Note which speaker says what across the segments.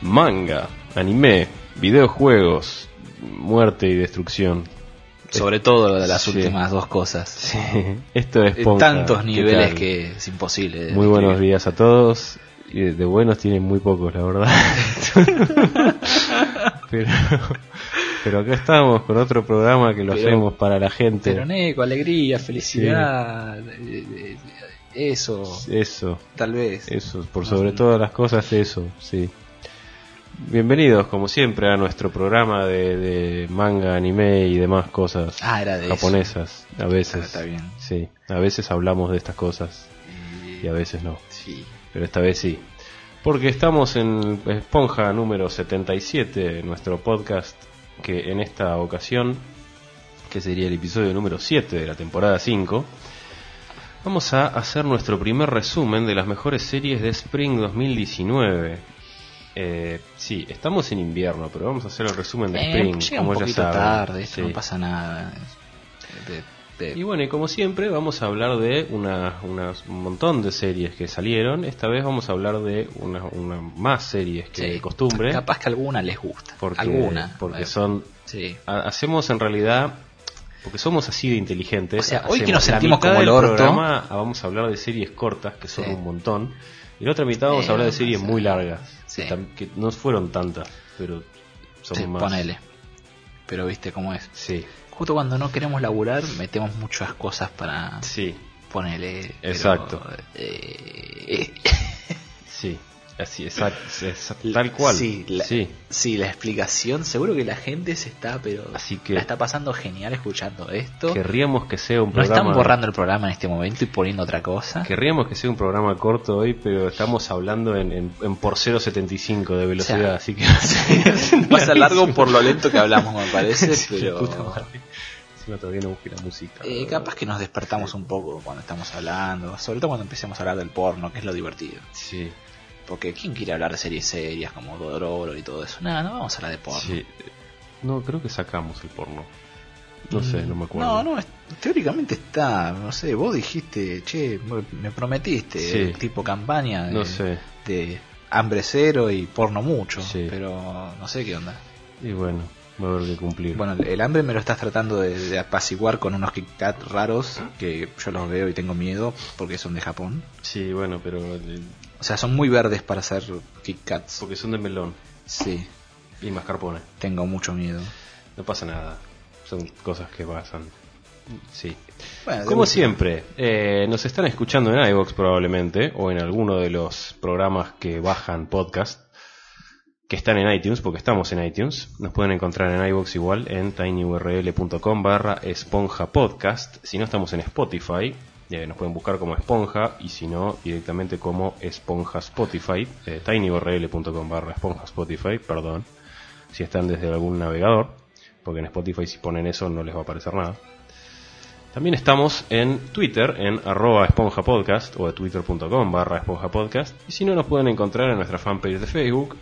Speaker 1: manga, anime, videojuegos, muerte y destrucción.
Speaker 2: Sobre todo lo de las
Speaker 1: Sí.
Speaker 2: últimas dos cosas.
Speaker 1: Sí, esto es
Speaker 2: Eh,
Speaker 1: Ponja.
Speaker 2: Tantos
Speaker 1: ¿Qué
Speaker 2: niveles
Speaker 1: tal?
Speaker 2: que es imposible. de
Speaker 1: Muy
Speaker 2: describir.
Speaker 1: buenos días a todos. Y de- de buenos tienen muy pocos, la verdad. pero, pero acá estamos con otro programa que lo
Speaker 2: Pero-
Speaker 1: hacemos para la gente.
Speaker 2: Pero Neko, alegría, felicidad. eh, eh, Eso,
Speaker 1: Eso,
Speaker 2: tal vez.
Speaker 1: eso, por sobre todas las cosas, eso, sí. Bienvenidos, como siempre, a nuestro programa de, de manga, anime y demás cosas
Speaker 2: Ah, era de eso.
Speaker 1: japonesas. A veces,
Speaker 2: Ah, está bien.
Speaker 1: sí, a veces hablamos de estas cosas y a veces no.
Speaker 2: Sí.
Speaker 1: pero esta vez sí. Porque estamos en Esponja número 77, nuestro podcast, que en esta ocasión, que sería el episodio número 7 de la temporada 5, vamos a hacer nuestro primer resumen de las mejores series de Spring 2019. Eh, sí, estamos en invierno, pero vamos a hacer el resumen de
Speaker 2: Eh,
Speaker 1: Spring,
Speaker 2: llega
Speaker 1: como
Speaker 2: un
Speaker 1: ya
Speaker 2: poquito
Speaker 1: saben.
Speaker 2: tarde, esto
Speaker 1: Sí.
Speaker 2: no pasa nada. De- de-
Speaker 1: Y bueno, y como siempre vamos a hablar de una, unas- un montón de series que salieron. Esta vez vamos a hablar de una, una más series que
Speaker 2: sí.
Speaker 1: de costumbre.
Speaker 2: Capaz que alguna les gusta.
Speaker 1: Porque,
Speaker 2: alguna.
Speaker 1: Porque
Speaker 2: Eh,
Speaker 1: son...
Speaker 2: Sí.
Speaker 1: ha- Hacemos en realidad... Porque somos así de inteligentes.
Speaker 2: O sea, hoy que
Speaker 1: hacemos
Speaker 2: nos
Speaker 1: la
Speaker 2: sentimos
Speaker 1: mitad
Speaker 2: como el
Speaker 1: del
Speaker 2: orto.
Speaker 1: programa, ah, vamos a hablar de series cortas, que son
Speaker 2: Sí.
Speaker 1: un montón. Y la otra mitad vamos
Speaker 2: Eh,
Speaker 1: a hablar de
Speaker 2: vamos
Speaker 1: series
Speaker 2: a-
Speaker 1: muy largas.
Speaker 2: Sí.
Speaker 1: Que, tam- que no fueron tantas, pero son
Speaker 2: sí,
Speaker 1: más...
Speaker 2: ponele. Pero viste cómo es.
Speaker 1: Sí,
Speaker 2: Justo cuando no queremos laburar, metemos muchas cosas para
Speaker 1: sí,
Speaker 2: ponerle. pero,
Speaker 1: exacto.
Speaker 2: eh,
Speaker 1: sí. Así, exacto, tal cual.
Speaker 2: Sí, la,
Speaker 1: sí.
Speaker 2: sí, la explicación. Seguro que la gente se está, pero.
Speaker 1: Así que-
Speaker 2: La está pasando genial escuchando esto.
Speaker 1: Querríamos que sea un
Speaker 2: No
Speaker 1: programa.
Speaker 2: están borrando el programa en este momento y poniendo otra cosa.
Speaker 1: Querríamos que sea un programa corto hoy, pero estamos hablando en, en, en por 0.75 de velocidad,
Speaker 2: O sea,
Speaker 1: así que.
Speaker 2: Va a ser largo por lo lento que hablamos, me parece,
Speaker 1: Sí, la
Speaker 2: pero.
Speaker 1: puta madre. Encima todavía no busqué la música.
Speaker 2: eh, capaz que nos despertamos un poco cuando estamos hablando, sobre todo cuando empecemos a hablar del porno, que es lo divertido.
Speaker 1: Sí,
Speaker 2: Porque ¿quién quiere hablar de series serias como Dodoro y todo eso? Nada, no vamos a hablar de porno.
Speaker 1: sí. No, creo que sacamos el porno. No sé, no me acuerdo.
Speaker 2: No, no, es- teóricamente está, no sé, vos dijiste, che, me me prometiste,
Speaker 1: Sí.
Speaker 2: eh, tipo campaña de,
Speaker 1: No sé.
Speaker 2: de hambre cero y porno mucho,
Speaker 1: Sí.
Speaker 2: pero no sé qué onda.
Speaker 1: Y bueno, va a haber que cumplir.
Speaker 2: Bueno, el hambre me lo estás tratando de, de apaciguar con unos Kit Kat raros que yo los veo y tengo miedo porque son de Japón.
Speaker 1: Sí, bueno, pero. eh,
Speaker 2: O sea, son muy verdes para hacer Kit Kats.
Speaker 1: Porque son de melón
Speaker 2: Sí,
Speaker 1: y mascarpone.
Speaker 2: tengo mucho miedo.
Speaker 1: No pasa nada. Son cosas que pasan. Sí.
Speaker 2: Bueno, de
Speaker 1: Como
Speaker 2: última.
Speaker 1: siempre, eh, nos están escuchando en iVoox probablemente, o en alguno de los programas que bajan podcast, que están en iTunes, porque estamos en iTunes. Nos pueden encontrar en iVoox igual en tinyurl.com barra esponja podcast. Si no estamos en Spotify, eh, nos pueden buscar como esponja, y si no, directamente como esponja Spotify, eh, tinyurl.com barra esponja Spotify, perdón, si están desde algún navegador, porque en Spotify si ponen eso no les va a aparecer nada. También estamos en Twitter, en arroba esponjapodcast o twitter.com barra esponjapodcast. Y si no, nos pueden encontrar en nuestra fanpage de Facebook,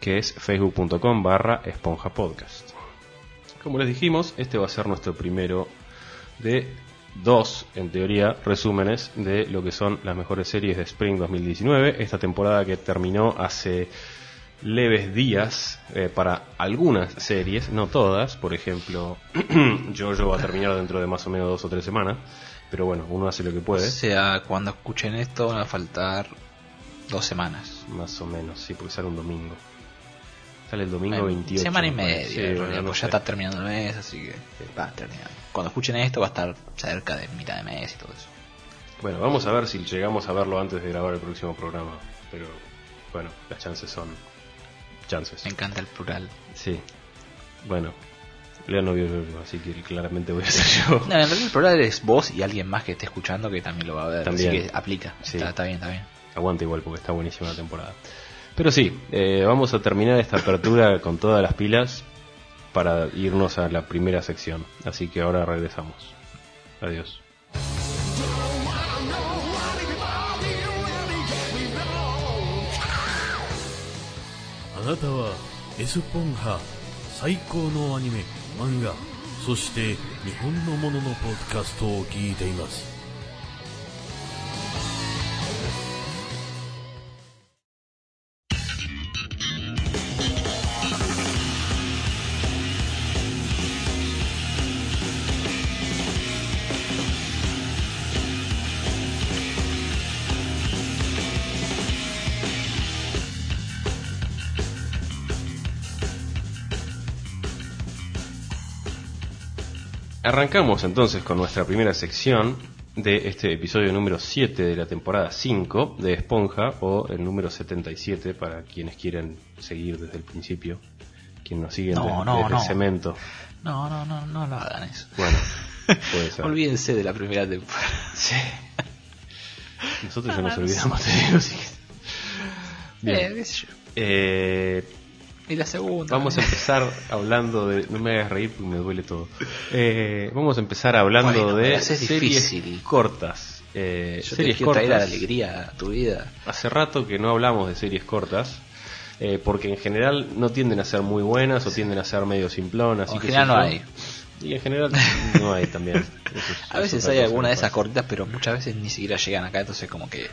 Speaker 1: que es facebook.com barra esponjapodcast. Como les dijimos, este va a ser nuestro primero de dos, en teoría, resúmenes de lo que son las mejores series de Spring 2019, esta temporada que terminó hace leves días eh, para algunas series, no todas, por ejemplo, Jojo va a terminar dentro de más o menos dos o tres semanas, pero bueno, uno hace lo que
Speaker 2: O
Speaker 1: puede,
Speaker 2: sea, cuando escuchen esto van a faltar dos semanas.
Speaker 1: más o menos, sí, porque sale un domingo. Sale el domingo
Speaker 2: Bueno,
Speaker 1: 28.
Speaker 2: Semana y
Speaker 1: me
Speaker 2: media,
Speaker 1: parece.
Speaker 2: en
Speaker 1: Sí,
Speaker 2: realidad,
Speaker 1: bueno, no
Speaker 2: pues
Speaker 1: sé.
Speaker 2: ya está terminando el mes, así que va terminando. Cuando escuchen esto va a estar cerca de mitad de mes y todo eso.
Speaker 1: Bueno, vamos a ver si llegamos a verlo antes de grabar el próximo programa. Pero bueno, las chances son chances.
Speaker 2: Me encanta el plural.
Speaker 1: Sí. Bueno, Lea no vio yo, así que claramente voy a ser yo.
Speaker 2: No, en realidad el plural es vos y alguien más que esté escuchando que también lo va a ver. Así
Speaker 1: También.
Speaker 2: que aplica.
Speaker 1: Sí.
Speaker 2: Está, está bien, está bien.
Speaker 1: Aguanta igual porque está buenísima la temporada. Pero sí, eh, vamos a terminar esta apertura con todas las pilas para irnos a la primera sección. Así que ahora regresamos. Adiós.
Speaker 3: あなたは S ポンハ最高のアニメ漫画そして日本のもののポッドキャストを聞いています
Speaker 1: Arrancamos entonces con nuestra primera sección de este episodio número 7 de la temporada 5 de Esponja o el número 77 para quienes quieran seguir desde el principio, quienes nos siguen
Speaker 2: No,
Speaker 1: desde,
Speaker 2: no,
Speaker 1: desde
Speaker 2: no.
Speaker 1: cemento.
Speaker 2: No, no, no, no lo hagan eso.
Speaker 1: Bueno, puede ser.
Speaker 2: Olvídense de la primera temporada. Eh, Sí.
Speaker 1: Nosotros ya nos olvidamos de ellos. así que- Bien.
Speaker 2: Eh, qué sé yo.
Speaker 1: Eh,
Speaker 2: Y la segunda.
Speaker 1: vamos a empezar hablando de. No me hagas reír porque me duele todo. Eh, vamos a empezar hablando
Speaker 2: Bueno, me
Speaker 1: de
Speaker 2: haces
Speaker 1: series
Speaker 2: difícil.
Speaker 1: cortas. Eh,
Speaker 2: Yo te
Speaker 1: series
Speaker 2: quiero traer
Speaker 1: cortas.
Speaker 2: alegría a tu vida.
Speaker 1: Hace rato que no hablamos de series cortas. eh, porque en general no tienden a ser muy buenas o tienden a ser medio simplonas.
Speaker 2: O en
Speaker 1: y qué
Speaker 2: general
Speaker 1: sé
Speaker 2: no
Speaker 1: yo.
Speaker 2: hay.
Speaker 1: Y en general no hay también. Eso es-
Speaker 2: A
Speaker 1: es
Speaker 2: veces
Speaker 1: otra
Speaker 2: hay
Speaker 1: cosa que
Speaker 2: alguna de esas
Speaker 1: pasa.
Speaker 2: cortitas, pero muchas veces ni siquiera llegan acá, entonces como que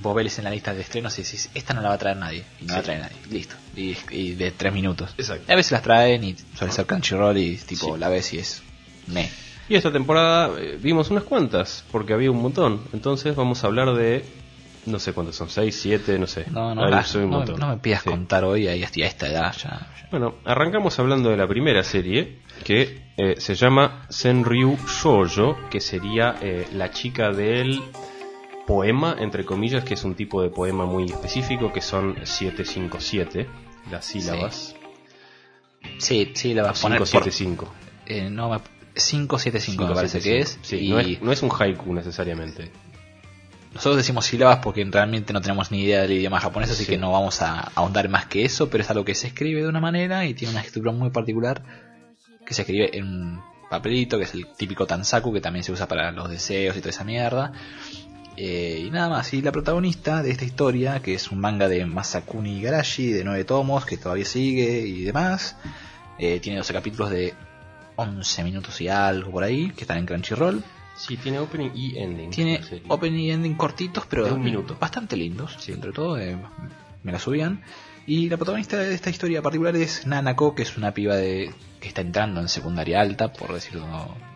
Speaker 2: vos ves en la lista de estrenos y decís, esta no la va a traer nadie, y no la
Speaker 1: Sí.
Speaker 2: trae nadie, listo, y, y de tres minutos.
Speaker 1: Exacto.
Speaker 2: Y a veces las traen y suele ser Crunchyroll y tipo
Speaker 1: Sí.
Speaker 2: la ves y es me.
Speaker 1: Y esta temporada eh, vimos unas cuantas, porque había un montón. Entonces vamos a hablar de. No sé cuántas son, 6, 7, no sé.
Speaker 2: No, no,
Speaker 1: Ahí
Speaker 2: la-
Speaker 1: soy un
Speaker 2: no, me-
Speaker 1: montón.
Speaker 2: no me pidas
Speaker 1: Sí.
Speaker 2: contar hoy ahí hasta a esta edad ya. ya.
Speaker 1: Bueno, arrancamos hablando de la primera serie, que eh, se llama Senryu Shoujo, que sería eh, la chica del poema, entre comillas, que es un tipo de poema muy específico, que son 757, las sílabas.
Speaker 2: Sí, sí, la vas a poner por-
Speaker 1: 575.
Speaker 2: eh, no, me- 575 me
Speaker 1: Cinco,
Speaker 2: parece
Speaker 1: siete,
Speaker 2: que es.
Speaker 1: cinco. Sí,
Speaker 2: y
Speaker 1: no es. No es un haiku necesariamente.
Speaker 2: Nosotros decimos sílabas porque realmente no tenemos ni idea del idioma japonés, así
Speaker 1: Sí.
Speaker 2: que no vamos a ahondar más que eso, pero es algo que se escribe de una manera y tiene una estructura muy particular que se escribe en un papelito, que es el típico tansaku, que también se usa para los deseos y toda esa mierda. Eh, y nada más, y la protagonista de esta historia, que es un manga de Masakuni Igarashi, de nueve tomos, que todavía sigue y demás, eh, tiene 12 capítulos de 11 minutos y algo por ahí, que están en Crunchyroll.
Speaker 1: Sí, tiene opening y ending.
Speaker 2: Tiene
Speaker 1: la serie.
Speaker 2: open y ending cortitos, pero
Speaker 1: De un minuto.
Speaker 2: bastante lindos. Entre todo, eh, me la subían. Y la protagonista de esta historia particular es Nanako, que es una piba de que está entrando en secundaria alta, por decirlo de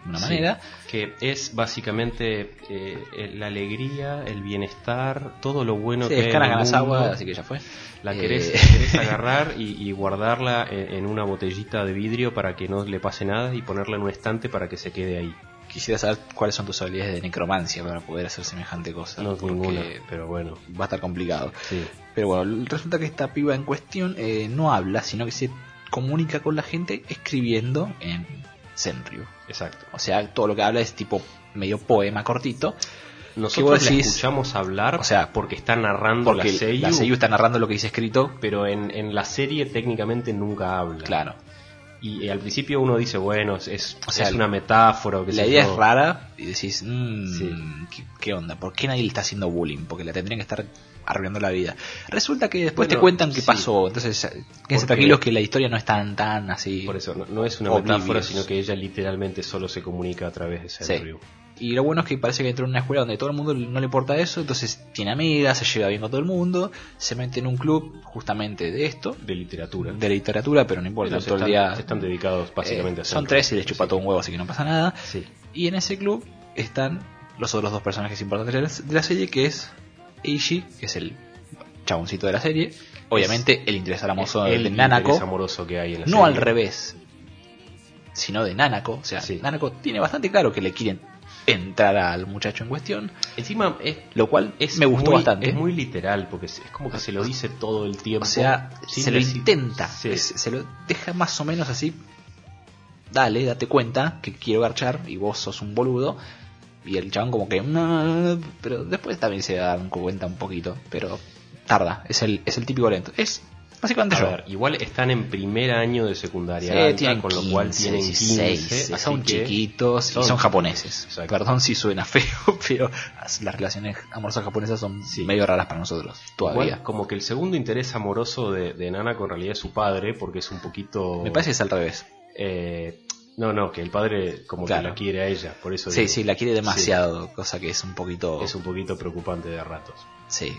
Speaker 2: una
Speaker 1: Sí,
Speaker 2: manera.
Speaker 1: que es básicamente eh, eh, la alegría, el bienestar, todo lo bueno
Speaker 2: Sí,
Speaker 1: que
Speaker 2: es
Speaker 1: hay
Speaker 2: cara
Speaker 1: en el
Speaker 2: ganas
Speaker 1: mundo,
Speaker 2: agua, así que ya fue.
Speaker 1: la
Speaker 2: Eh,
Speaker 1: querés, la querés agarrar y, y guardarla en, en una botellita de vidrio para que no le pase nada y ponerla en un estante para que se quede ahí.
Speaker 2: Quisiera saber cuáles son tus habilidades de necromancia para poder hacer semejante cosa.
Speaker 1: No es
Speaker 2: porque
Speaker 1: ninguna, pero bueno,
Speaker 2: Va a estar complicado.
Speaker 1: sí.
Speaker 2: Pero bueno, resulta que esta piba en cuestión eh, no habla, sino que se comunica con la gente escribiendo en Senryu.
Speaker 1: Exacto.
Speaker 2: O sea, todo lo que habla es tipo medio poema cortito.
Speaker 1: Nosotros la
Speaker 2: decís?
Speaker 1: escuchamos hablar
Speaker 2: O sea,
Speaker 1: porque está narrando
Speaker 2: Porque
Speaker 1: la seiyuu,
Speaker 2: la Seiyu está narrando lo que dice escrito.
Speaker 1: pero en, en la serie técnicamente nunca habla.
Speaker 2: Claro.
Speaker 1: Y eh, al principio uno dice, bueno, es, es-
Speaker 2: O sea,
Speaker 1: es una metáfora. o qué
Speaker 2: La
Speaker 1: sé
Speaker 2: idea
Speaker 1: yo.
Speaker 2: es rara y decís, mmm,
Speaker 1: Sí.
Speaker 2: ¿qué, qué onda? ¿Por qué nadie le está haciendo bullying? Porque le tendrían que estar arruinando la vida. Resulta que después
Speaker 1: Bueno,
Speaker 2: te cuentan qué
Speaker 1: sí.
Speaker 2: pasó. Entonces, eh, quédense
Speaker 1: Porque-
Speaker 2: tranquilos que la historia no es tan, tan así.
Speaker 1: Por eso, no, no es una
Speaker 2: Oblivious.
Speaker 1: metáfora, sino que ella literalmente solo se comunica a través de
Speaker 2: Sí.
Speaker 1: Senryu.
Speaker 2: Y lo bueno es que parece que entró en una escuela donde todo el mundo no le importa eso, entonces tiene amigas, se lleva bien con todo el mundo, se mete en un club justamente de esto,
Speaker 1: De literatura.
Speaker 2: de literatura, pero no importa,
Speaker 1: Ellos
Speaker 2: todo
Speaker 1: están,
Speaker 2: el día...
Speaker 1: están dedicados básicamente
Speaker 2: eh,
Speaker 1: a
Speaker 2: Son
Speaker 1: Senryu.
Speaker 2: tres y les chupa todo un huevo, así que no pasa nada.
Speaker 1: Sí.
Speaker 2: Y en ese club están los otros dos personajes importantes de la- de la serie, que es Eiji, que es el chaboncito de la serie. Obviamente el interés amoroso
Speaker 1: Es el
Speaker 2: de
Speaker 1: interés
Speaker 2: Nanako.
Speaker 1: amoroso que hay en la
Speaker 2: No
Speaker 1: serie.
Speaker 2: al revés, sino de Nanako. O sea,
Speaker 1: Sí.
Speaker 2: Nanako tiene bastante claro que le quieren entrar al muchacho en cuestión.
Speaker 1: Encima es,
Speaker 2: Lo cual
Speaker 1: es
Speaker 2: me gustó
Speaker 1: muy,
Speaker 2: bastante.
Speaker 1: Es muy literal, porque es es como que se lo dice todo el tiempo.
Speaker 2: o sea,
Speaker 1: sin
Speaker 2: se lo
Speaker 1: decir-
Speaker 2: intenta.
Speaker 1: Sí.
Speaker 2: es- se lo deja más o menos así. Dale, date cuenta que quiero garchar y vos sos un boludo. Y el chabón como que... "No, no, no", Pero después también se dan cuenta un poquito. Pero tarda. Es el, es el típico lento. Es básicamente
Speaker 1: A
Speaker 2: yo.
Speaker 1: ver, igual están en primer año de secundaria,
Speaker 2: Sí,
Speaker 1: alta,
Speaker 2: tienen
Speaker 1: con lo cual
Speaker 2: 15,
Speaker 1: tienen
Speaker 2: 16,
Speaker 1: 15. así
Speaker 2: son
Speaker 1: que-
Speaker 2: chiquitos
Speaker 1: son-
Speaker 2: y son japoneses.
Speaker 1: Exacto.
Speaker 2: Perdón si suena feo, pero las relaciones amorosas japonesas son
Speaker 1: Sí.
Speaker 2: medio raras para nosotros. Todavía.
Speaker 1: Igual, como que el segundo interés amoroso de, de Nanako en realidad es su padre, porque es un poquito.
Speaker 2: Me parece que es al revés.
Speaker 1: Eh, no, no, que el padre como que
Speaker 2: Claro.
Speaker 1: la quiere a ella, por eso
Speaker 2: Sí,
Speaker 1: digo,
Speaker 2: sí, la quiere demasiado, cosa que es un poquito...
Speaker 1: es un poquito preocupante de ratos.
Speaker 2: Sí,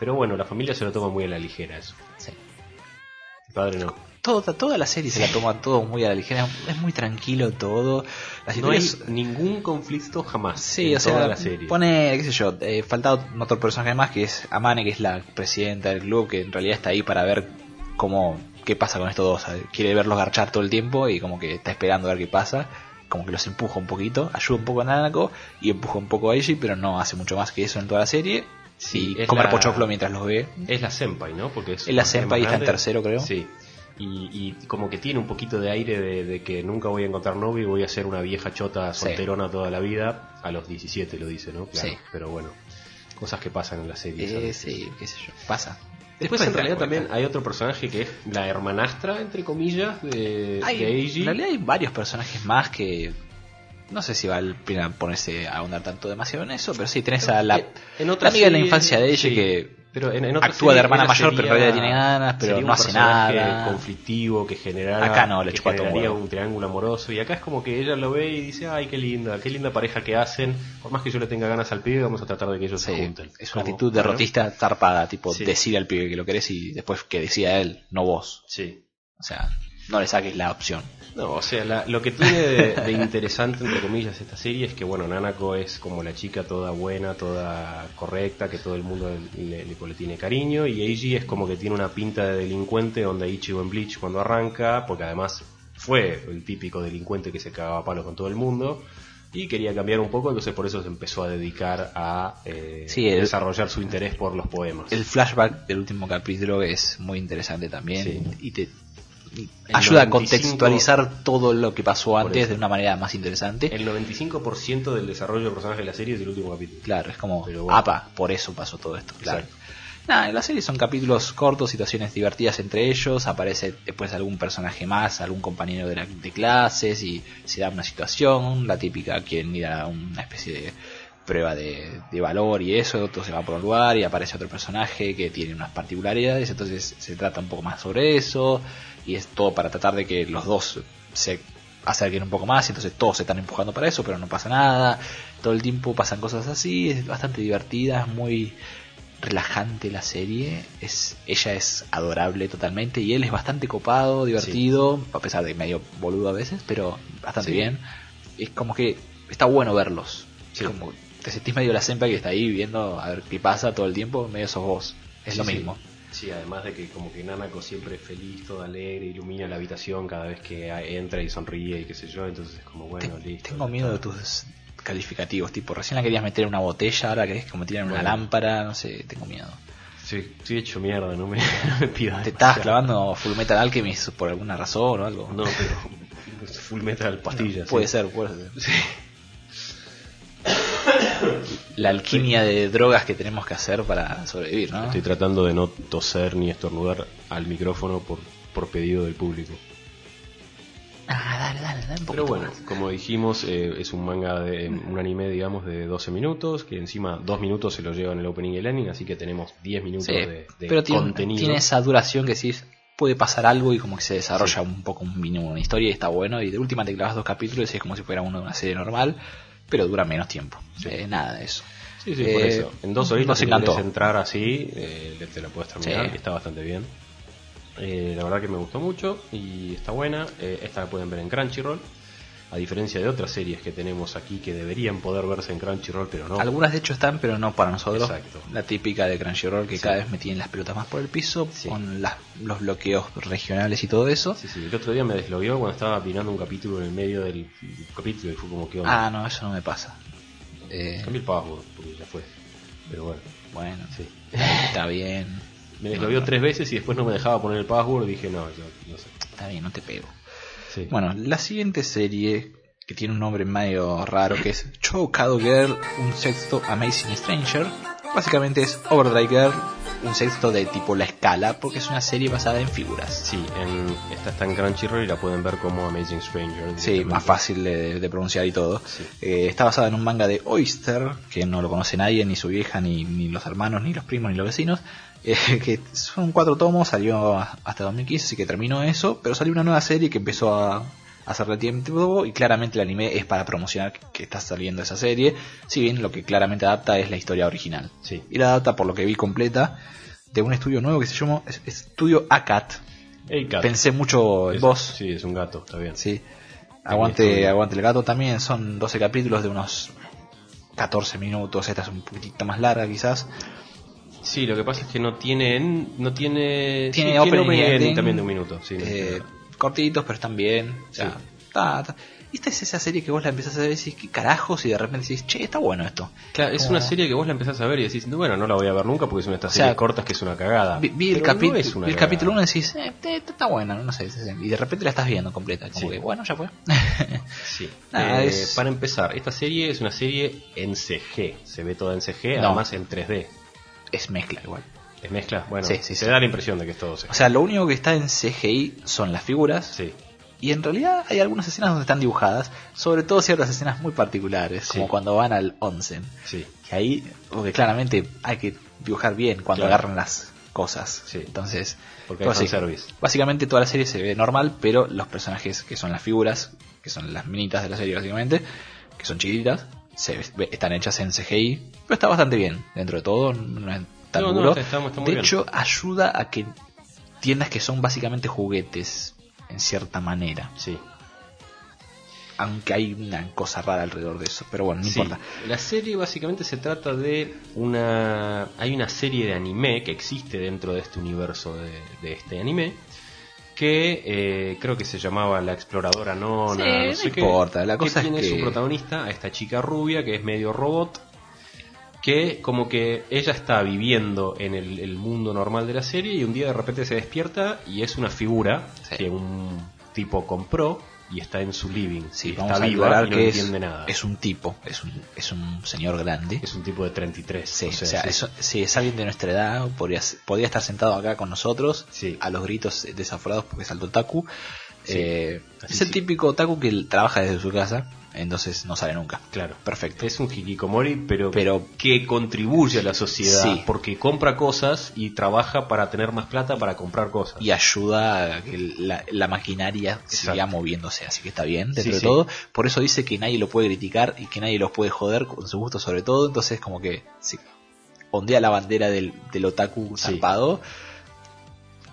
Speaker 1: Pero bueno, la familia se lo toma muy a la ligera eso.
Speaker 2: sí.
Speaker 1: El padre no.
Speaker 2: Toda, toda la serie se la toma todo muy a la ligera, es muy tranquilo todo. Las
Speaker 1: No hay
Speaker 2: historias...
Speaker 1: ningún conflicto jamás
Speaker 2: Sí,
Speaker 1: en
Speaker 2: o sea,
Speaker 1: toda la serie.
Speaker 2: pone, qué sé yo, eh, faltaba un otro personaje más que es Amane, que es la presidenta del club, que en realidad está ahí para ver Eh, cómo, qué pasa con estos dos. ¿sabes? Quiere verlos garchar todo el tiempo y como que está esperando a ver qué pasa. como que los empuja un poquito, ayuda un poco a Nanako y empuja un poco a Eiji, pero no hace mucho más que eso en toda la serie.
Speaker 1: Sí,
Speaker 2: y
Speaker 1: es
Speaker 2: comer
Speaker 1: la-
Speaker 2: pochoclo mientras los ve.
Speaker 1: Es la Senpai, ¿no? Porque es,
Speaker 2: Es la
Speaker 1: más
Speaker 2: senpai, está en
Speaker 1: grande.
Speaker 2: tercero, creo.
Speaker 1: Sí. Y, y como que tiene un poquito de aire de, de que nunca voy a encontrar novio y voy a ser una vieja chota
Speaker 2: Sí.
Speaker 1: solterona toda la vida. A los 17 lo dice, ¿no?
Speaker 2: Sí.
Speaker 1: Pero bueno, cosas que pasan en la serie.
Speaker 2: Eh,
Speaker 1: ¿sabes?
Speaker 2: sí, qué sé yo, pasa.
Speaker 1: Después, en
Speaker 2: te das
Speaker 1: realidad
Speaker 2: cuenta.
Speaker 1: también hay otro personaje que es la hermanastra, entre comillas, de,
Speaker 2: Hay,
Speaker 1: de Eiji.
Speaker 2: eh, En realidad hay varios personajes más que. No sé si vale la pena ponerse a ahondar tanto demasiado en eso, pero sí, tenés a la,
Speaker 1: Eh, en otra
Speaker 2: la amiga de la
Speaker 1: serie,
Speaker 2: infancia de ella
Speaker 1: sí.
Speaker 2: que.
Speaker 1: Pero en- en otra
Speaker 2: actúa de hermana
Speaker 1: ella
Speaker 2: mayor, pero en realidad tiene ganas, pero
Speaker 1: sería
Speaker 2: no
Speaker 1: un
Speaker 2: hace
Speaker 1: personaje
Speaker 2: nada.
Speaker 1: conflictivo que generara,
Speaker 2: Acá no, le
Speaker 1: que
Speaker 2: chupa todo un
Speaker 1: generaría
Speaker 2: huevo.
Speaker 1: un triángulo amoroso. Y acá es como que ella lo ve y dice, ay, qué linda, qué linda pareja que hacen. Por más que yo le tenga ganas al pibe, vamos a tratar de que ellos
Speaker 2: sí,
Speaker 1: se junten.
Speaker 2: es
Speaker 1: Como,
Speaker 2: una actitud
Speaker 1: bueno,
Speaker 2: derrotista zarpada, tipo,
Speaker 1: Sí.
Speaker 2: decide al pibe que lo querés y después que decida él, no vos.
Speaker 1: Sí.
Speaker 2: O sea, no le saques la opción.
Speaker 1: No, o sea, la- lo que tiene de, de interesante, entre comillas, esta serie es que, bueno, Nanako es como la chica toda buena, toda correcta, que todo el mundo le, le- le tiene cariño, y Eiji es como que tiene una pinta de delincuente, onda Ichigo en Bleach cuando arranca, porque además fue el típico delincuente que se cagaba a palo con todo el mundo, y quería cambiar un poco, entonces por eso se empezó a dedicar a eh,
Speaker 2: Sí, el-
Speaker 1: desarrollar su interés por los poemas.
Speaker 2: El flashback del último capítulo es muy interesante también
Speaker 1: Sí.
Speaker 2: y te y
Speaker 1: El 95
Speaker 2: ayuda a contextualizar todo lo que pasó antes
Speaker 1: eso.
Speaker 2: de una manera más interesante.
Speaker 1: El 95% del desarrollo del personaje de la serie es el último capítulo.
Speaker 2: Claro, es como,
Speaker 1: Pero bueno.
Speaker 2: apa, por eso pasó todo esto. Claro.
Speaker 1: Exacto.
Speaker 2: Nada, en la serie son capítulos cortos, situaciones divertidas entre ellos, aparece después algún personaje más, algún compañero de, la- de clases y se da una situación, la típica quien ir a una especie de prueba de, de valor y eso, otro se va por un lugar y aparece otro personaje que tiene unas particularidades, entonces se trata un poco más sobre eso y es todo para tratar de que los dos se acerquen un poco más, entonces todos se están empujando para eso, pero no pasa nada, todo el tiempo pasan cosas así, es bastante divertida, es muy relajante la serie. Es, ella es adorable totalmente y él es bastante copado, divertido, a pesar de medio boludo a veces, pero bastante
Speaker 1: Sí.
Speaker 2: bien. Es como que está bueno verlos.
Speaker 1: Sí.
Speaker 2: Es como te sentís medio la sempa que está ahí viendo a ver qué pasa todo el tiempo, medio sos vos. Es lo
Speaker 1: Sí, sí.
Speaker 2: mismo.
Speaker 1: Sí, además de que como que Nanako siempre es feliz, toda alegre, ilumina la habitación cada vez que a- entra y sonríe y qué sé yo, entonces es como bueno,
Speaker 2: Te-
Speaker 1: listo.
Speaker 2: Tengo miedo de tus calificativos, tipo, recién la querías meter en una botella, ahora querés como tirar en una
Speaker 1: Bueno.
Speaker 2: lámpara, no sé, tengo miedo.
Speaker 1: Sí, estoy hecho mierda, no me, me pidas
Speaker 2: ¿Te estás
Speaker 1: Ah, demasiado.
Speaker 2: clavando Full Metal Alchemist por alguna razón o algo?
Speaker 1: No, pero es full metal pastillas.
Speaker 2: Puede
Speaker 1: sí.
Speaker 2: ser, puede ser. La alquimia de drogas que tenemos que hacer para sobrevivir, ¿no?
Speaker 1: Estoy tratando de no toser ni estornudar al micrófono por, por pedido del público.
Speaker 2: Ah, dale, dale, dale un
Speaker 1: Pero
Speaker 2: poquito
Speaker 1: bueno,
Speaker 2: más.
Speaker 1: como dijimos, eh, es un manga de un anime, digamos, de 12 minutos, que encima 2 minutos se lo llevan el opening y el ending, así que tenemos 10 minutos
Speaker 2: Sí,
Speaker 1: de, de
Speaker 2: pero tiene,
Speaker 1: contenido.
Speaker 2: tiene esa duración que sí puede pasar algo y como que se desarrolla un poco un mínimo una historia y está bueno. Y de última te clavas dos capítulos y es como si fuera uno de una serie normal, pero dura menos tiempo. Eh, nada de eso.
Speaker 1: Sí, sí, por
Speaker 2: Eh,
Speaker 1: eso. En dos horitas,
Speaker 2: nos
Speaker 1: si
Speaker 2: encantó.
Speaker 1: quieres entrar así, eh, te la puedes terminar,
Speaker 2: Sí.
Speaker 1: que está bastante bien. Eh, la verdad que me gustó mucho y está buena. Eh, esta la pueden ver en Crunchyroll. A diferencia de otras series que tenemos aquí que deberían poder verse en Crunchyroll, pero no.
Speaker 2: Algunas de hecho están, pero no para nosotros.
Speaker 1: Exacto.
Speaker 2: La típica de Crunchyroll que
Speaker 1: Sí.
Speaker 2: cada vez me tienen las pelotas más por el piso
Speaker 1: Sí.
Speaker 2: con las- los bloqueos regionales y todo eso.
Speaker 1: Sí, sí, el otro día me deslogueó cuando estaba mirando un capítulo en el medio del capítulo y fue como que onda.
Speaker 2: Ah, no, eso no me pasa. Eh,
Speaker 1: Cambié el password porque ya fue. Pero bueno,
Speaker 2: bueno,
Speaker 1: sí.
Speaker 2: está bien.
Speaker 1: Me deslogueó tres veces y después no me dejaba poner el password. Dije, no, yo no sé.
Speaker 2: Está bien, no te pego.
Speaker 1: Sí.
Speaker 2: Bueno, la siguiente serie que tiene un nombre medio raro que es Chocado Girl, un sexto Amazing Stranger. Básicamente es Overdrive Girl, un sexto de tipo la escala, porque es una serie basada en figuras.
Speaker 1: Sí, en, esta está en Crunchyroll y la pueden ver como Amazing Stranger.
Speaker 2: Sí, más fácil de, de pronunciar y todo.
Speaker 1: Sí.
Speaker 2: Eh, está basada en un manga de Oyster, que no lo conoce nadie, ni su vieja, ni, ni los hermanos, ni los primos, ni los vecinos. eh, que son cuatro tomos, salió a- hasta 2015, así que terminó eso. Pero salió una nueva serie que empezó a hacerle tiempo y claramente el anime es para promocionar que está saliendo esa serie. Si bien lo que claramente adapta es la historia original.
Speaker 1: Sí.
Speaker 2: Y la adapta, por lo que vi completa, de un estudio nuevo que se llama es- Estudio ACAT.
Speaker 1: Hey, cat.
Speaker 2: Pensé mucho en
Speaker 1: Es-
Speaker 2: vos.
Speaker 1: Sí, es un gato, está bien.
Speaker 2: Sí.
Speaker 1: estudio.
Speaker 2: Aguante, aguante el gato también. Son 12 capítulos de unos 14 minutos. Esta es un poquitito más larga quizás.
Speaker 1: Sí, lo que pasa es que no tiene. No tiene.
Speaker 2: Tiene
Speaker 1: sí,
Speaker 2: opening y
Speaker 1: y
Speaker 2: ending.
Speaker 1: también de un minuto. Sí, no
Speaker 2: Eh,
Speaker 1: tiene nada.
Speaker 2: cortitos, pero están bien. O sea, está, está. Esta es esa serie que vos la empezás a ver y decís, ¿qué carajos? Y de repente decís, che, está bueno esto.
Speaker 1: Claro, es
Speaker 2: Como-
Speaker 1: una serie que vos la empezás a ver y decís, "No, bueno, no la voy a ver nunca porque es una de estas
Speaker 2: O sea,
Speaker 1: series cortas que es una cagada.
Speaker 2: Vi, vi el,
Speaker 1: Pero no
Speaker 2: capi-
Speaker 1: es una
Speaker 2: vi el
Speaker 1: cagada.
Speaker 2: capítulo 1 y decís, eh, te- te- está buena, no sé. sí, sí. Y de repente la estás viendo completa. Como
Speaker 1: Sí.
Speaker 2: que, bueno, ya fue.
Speaker 1: Sí.
Speaker 2: Nada,
Speaker 1: Eh,
Speaker 2: es-
Speaker 1: Para empezar, esta serie es una serie en CG. Se ve toda en CG,
Speaker 2: No.
Speaker 1: además en 3D.
Speaker 2: es mezcla igual.
Speaker 1: ¿Es mezcla? Bueno,
Speaker 2: Sí, sí,
Speaker 1: se
Speaker 2: sí.
Speaker 1: da la impresión de que es todo CG.
Speaker 2: O sea, lo único que está en CGI son las figuras.
Speaker 1: Sí.
Speaker 2: Y en realidad hay algunas escenas donde están dibujadas. Sobre todo ciertas escenas muy particulares.
Speaker 1: Sí.
Speaker 2: Como cuando van al onsen.
Speaker 1: Sí.
Speaker 2: Que ahí, porque claramente hay que dibujar bien cuando
Speaker 1: Claro.
Speaker 2: agarran las cosas.
Speaker 1: Sí.
Speaker 2: Entonces,
Speaker 1: Porque hay
Speaker 2: todo así.
Speaker 1: fanservice.
Speaker 2: Básicamente toda la serie se ve normal, pero los personajes que son las figuras, que son las minitas de la serie básicamente, que son chiquititas, se ve- están hechas en CGI, pero está bastante bien dentro de todo, no es tan
Speaker 1: No, no,
Speaker 2: duro.
Speaker 1: está- está- está muy
Speaker 2: de
Speaker 1: bien.
Speaker 2: hecho, ayuda a que tiendas que son básicamente juguetes, en cierta manera,
Speaker 1: Sí.
Speaker 2: aunque hay una cosa rara alrededor de eso, pero bueno, no
Speaker 1: Sí.
Speaker 2: importa.
Speaker 1: La serie básicamente se trata de una... Hay una serie de anime que existe dentro de este universo de, de este anime que eh, creo que se llamaba La Exploradora Nona,
Speaker 2: Sí,
Speaker 1: no
Speaker 2: no
Speaker 1: sé qué,
Speaker 2: importa, la cosa es
Speaker 1: tiene
Speaker 2: que-
Speaker 1: su protagonista a esta chica rubia que es medio robot que como que ella está viviendo en el, el mundo normal de la serie y un día de repente se despierta y es una figura
Speaker 2: Sí.
Speaker 1: que un tipo compró y está en su living
Speaker 2: Sí,
Speaker 1: y
Speaker 2: vamos
Speaker 1: está
Speaker 2: a
Speaker 1: viva
Speaker 2: aclarar
Speaker 1: y no
Speaker 2: que es,
Speaker 1: entiende nada
Speaker 2: es un tipo, es un, es un señor grande.
Speaker 1: es un tipo de 33.
Speaker 2: Sí,
Speaker 1: o sea, sí.
Speaker 2: eso- si es alguien de nuestra edad, podría, ser- podría estar sentado acá con nosotros,
Speaker 1: Sí.
Speaker 2: a los gritos desaforados porque saltó Taku. Eh,
Speaker 1: Sí, así
Speaker 2: es el
Speaker 1: sí.
Speaker 2: típico Taku que trabaja desde su casa, entonces no sale nunca.
Speaker 1: Claro.
Speaker 2: Perfecto.
Speaker 1: Es un hikikomori, pero,
Speaker 2: Pero-
Speaker 1: que contribuye a la sociedad
Speaker 2: Sí.
Speaker 1: porque compra cosas y trabaja para tener más plata para comprar cosas.
Speaker 2: Y ayuda a que la, la maquinaria siga moviéndose, así que está bien dentro
Speaker 1: Sí,
Speaker 2: de
Speaker 1: sí.
Speaker 2: todo. Por eso dice que nadie lo puede criticar y que nadie los puede joder con su gusto sobre todo, entonces como que se ondea la bandera del, del otaku
Speaker 1: Sí.
Speaker 2: zarpado.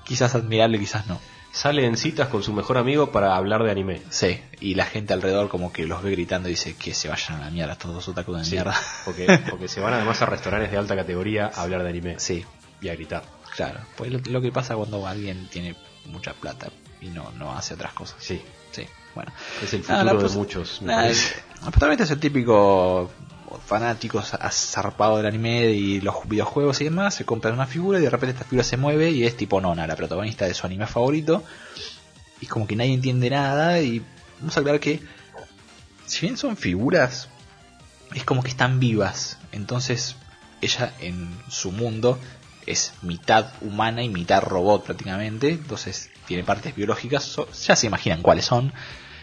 Speaker 2: Quizás admirable, quizás no.
Speaker 1: Sale en citas con su mejor amigo para hablar de anime.
Speaker 2: Sí, y la gente alrededor como que los ve gritando y dice que se vayan a la mierda, estos dos otakus de
Speaker 1: Sí,
Speaker 2: Ah, mierda.
Speaker 1: Porque, porque se van además a restaurantes de alta categoría a hablar de anime
Speaker 2: Sí,
Speaker 1: y a gritar.
Speaker 2: claro. Pues lo, lo que pasa cuando alguien tiene mucha plata y no, no hace otras cosas.
Speaker 1: Sí,
Speaker 2: Sí, bueno.
Speaker 1: es el futuro
Speaker 2: Nada, Ah, la
Speaker 1: de
Speaker 2: pos-
Speaker 1: muchos. me
Speaker 2: nada, el-
Speaker 1: parece.
Speaker 2: el protagonista es el típico fanático za- zarpado del anime y los videojuegos y demás, se compra una figura y de repente esta figura se mueve y es tipo Nona, la protagonista de su anime favorito. Y como que nadie entiende nada y vamos a aclarar que si bien son figuras, es como que están vivas. Entonces ella en su mundo es mitad humana y mitad robot prácticamente. Entonces tiene partes biológicas, so- ya se imaginan cuáles son.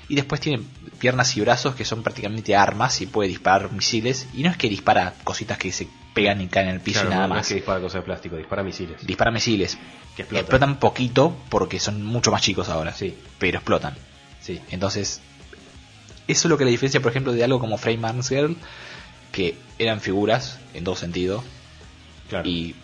Speaker 2: Y después tiene piernas y brazos que son prácticamente armas y puede disparar misiles. Y no es que dispara cositas que se pegan y caen en el piso
Speaker 1: Claro,
Speaker 2: y nada
Speaker 1: no, no es
Speaker 2: más.
Speaker 1: que dispara cosas de plástico, dispara misiles.
Speaker 2: Dispara misiles.
Speaker 1: Que explotan.
Speaker 2: Explotan poquito porque son mucho más chicos ahora.
Speaker 1: Sí.
Speaker 2: Pero explotan.
Speaker 1: Sí,
Speaker 2: Entonces, eso es lo que la diferencia, por ejemplo, de algo como Frame Man's Girl, que eran figuras en todo sentido,
Speaker 1: claro.
Speaker 2: y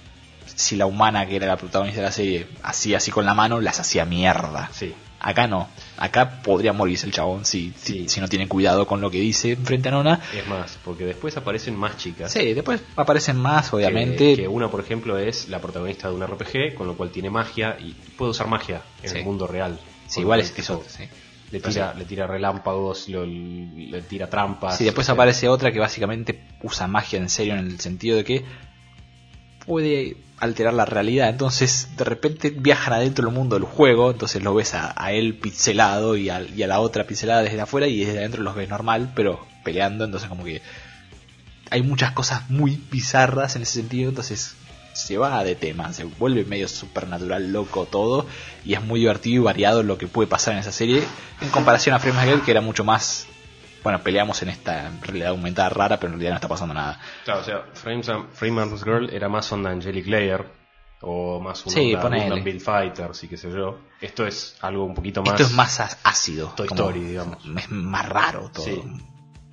Speaker 2: si la humana que era la protagonista de la serie hacía así con la mano, las hacía mierda.
Speaker 1: Sí,
Speaker 2: Acá no, acá podría morirse el chabón si, si,
Speaker 1: Sí.
Speaker 2: si no tiene cuidado con lo que dice frente a Nona.
Speaker 1: es más, porque después aparecen más chicas.
Speaker 2: Sí, después aparecen más,
Speaker 1: que-
Speaker 2: obviamente.
Speaker 1: Que, una, por ejemplo, es la protagonista de un RPG, con lo cual tiene magia y puede usar magia en
Speaker 2: Sí.
Speaker 1: el mundo real.
Speaker 2: Sí,
Speaker 1: Con
Speaker 2: igual
Speaker 1: lo
Speaker 2: es
Speaker 1: cual,
Speaker 2: eso.
Speaker 1: tipo,
Speaker 2: sí.
Speaker 1: Le tira, le tira relámpagos, lo- le tira trampas.
Speaker 2: Sí, después
Speaker 1: o sea,
Speaker 2: aparece otra que básicamente usa magia en serio en el sentido de que puede alterar la realidad. Entonces, de repente viajan adentro del mundo del juego, entonces lo ves a, a él pixelado y a, y a la otra pixelada desde afuera y desde adentro los ves normal, pero peleando, entonces como que hay muchas cosas muy bizarras en ese sentido, entonces se va de tema, se vuelve medio supernatural loco todo y es muy divertido y variado lo que puede pasar en esa serie en comparación a Frame Girl que era mucho más bueno, peleamos en esta realidad aumentada rara, pero en realidad no está pasando nada.
Speaker 1: Claro, o sea, Frames and- Freeman's Girl era más onda Angelic Layer. O más una
Speaker 2: Sí,
Speaker 1: onda
Speaker 2: ponele.
Speaker 1: Gundam Build Fighter, sí que sé yo. Esto es algo un poquito más.
Speaker 2: Esto es más á- ácido.
Speaker 1: Toy
Speaker 2: como-
Speaker 1: Story, digamos.
Speaker 2: Es más raro todo.
Speaker 1: Sí.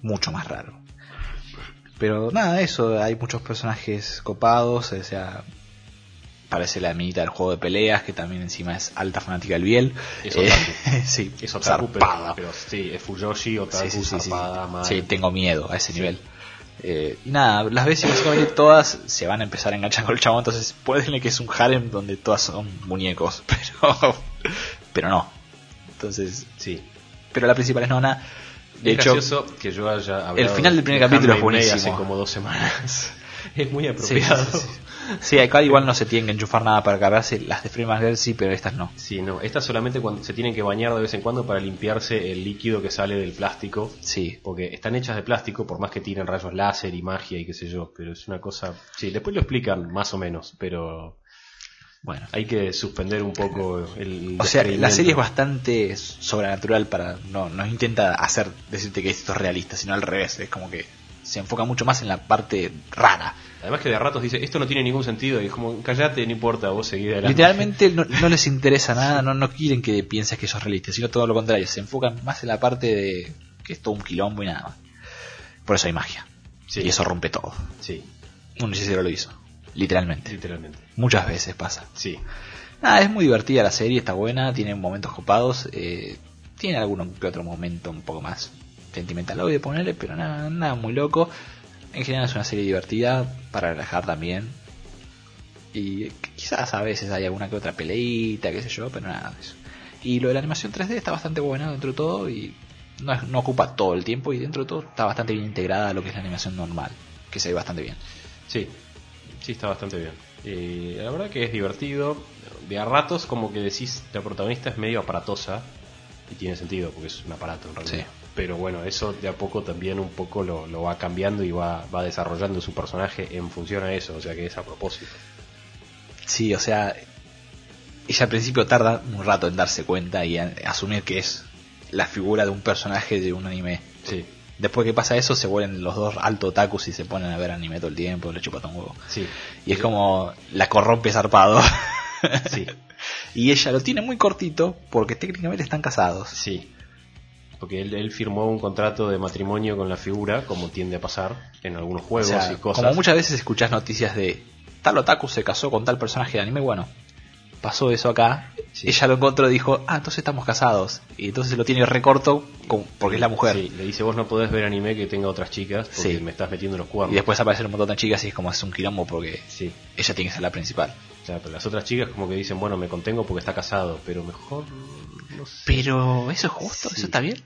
Speaker 2: Mucho más raro. Pero nada, eso. Hay muchos personajes copados. O sea, parece la minita del juego de peleas, que también encima es alta fanática del Biel.
Speaker 1: Es
Speaker 2: Eh,
Speaker 1: otaku.
Speaker 2: sí,
Speaker 1: Es otaku, pero,
Speaker 2: zarpada.
Speaker 1: pero sí, es Fuyoshi, Otaku,
Speaker 2: Sí, sí, sí, sí.
Speaker 1: zarpada, mal.
Speaker 2: Sí, tengo miedo a ese nivel. Eh, y nada, las veces básicamente todas se van a empezar a enganchar con el chabón, entonces pueden que es un harem donde todas son muñecos, pero pero no. Entonces,
Speaker 1: Sí.
Speaker 2: pero la principal es Nona. De
Speaker 1: es
Speaker 2: hecho,
Speaker 1: gracioso que yo haya hablado
Speaker 2: el final del primer
Speaker 1: de
Speaker 2: capítulo es
Speaker 1: Handmaid's Tale
Speaker 2: buenísimo.
Speaker 1: Hace como dos semanas. es muy
Speaker 2: sí, sí,
Speaker 1: apropiado.
Speaker 2: sí,
Speaker 1: Sí,
Speaker 2: sí. Sí, acá igual no se tienen que enchufar nada para cargarse. Las de Freeman Girl sí, pero estas no.
Speaker 1: no. Esta solamente cuando se tienen que bañar de vez en cuando para limpiarse el líquido que sale del plástico.
Speaker 2: Sí.
Speaker 1: Porque están hechas de plástico, por más que tiren rayos láser y magia y qué sé yo. Pero es una cosa. Sí, después lo explican más o menos, pero
Speaker 2: Bueno.
Speaker 1: hay que suspender un poco el.
Speaker 2: O sea, la
Speaker 1: descreimiento.
Speaker 2: serie es bastante sobrenatural para. No, no intenta hacer decirte que esto es realista, sino al revés. Es como que se enfoca mucho más en la parte rara.
Speaker 1: Además que de ratos dice, esto no tiene ningún sentido. Y es como, callate, no importa, vos seguís adelante.
Speaker 2: Literalmente no, no les interesa nada, no, no quieren que pienses que eso es realista, sino todo lo contrario. Se enfocan más en la parte de que es todo un quilombo y nada más. Por eso hay magia.
Speaker 1: Sí.
Speaker 2: Y eso rompe todo.
Speaker 1: Sí,
Speaker 2: Un hechicero lo hizo. Literalmente.
Speaker 1: literalmente.
Speaker 2: Muchas veces pasa.
Speaker 1: Sí.
Speaker 2: Nada, es muy divertida la serie, está buena, tiene momentos copados, eh, tiene algún que otro momento un poco más sentimental hoy de ponerle, pero nada, nada muy loco. En general es una serie divertida para relajar también. Y quizás a veces hay alguna que otra peleita, qué sé yo, pero nada de eso. Y lo de la animación 3D está bastante buena dentro de todo y no, es- no ocupa todo el tiempo y dentro de todo está bastante bien integrada a lo que es la animación normal, que se ve bastante bien.
Speaker 1: Sí, sí, está bastante bien. Eh, la verdad que es divertido. De a ratos, como que decís, la protagonista es medio aparatosa. Y tiene sentido, porque es un aparato en realidad.
Speaker 2: Sí.
Speaker 1: Pero bueno, eso de a poco también un poco lo, lo va cambiando y va, va desarrollando su personaje en función a eso. O sea que es a propósito.
Speaker 2: Sí, o sea, ella al principio tarda un rato en darse cuenta y en asumir que es la figura de un personaje de un anime.
Speaker 1: Sí,
Speaker 2: Después que pasa eso, se vuelven los dos alto otakus y se ponen a ver anime todo el tiempo, le chupa todo un huevo.
Speaker 1: sí,
Speaker 2: Y es como la corrompe zarpado.
Speaker 1: sí,
Speaker 2: y ella lo tiene muy cortito porque técnicamente están casados.
Speaker 1: sí. Porque él, él firmó un contrato de matrimonio con la figura, como tiende a pasar en algunos
Speaker 2: O
Speaker 1: juegos
Speaker 2: sea,
Speaker 1: y cosas.
Speaker 2: como muchas veces escuchás noticias de tal otaku se casó con tal personaje de anime, bueno, pasó eso acá.
Speaker 1: Sí.
Speaker 2: Ella lo encontró y dijo, ah, entonces estamos casados. Y entonces lo tiene recorto con- porque es la mujer.
Speaker 1: Sí, le dice, vos no podés ver anime que tenga otras chicas porque
Speaker 2: Sí.
Speaker 1: me estás metiendo los
Speaker 2: Y
Speaker 1: cuernos.
Speaker 2: después aparecen un montón de chicas y es como es un quilombo porque
Speaker 1: Sí.
Speaker 2: ella tiene que ser la principal.
Speaker 1: Claro, pero las otras chicas como que dicen, bueno, me contengo porque está casado, pero mejor no sé.
Speaker 2: Pero eso es justo,
Speaker 1: Sí.
Speaker 2: eso está bien.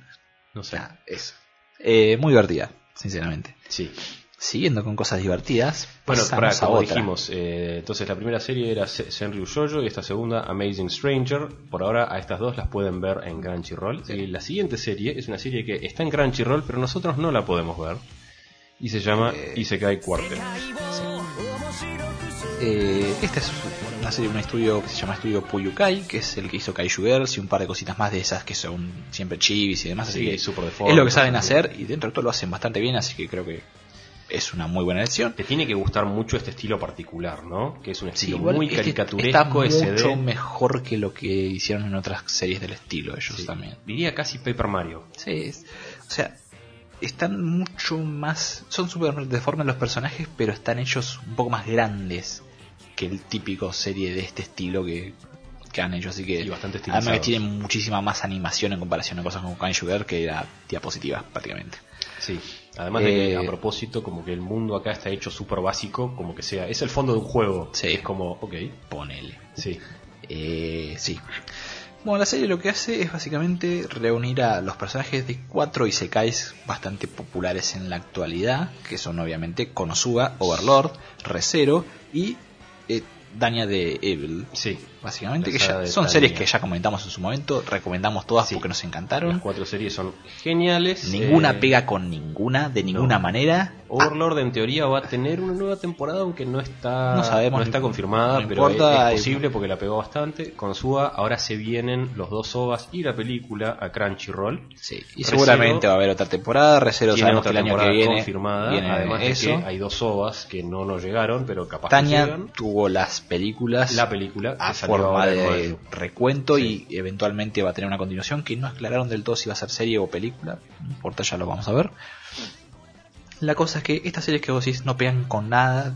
Speaker 1: no
Speaker 2: O
Speaker 1: sé.
Speaker 2: sea, eso. Eh, muy divertida, sinceramente.
Speaker 1: Sí.
Speaker 2: Siguiendo con cosas divertidas,
Speaker 1: Bueno,
Speaker 2: pasamos
Speaker 1: para,
Speaker 2: a
Speaker 1: como
Speaker 2: otra.
Speaker 1: dijimos, eh, entonces la primera serie era Se- Senryu Shoujo y esta segunda Amazing Stranger. Por ahora a estas dos las pueden ver en Crunchyroll. Y la siguiente serie es una serie que está en Crunchyroll, pero nosotros no la podemos ver. Y se llama
Speaker 2: Eh,
Speaker 1: Isekai Quarter.
Speaker 2: Eh, esta es una serie de un estudio que se llama Estudio Puyukai, que es el que hizo Kaiju Girls y un par de cositas más de esas que son siempre chivis y demás. Así
Speaker 1: Sí,
Speaker 2: que
Speaker 1: super deforme,
Speaker 2: es lo que saben
Speaker 1: cosas
Speaker 2: hacer y dentro de todo lo hacen bastante bien, así que creo que es una muy buena elección.
Speaker 1: Te tiene que gustar mucho este estilo particular, ¿no? Que es un
Speaker 2: Sí,
Speaker 1: estilo
Speaker 2: igual
Speaker 1: muy
Speaker 2: es que
Speaker 1: caricaturesco,
Speaker 2: está
Speaker 1: SD.
Speaker 2: mucho mejor que lo que hicieron en otras series del estilo ellos
Speaker 1: Sí.
Speaker 2: también.
Speaker 1: Diría casi Paper Mario.
Speaker 2: Sí, es- o sea, están mucho más... Son súper deformes los personajes, pero están hechos un poco más grandes que el típico serie de este estilo que, que han hecho. Así que...
Speaker 1: Y bastante estilizados.
Speaker 2: además que tienen muchísima más animación en comparación a cosas como Kanjugar, que era diapositivas prácticamente.
Speaker 1: Sí, además de que
Speaker 2: Eh,
Speaker 1: a propósito, como que el mundo acá está hecho súper básico, como que sea, es el fondo de un juego.
Speaker 2: Sí.
Speaker 1: Es como, ok,
Speaker 2: Ponele.
Speaker 1: sí,
Speaker 2: Eh, sí. Bueno, la serie lo que hace es básicamente reunir a los personajes de cuatro isekais bastante populares en la actualidad, que son obviamente Konosuba, Overlord, Recero y eh, Dania de Evil.
Speaker 1: sí.
Speaker 2: Básicamente,
Speaker 1: La
Speaker 2: que
Speaker 1: saga
Speaker 2: ya-
Speaker 1: de
Speaker 2: son
Speaker 1: Tania.
Speaker 2: series que ya comentamos en su momento, recomendamos todas
Speaker 1: Sí.
Speaker 2: porque nos
Speaker 1: Las
Speaker 2: encantaron.
Speaker 1: cuatro series son geniales.
Speaker 2: Ninguna
Speaker 1: eh,
Speaker 2: pega con ninguna, de ninguna manera.
Speaker 1: Overlord en teoría va a tener una nueva temporada, aunque no está,
Speaker 2: No sabemos,
Speaker 1: está
Speaker 2: no-
Speaker 1: confirmada,
Speaker 2: no
Speaker 1: pero
Speaker 2: importa, eh.
Speaker 1: es,
Speaker 2: hay-
Speaker 1: es posible porque la pegó bastante. Con Suba ahora se vienen los dos OVAs y la película a Crunchyroll.
Speaker 2: Ah, Sí, y
Speaker 1: Recero-
Speaker 2: seguramente va a haber otra temporada, Recero
Speaker 1: Tiene
Speaker 2: sabemos que
Speaker 1: otra
Speaker 2: el año que
Speaker 1: temporada
Speaker 2: viene,
Speaker 1: confirmada,
Speaker 2: viene
Speaker 1: además de
Speaker 2: eso.
Speaker 1: que hay dos OVAs que no nos llegaron, pero capaz que
Speaker 2: Tania
Speaker 1: llegan.
Speaker 2: tuvo las películas
Speaker 1: La película
Speaker 2: a
Speaker 1: que salió
Speaker 2: forma
Speaker 1: ahora en
Speaker 2: de
Speaker 1: mayo.
Speaker 2: recuento
Speaker 1: Sí.
Speaker 2: y eventualmente va a tener una continuación que no aclararon del todo si va a ser serie o película. No importa, ya lo vamos a ver. La cosa es que estas series que vos decís no pegan con nada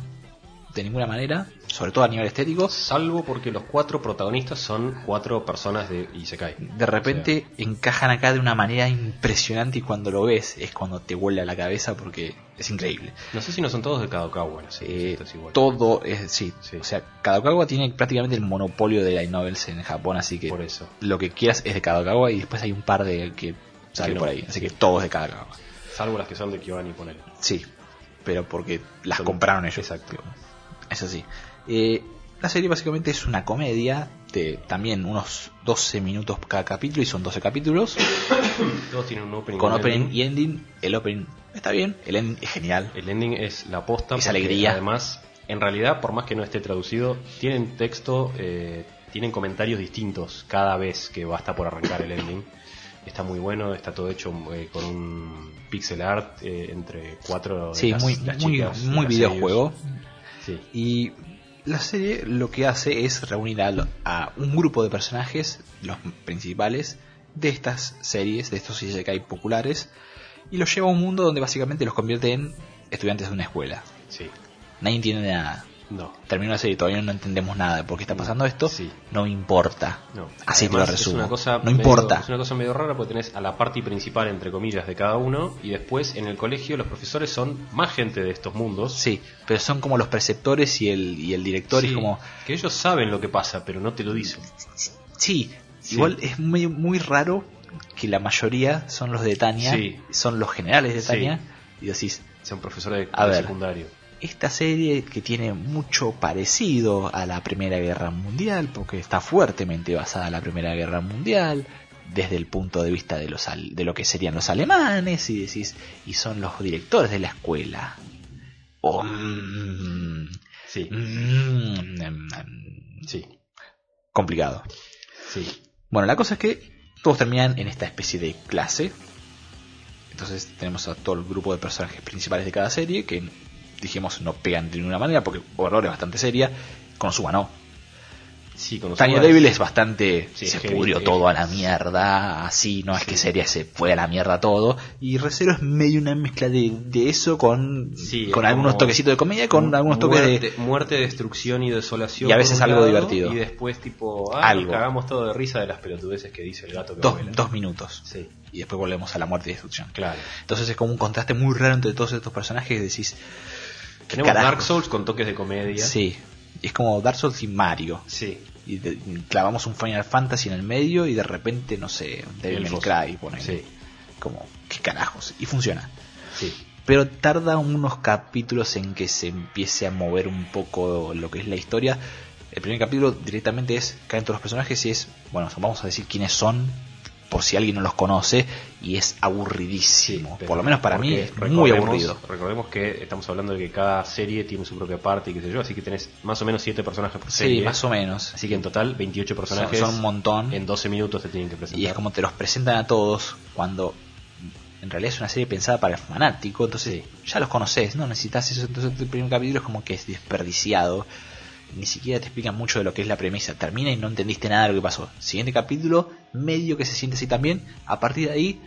Speaker 2: de ninguna manera, sobre todo a nivel estético.
Speaker 1: Salvo porque los cuatro protagonistas son cuatro personas de Isekai.
Speaker 2: De repente encajan acá de una manera impresionante y cuando lo ves es cuando te vuela la cabeza porque es increíble.
Speaker 1: No sé si no son todos de Kadokawa. las series,
Speaker 2: Eh,
Speaker 1: esto es igual.
Speaker 2: todo es sí,
Speaker 1: Sí.
Speaker 2: o sea, Kadokawa tiene prácticamente el monopolio de light novels en Japón, así que
Speaker 1: Por eso.
Speaker 2: lo que quieras es de Kadokawa y después hay un par de que sale
Speaker 1: Que
Speaker 2: por
Speaker 1: no.
Speaker 2: ahí. Así que todos de cada cama.
Speaker 1: Salvo las que son de Giovanni, ponele.
Speaker 2: Sí, pero porque las
Speaker 1: Son-
Speaker 2: compraron ellos.
Speaker 1: Exacto.
Speaker 2: Es así. Eh, la serie básicamente es una comedia de también unos 12 minutos cada capítulo y son 12 capítulos.
Speaker 1: Todos tienen un opening.
Speaker 2: con
Speaker 1: y
Speaker 2: opening
Speaker 1: ending.
Speaker 2: y ending. El opening está bien, el ending es genial.
Speaker 1: El ending es la posta.
Speaker 2: Es
Speaker 1: porque
Speaker 2: alegría.
Speaker 1: Además, en realidad, por más que no esté traducido, tienen texto, eh, tienen comentarios distintos cada vez que basta por arrancar el ending. Está muy bueno, está todo hecho eh, con un pixel art eh, entre cuatro de
Speaker 2: Sí,
Speaker 1: las-
Speaker 2: muy,
Speaker 1: las
Speaker 2: muy,
Speaker 1: chicas,
Speaker 2: muy
Speaker 1: las
Speaker 2: videojuego.
Speaker 1: seiyus. Sí.
Speaker 2: Y la serie lo que hace es reunir a, lo- a un grupo de personajes, los principales, de estas series, de estos isekai populares, y los lleva a un mundo donde básicamente los convierte en estudiantes de una escuela.
Speaker 1: Sí.
Speaker 2: Nadie entiende nada.
Speaker 1: No.
Speaker 2: Termina la serie y todavía no entendemos nada de por qué está pasando esto.
Speaker 1: Sí.
Speaker 2: No importa.
Speaker 1: No.
Speaker 2: Así te lo
Speaker 1: Además,
Speaker 2: resumo.
Speaker 1: Es una cosa
Speaker 2: no
Speaker 1: medio-
Speaker 2: importa.
Speaker 1: Es una cosa medio rara porque tenés a la party principal, entre comillas, de cada uno y después en el colegio los profesores son más gente de estos mundos.
Speaker 2: Sí, pero son como los preceptores y el, y el director
Speaker 1: Sí,
Speaker 2: es como...
Speaker 1: que ellos saben lo que pasa, pero no te lo dicen.
Speaker 2: Sí, igual es muy, muy raro que la mayoría son los de Tania,
Speaker 1: Sí.
Speaker 2: son los generales de
Speaker 1: Sí.
Speaker 2: Tania, y decís,
Speaker 1: Son profesores de,
Speaker 2: A
Speaker 1: de
Speaker 2: ver.
Speaker 1: secundario.
Speaker 2: esta serie que tiene mucho parecido a la Primera Guerra Mundial, porque está fuertemente basada en la Primera Guerra Mundial, desde el punto de vista de, los, al- de lo que serían los alemanes, y decís, y son los directores de la escuela. Oh, mm,
Speaker 1: Sí,
Speaker 2: mm, mm, mm,
Speaker 1: sí,
Speaker 2: complicado.
Speaker 1: sí.
Speaker 2: Bueno, la cosa es que todos terminan en esta especie de clase. Entonces tenemos a todo el grupo de personajes principales de cada serie que dijimos no pegan de ninguna manera porque Overlord es bastante seria. Con Suba no.
Speaker 1: Sí, con los
Speaker 2: Tanya
Speaker 1: humanos.
Speaker 2: Devil es bastante.
Speaker 1: Sí,
Speaker 2: se
Speaker 1: es heavy,
Speaker 2: pudrió
Speaker 1: es-
Speaker 2: todo a la mierda. Así, no es que seria se fue a la mierda todo. Y Recero es medio una mezcla de, de eso con,
Speaker 1: Sí, es
Speaker 2: con algunos
Speaker 1: como-
Speaker 2: toquecitos de comedia, con algunos toques de.
Speaker 1: muerte, Muerte, destrucción y desolación.
Speaker 2: Y a veces
Speaker 1: por un
Speaker 2: algo
Speaker 1: lado,
Speaker 2: divertido.
Speaker 1: Y después, tipo, ah, nos
Speaker 2: Algo.
Speaker 1: cagamos todo de risa de las pelotudeces que dice el gato que
Speaker 2: dos,
Speaker 1: vuela.
Speaker 2: dos minutos.
Speaker 1: Sí,
Speaker 2: Y después volvemos a la muerte y destrucción.
Speaker 1: claro.
Speaker 2: Entonces es como un contraste muy raro entre todos estos personajes. Decís,
Speaker 1: Tenemos
Speaker 2: carajo?
Speaker 1: Dark Souls con toques de comedia.
Speaker 2: sí, es como Dark Souls y Mario.
Speaker 1: Sí,
Speaker 2: Y de- y clavamos un Final Fantasy en el medio y de repente, no sé, Devil May
Speaker 1: Elfos.
Speaker 2: Cry, pone.
Speaker 1: Sí.
Speaker 2: Como, qué carajos. Y funciona.
Speaker 1: sí.
Speaker 2: Pero tarda unos capítulos en que se empiece a mover un poco lo que es la historia. El primer capítulo directamente es, caen todos los personajes y es, bueno, vamos a decir quiénes son, por si alguien no los conoce, y es aburridísimo.
Speaker 1: Pero
Speaker 2: por lo menos para mí
Speaker 1: porque
Speaker 2: es muy
Speaker 1: recordemos-
Speaker 2: aburrido.
Speaker 1: Recordemos que estamos hablando de que cada serie tiene su propia parte y qué sé yo, así que tenés más o menos 7 personajes por serie.
Speaker 2: Sí, más o menos.
Speaker 1: Así que en total 28
Speaker 2: Son,
Speaker 1: personajes
Speaker 2: son un montón.
Speaker 1: en 12 minutos te tienen que presentar.
Speaker 2: Y es como te los presentan a todos cuando en realidad es una serie pensada para el fanático. Entonces ya los conoces, no necesitas eso. Entonces el primer capítulo es como que es desperdiciado. Ni siquiera te explican mucho de lo que es la premisa. Termina y no entendiste nada de lo que pasó. Siguiente capítulo, medio que se siente así también. A partir de ahí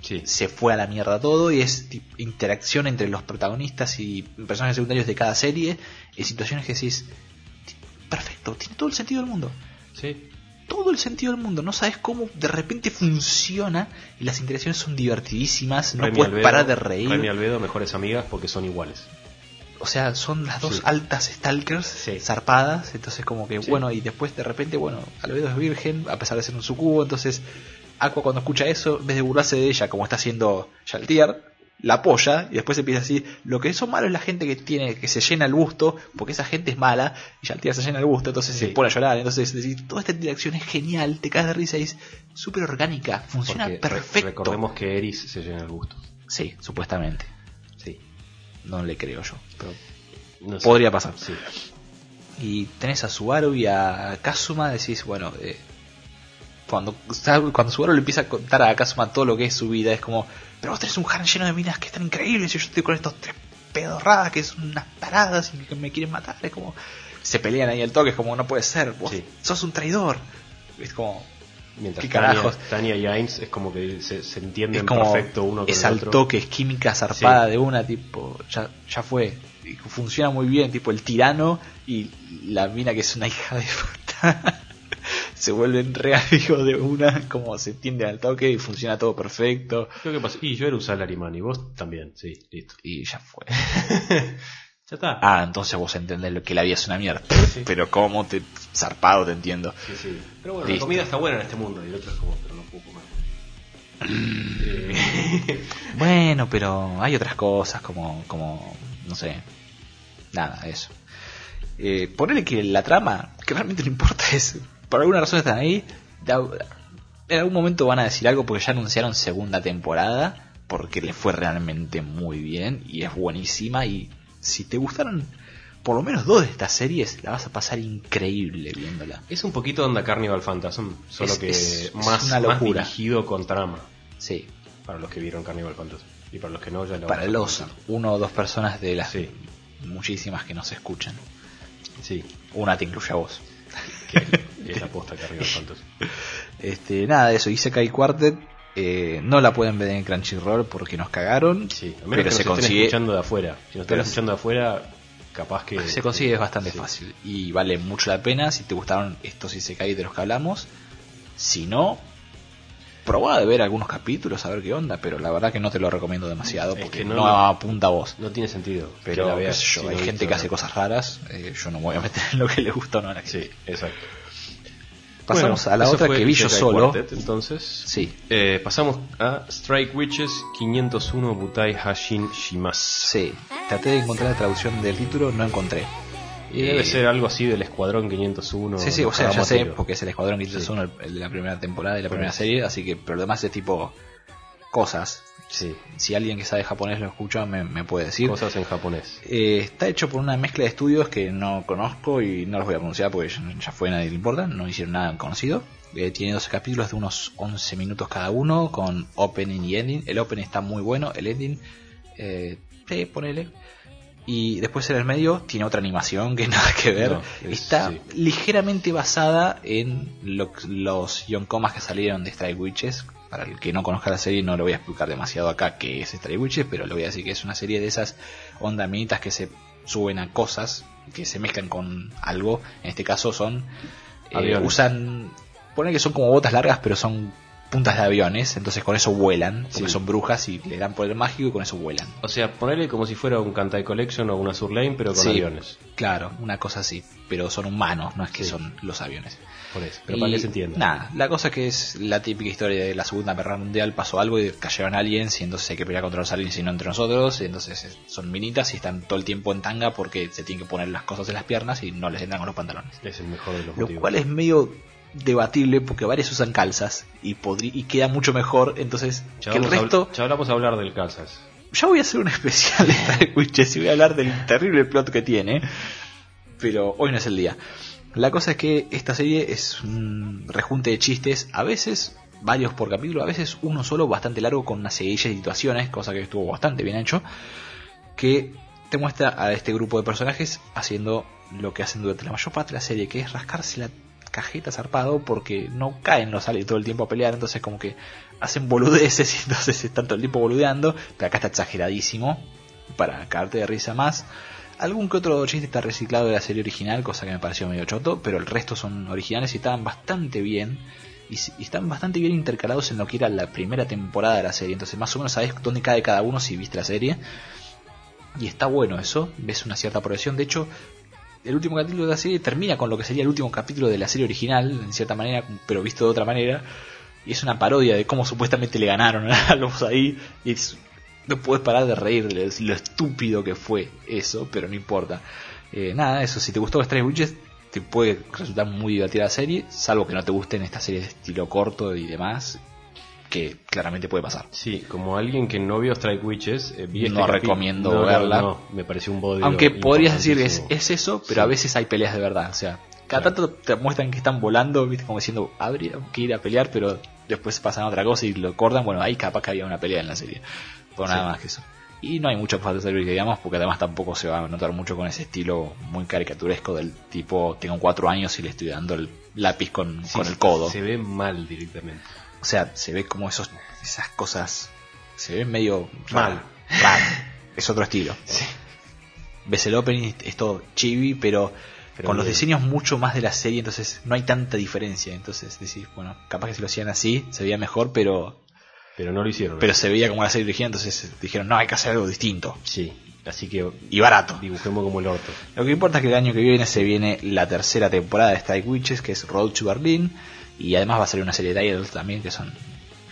Speaker 1: Sí.
Speaker 2: se fue a la mierda todo y es ti- interacción entre los protagonistas y personajes secundarios de cada serie. En situaciones que decís, perfecto, tiene todo el sentido del mundo
Speaker 1: Sí.
Speaker 2: todo el sentido del mundo. No sabes cómo de repente funciona y las interacciones son divertidísimas. No
Speaker 1: Remy
Speaker 2: puedes
Speaker 1: Albedo-
Speaker 2: parar de reír.
Speaker 1: Remy Albedo, mejores amigas porque son iguales.
Speaker 2: O sea, son las dos
Speaker 1: Sí.
Speaker 2: altas stalkers
Speaker 1: Sí.
Speaker 2: zarpadas. Entonces, como que
Speaker 1: Sí.
Speaker 2: bueno, y después de repente, bueno, Albedo es virgen, a pesar de ser un sucubo. Entonces, Aqua cuando escucha eso, en vez de burlarse de ella, como está haciendo Shaltier. La apoya y después empieza así. Lo que eso malo es la gente que tiene, que se llena el gusto, porque esa gente es mala, y Shaltier se llena el gusto, entonces se
Speaker 1: Sí.
Speaker 2: pone a llorar. Entonces, decís, toda esta interacción es genial, te caes de risa y es súper orgánica, funciona
Speaker 1: Porque re-
Speaker 2: perfecto.
Speaker 1: recordemos que Eris se llena el gusto.
Speaker 2: Sí, supuestamente.
Speaker 1: Sí.
Speaker 2: No le creo yo, pero
Speaker 1: No sé.
Speaker 2: podría pasar.
Speaker 1: Sí.
Speaker 2: y tenés a Subaru y a Kazuma, decís, bueno, eh, cuando, sab- cuando Subaru le empieza a contar a Kazuma todo lo que es su vida, es como, pero vos tenés un harem lleno de minas que están increíbles y yo estoy con estos tres pedorradas que son unas paradas y que me quieren matar, es como, se pelean ahí al toque, es como, no puede ser, vos
Speaker 1: Sí.
Speaker 2: sos un traidor, es como...
Speaker 1: Mientras
Speaker 2: ¿Qué
Speaker 1: Tania,
Speaker 2: carajos?
Speaker 1: Tania y Ains es como que se, se
Speaker 2: Es
Speaker 1: entienden
Speaker 2: como
Speaker 1: perfecto uno con
Speaker 2: es
Speaker 1: el
Speaker 2: al
Speaker 1: otro.
Speaker 2: toque, es química zarpada
Speaker 1: Sí.
Speaker 2: de una, tipo, ya, ya fue. Y Funciona muy bien, tipo el tirano y la mina que es una hija de puta. se vuelven re amigos de una, como se tienden al toque y funciona todo perfecto.
Speaker 1: Creo que pasó. Y yo era un salarimán y vos también. Sí, listo.
Speaker 2: Y ya fue.
Speaker 1: Ya está.
Speaker 2: Ah, entonces vos entendés lo que la vida es una mierda.
Speaker 1: Sí.
Speaker 2: Pero cómo te zarpado te entiendo.
Speaker 1: Sí, sí. Pero bueno,
Speaker 2: Listo.
Speaker 1: la comida está buena en este mundo y el otro es como, pero no puedo comer. Eh,
Speaker 2: Bueno, pero hay otras cosas como, como no sé, nada, eso. Eh, ponele que la trama, que realmente no importa, es, por alguna razón están ahí, da- en algún momento van a decir algo porque ya anunciaron segunda temporada, porque le fue realmente muy bien y es buenísima y si te gustaron por lo menos dos de estas series, la vas a pasar increíble viéndola.
Speaker 1: Es un poquito onda Carnival Phantasm, solo
Speaker 2: Es-
Speaker 1: que
Speaker 2: es- es
Speaker 1: más,
Speaker 2: una
Speaker 1: más
Speaker 2: locura.
Speaker 1: dirigido con trama.
Speaker 2: Sí,
Speaker 1: Para los que vieron Carnival Phantasm. Y para los que no, ya lo
Speaker 2: para
Speaker 1: vamos a
Speaker 2: los
Speaker 1: comentar.
Speaker 2: uno o dos personas de las
Speaker 1: Sí.
Speaker 2: muchísimas que nos escuchan.
Speaker 1: Sí,
Speaker 2: Una te incluye a vos.
Speaker 1: que es la posta Carnival Phantasm.
Speaker 2: Este, nada de eso, Isekai Quartet eh, no la pueden ver en Crunchyroll porque nos cagaron,
Speaker 1: Sí, a menos que
Speaker 2: pero se
Speaker 1: nos estén
Speaker 2: consigue,
Speaker 1: escuchando de afuera. Si nos están
Speaker 2: pero-
Speaker 1: escuchando de afuera, capaz que. este,
Speaker 2: se consigue es bastante
Speaker 1: Sí.
Speaker 2: fácil y vale mucho la pena si te gustaron estos Isekai de los que hablamos. Si no, probá de ver algunos capítulos a ver qué onda, pero la verdad que no te lo recomiendo demasiado
Speaker 1: Es
Speaker 2: porque
Speaker 1: que
Speaker 2: no,
Speaker 1: no lo-
Speaker 2: apunta a vos.
Speaker 1: No tiene sentido.
Speaker 2: Pero
Speaker 1: que la veas
Speaker 2: qué sé yo,
Speaker 1: si
Speaker 2: hay
Speaker 1: no
Speaker 2: gente
Speaker 1: viste
Speaker 2: que hace
Speaker 1: nada.
Speaker 2: cosas raras, eh, yo no me voy a meter en lo que le gusta o no a la gente.
Speaker 1: Sí, exacto.
Speaker 2: Pasamos
Speaker 1: Bueno,
Speaker 2: a la
Speaker 1: eso
Speaker 2: otra
Speaker 1: fue
Speaker 2: que vi yo
Speaker 1: Isekai
Speaker 2: solo.
Speaker 1: Quartet, entonces.
Speaker 2: Sí,
Speaker 1: Eh, pasamos a Strike Witches 501 Butai Hashin Shimas.
Speaker 2: sí. Traté de encontrar la traducción del título, no encontré.
Speaker 1: Y debe
Speaker 2: Eh,
Speaker 1: ser algo así del Escuadrón 501.
Speaker 2: Sí, sí,
Speaker 1: los
Speaker 2: o sea, ya sé,
Speaker 1: Kawamatero.
Speaker 2: porque es el Escuadrón 501, el- el de la primera temporada y la primera
Speaker 1: Bueno.
Speaker 2: serie, así que, pero lo demás es tipo cosas.
Speaker 1: Sí,
Speaker 2: Si alguien que sabe japonés lo escucha, me, me puede decir.
Speaker 1: cosas en japonés.
Speaker 2: Eh, está hecho por una mezcla de estudios que no conozco y no los voy a pronunciar porque ya, ya fue, nadie le importa, no hicieron nada conocido. Eh, tiene 12 capítulos de unos 11 minutos cada uno con opening y ending. El opening está muy bueno, el ending, eh, sí, ponele. Y después en el medio tiene otra animación que nada que ver.
Speaker 1: No, es-
Speaker 2: está
Speaker 1: sí.
Speaker 2: ligeramente basada en lo- los yonkomas que salieron de Strike Witches. Para el que no conozca la serie, no lo voy a explicar demasiado acá que es Strike Witches, pero le voy a decir que es una serie de esas onda minitas que se suben a cosas, que se mezclan con algo. En este caso son. eh,
Speaker 1: Aviones.
Speaker 2: usan. Ponen que son como botas largas, pero son puntas de aviones. Entonces con eso vuelan, porque
Speaker 1: Sí.
Speaker 2: son brujas y le dan poder mágico y con eso vuelan.
Speaker 1: O sea, ponerle como si fuera un Kantai Collection o una Surlane, pero con
Speaker 2: Sí.
Speaker 1: aviones.
Speaker 2: Claro, una cosa así. Pero son humanos, no es que son los aviones.
Speaker 1: Por eso. Pero para
Speaker 2: Y
Speaker 1: que se entienda.
Speaker 2: Nada, la cosa que es la típica historia de la Segunda Guerra Mundial, pasó algo y cayeron aliens y entonces hay que pelear contra los aliens y no entre nosotros, y entonces eh, son minitas y están todo el tiempo en tanga porque se tienen que poner las cosas en las piernas y no les entran con los pantalones.
Speaker 1: Es el mejor de los
Speaker 2: Lo
Speaker 1: motivos.
Speaker 2: cual es medio debatible porque varios usan calzas y, podri- y queda mucho mejor, entonces
Speaker 1: Ya
Speaker 2: que el
Speaker 1: vamos a
Speaker 2: resto...
Speaker 1: habl- ya hablamos a hablar del Kansas.
Speaker 2: Ya voy a hacer un especial de Star Witches y voy a hablar del terrible plot que tiene. Pero hoy no es el día. La cosa es que esta serie es un rejunte de chistes, a veces varios por capítulo, a veces uno solo bastante largo con una seguidilla de situaciones, cosa que estuvo bastante bien hecho, que te muestra a este grupo de personajes haciendo lo que hacen durante la mayor parte de la serie, que es rascarse la cajeta zarpado porque no caen los aliens todo el tiempo a pelear, entonces como que hacen boludeces y entonces están todo el tiempo boludeando, pero acá está exageradísimo para cagarte de risa más. Algún que otro chiste está reciclado de la serie original, cosa que me pareció medio choto, pero el resto son originales y están bastante bien. Y, s- y están bastante bien intercalados en lo que era la primera temporada de la serie. Entonces más o menos sabes dónde cae cada uno si viste la serie. Y está bueno eso, ves una cierta progresión. De hecho, el último capítulo de la serie termina con lo que sería el último capítulo de la serie original, en cierta manera, pero visto de otra manera. Y es una parodia de cómo supuestamente le ganaron a los ahí. Y es- no puedes parar de reír de lo- lo estúpido que fue eso, pero no importa. Eh, nada, eso, si te gustó Stray Witches, te puede resultar muy divertida la serie, salvo que no te gusten estas series de estilo corto y demás, que claramente puede pasar.
Speaker 1: Sí, como alguien que no vio Strike Witches, eh, vi este
Speaker 2: No
Speaker 1: capi-
Speaker 2: recomiendo
Speaker 1: No, no,
Speaker 2: verla.
Speaker 1: no, me pareció un bodrio.
Speaker 2: Aunque podrías decir que es,
Speaker 1: importantísimo.
Speaker 2: es eso, pero a veces hay peleas de verdad. O sea, cada
Speaker 1: Claro.
Speaker 2: tanto te muestran que están volando, viste, como diciendo, habría que ir a pelear, pero después pasan a otra cosa y lo cortan. Bueno, ahí capaz que había una pelea en la serie. Pero nada
Speaker 1: Sí.
Speaker 2: más que eso. Y no hay mucho para servir que digamos, porque además tampoco se va a notar mucho con ese estilo muy caricaturesco del tipo, tengo cuatro años y le estoy dando el lápiz con,
Speaker 1: Sí,
Speaker 2: con el codo.
Speaker 1: Se ve mal directamente.
Speaker 2: O sea, se ve como esos, esas cosas. Se ven medio
Speaker 1: Mal.
Speaker 2: raro. Raro. Es otro estilo. Ves el opening, es todo chibi, pero,
Speaker 1: Pero
Speaker 2: con los
Speaker 1: bien.
Speaker 2: diseños mucho más de la serie, entonces no hay tanta diferencia. Entonces decís, bueno, capaz que si lo hacían así, se veía mejor, pero,
Speaker 1: Pero no lo hicieron.
Speaker 2: pero se veía como la serie original, entonces dijeron, no, hay que hacer algo distinto.
Speaker 1: Sí, así que
Speaker 2: Y barato.
Speaker 1: dibujemos como el orto.
Speaker 2: Lo que importa es que el año que viene se viene la tercera temporada de Strike Witches, que es Road to Berlin, y además va a salir una serie de Idols también, que son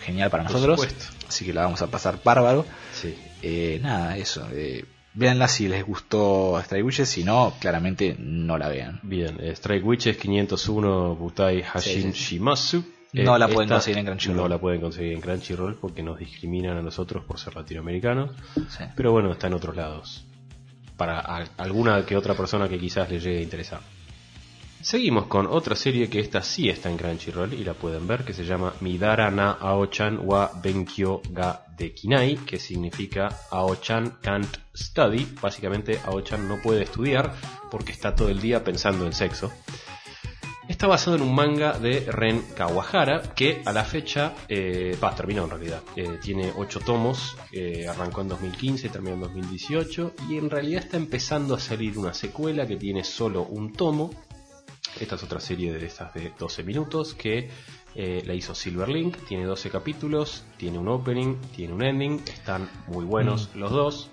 Speaker 2: genial para
Speaker 1: Por
Speaker 2: nosotros.
Speaker 1: supuesto.
Speaker 2: Así que la vamos a pasar bárbaro.
Speaker 1: Sí.
Speaker 2: Eh, nada, eso. Eh, véanla si les gustó Stray Witches, si no, claramente no la vean.
Speaker 1: Bien, eh, Strike Witches 501 Butai Hashim
Speaker 2: Sí, sí.
Speaker 1: Shimasu. Eh,
Speaker 2: No la pueden conseguir en Crunchyroll.
Speaker 1: No la pueden conseguir en Crunchyroll porque nos discriminan a nosotros por ser latinoamericanos.
Speaker 2: Sí.
Speaker 1: Pero bueno, está en otros lados. Para al- alguna que otra persona que quizás le llegue a interesar. Seguimos con otra serie que esta sí está en Crunchyroll y la pueden ver, que se llama Midara na Aochan wa Benkyo ga Dekinai, que significa Aochan can't study. Básicamente, Aochan no puede estudiar porque está todo el día pensando en sexo. Está basado en un manga de Ren Kawahara que a la fecha, eh, va, terminó en realidad. Eh, tiene 8 tomos, eh, arrancó en 2015, terminó en 2018 y en realidad está empezando a salir una secuela que tiene solo un tomo. Esta es otra serie de estas de 12 minutos que eh, la hizo Silverlink, tiene 12 capítulos, tiene un opening, tiene un ending, están muy buenos los dos.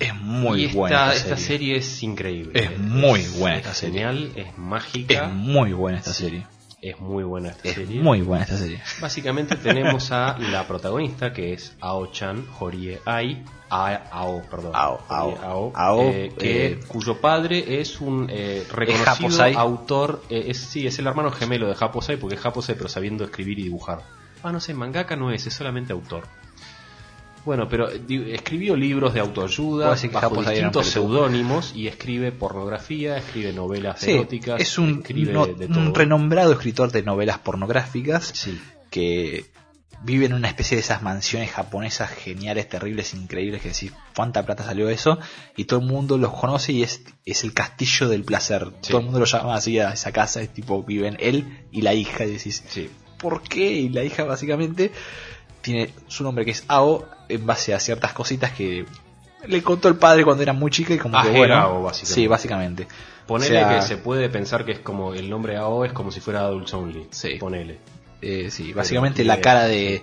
Speaker 2: Es Mm. muy
Speaker 1: y esta,
Speaker 2: buena.
Speaker 1: esta serie es increíble.
Speaker 2: Es muy buena esta
Speaker 1: es
Speaker 2: serie.
Speaker 1: genial, es mágica.
Speaker 2: Es muy buena esta serie.
Speaker 1: Es muy buena esta
Speaker 2: Es
Speaker 1: serie.
Speaker 2: muy buena esta serie.
Speaker 1: Básicamente tenemos a la protagonista que es Ao-chan Horie Ai. A- Ao, perdón.
Speaker 2: Ao, Ao.
Speaker 1: Horie Ao,
Speaker 2: Ao,
Speaker 1: eh, que,
Speaker 2: eh,
Speaker 1: cuyo padre es un eh, reconocido
Speaker 2: Japosai.
Speaker 1: autor. eh, es, sí, es el hermano gemelo de Japosai, porque es Japosai, pero sabiendo escribir y dibujar. Ah, no sé, mangaka no es, es solamente autor. Bueno, pero eh, di- escribió libros de autoayuda
Speaker 2: Puedo decir que
Speaker 1: bajo
Speaker 2: Japosai era un
Speaker 1: distintos
Speaker 2: pelotudo.
Speaker 1: seudónimos y escribe pornografía, escribe novelas
Speaker 2: Sí,
Speaker 1: eróticas,
Speaker 2: es un,
Speaker 1: escribe
Speaker 2: no-
Speaker 1: de
Speaker 2: un
Speaker 1: todo.
Speaker 2: renombrado escritor de novelas pornográficas
Speaker 1: Sí.
Speaker 2: que vive en una especie de esas mansiones japonesas geniales, terribles, increíbles, que decís, ¿cuánta plata salió eso? Y todo el mundo los conoce y es, es el castillo del placer.
Speaker 1: Sí.
Speaker 2: Todo el mundo lo llama así a esa casa, es tipo, viven él y la hija, y decís,
Speaker 1: Sí,
Speaker 2: ¿por qué? Y la hija básicamente tiene su nombre que es Ao en base a ciertas cositas que le contó el padre cuando era muy chica y como
Speaker 1: Ah,
Speaker 2: que
Speaker 1: era
Speaker 2: bueno,
Speaker 1: Ao, básicamente.
Speaker 2: sí, básicamente.
Speaker 1: Ponele
Speaker 2: O sea,
Speaker 1: que se puede pensar que es como el nombre AO es como si fuera Adults Only.
Speaker 2: Sí.
Speaker 1: Ponele.
Speaker 2: Eh, sí, básicamente la
Speaker 1: tiene-
Speaker 2: cara de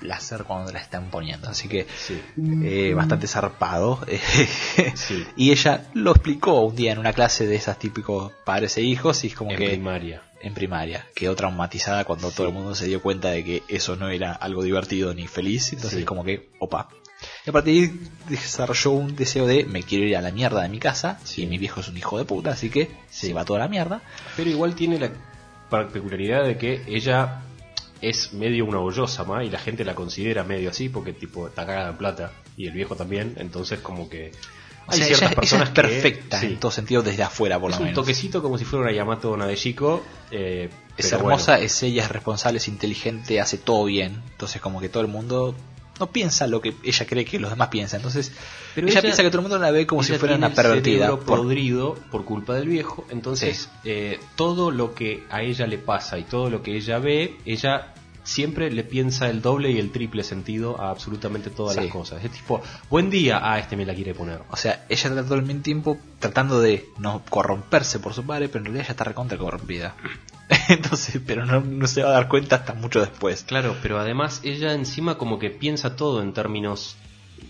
Speaker 2: placer cuando la están poniendo. Así que
Speaker 1: Sí.
Speaker 2: eh, bastante zarpado.
Speaker 1: Sí.
Speaker 2: y ella lo explicó un día en una clase de esas típicos padres e hijos y es como
Speaker 1: En
Speaker 2: que
Speaker 1: primaria.
Speaker 2: en primaria quedó traumatizada cuando todo el mundo se dio cuenta de que eso no era algo divertido ni feliz. Entonces
Speaker 1: Sí.
Speaker 2: como que, opa. Y a partir de ahí desarrolló un deseo de me quiero ir a la mierda de mi casa y mi viejo es un hijo de puta, así que se va toda la mierda.
Speaker 1: Pero igual tiene la particularidad de que ella es medio una bollosa, ma, y la gente la considera medio así porque tipo está cagada en plata y el viejo también, entonces como que
Speaker 2: O sea, ella, ella es perfecta
Speaker 1: que, sí,
Speaker 2: en todo sentido desde afuera por
Speaker 1: es
Speaker 2: lo
Speaker 1: un
Speaker 2: menos.
Speaker 1: toquecito como si fuera una Yamato Nadeshiko. Eh,
Speaker 2: Es
Speaker 1: pero
Speaker 2: hermosa,
Speaker 1: bueno.
Speaker 2: es ella, es responsable, es inteligente, hace todo bien. Entonces como que todo el mundo no piensa lo que ella cree que los demás piensan. Entonces
Speaker 1: Pero
Speaker 2: ella,
Speaker 1: ella-
Speaker 2: piensa que todo el mundo la ve como si
Speaker 1: Ella
Speaker 2: fuera
Speaker 1: tiene
Speaker 2: una
Speaker 1: el
Speaker 2: pervertida.
Speaker 1: cerebro
Speaker 2: por-
Speaker 1: podrido por culpa del viejo. Entonces,
Speaker 2: Sí.
Speaker 1: eh, todo lo que a ella le pasa y todo lo que ella ve, ella siempre le piensa el doble y el triple sentido a absolutamente todas
Speaker 2: Sí.
Speaker 1: las cosas. Es tipo, buen día, ah, este me la quiere poner.
Speaker 2: O sea, ella trata todo el tiempo tratando de no corromperse por su padre, pero en realidad ella está recontra corrompida. Entonces, pero no, no se va a dar cuenta hasta mucho después.
Speaker 1: Claro, pero además ella encima como que piensa todo en términos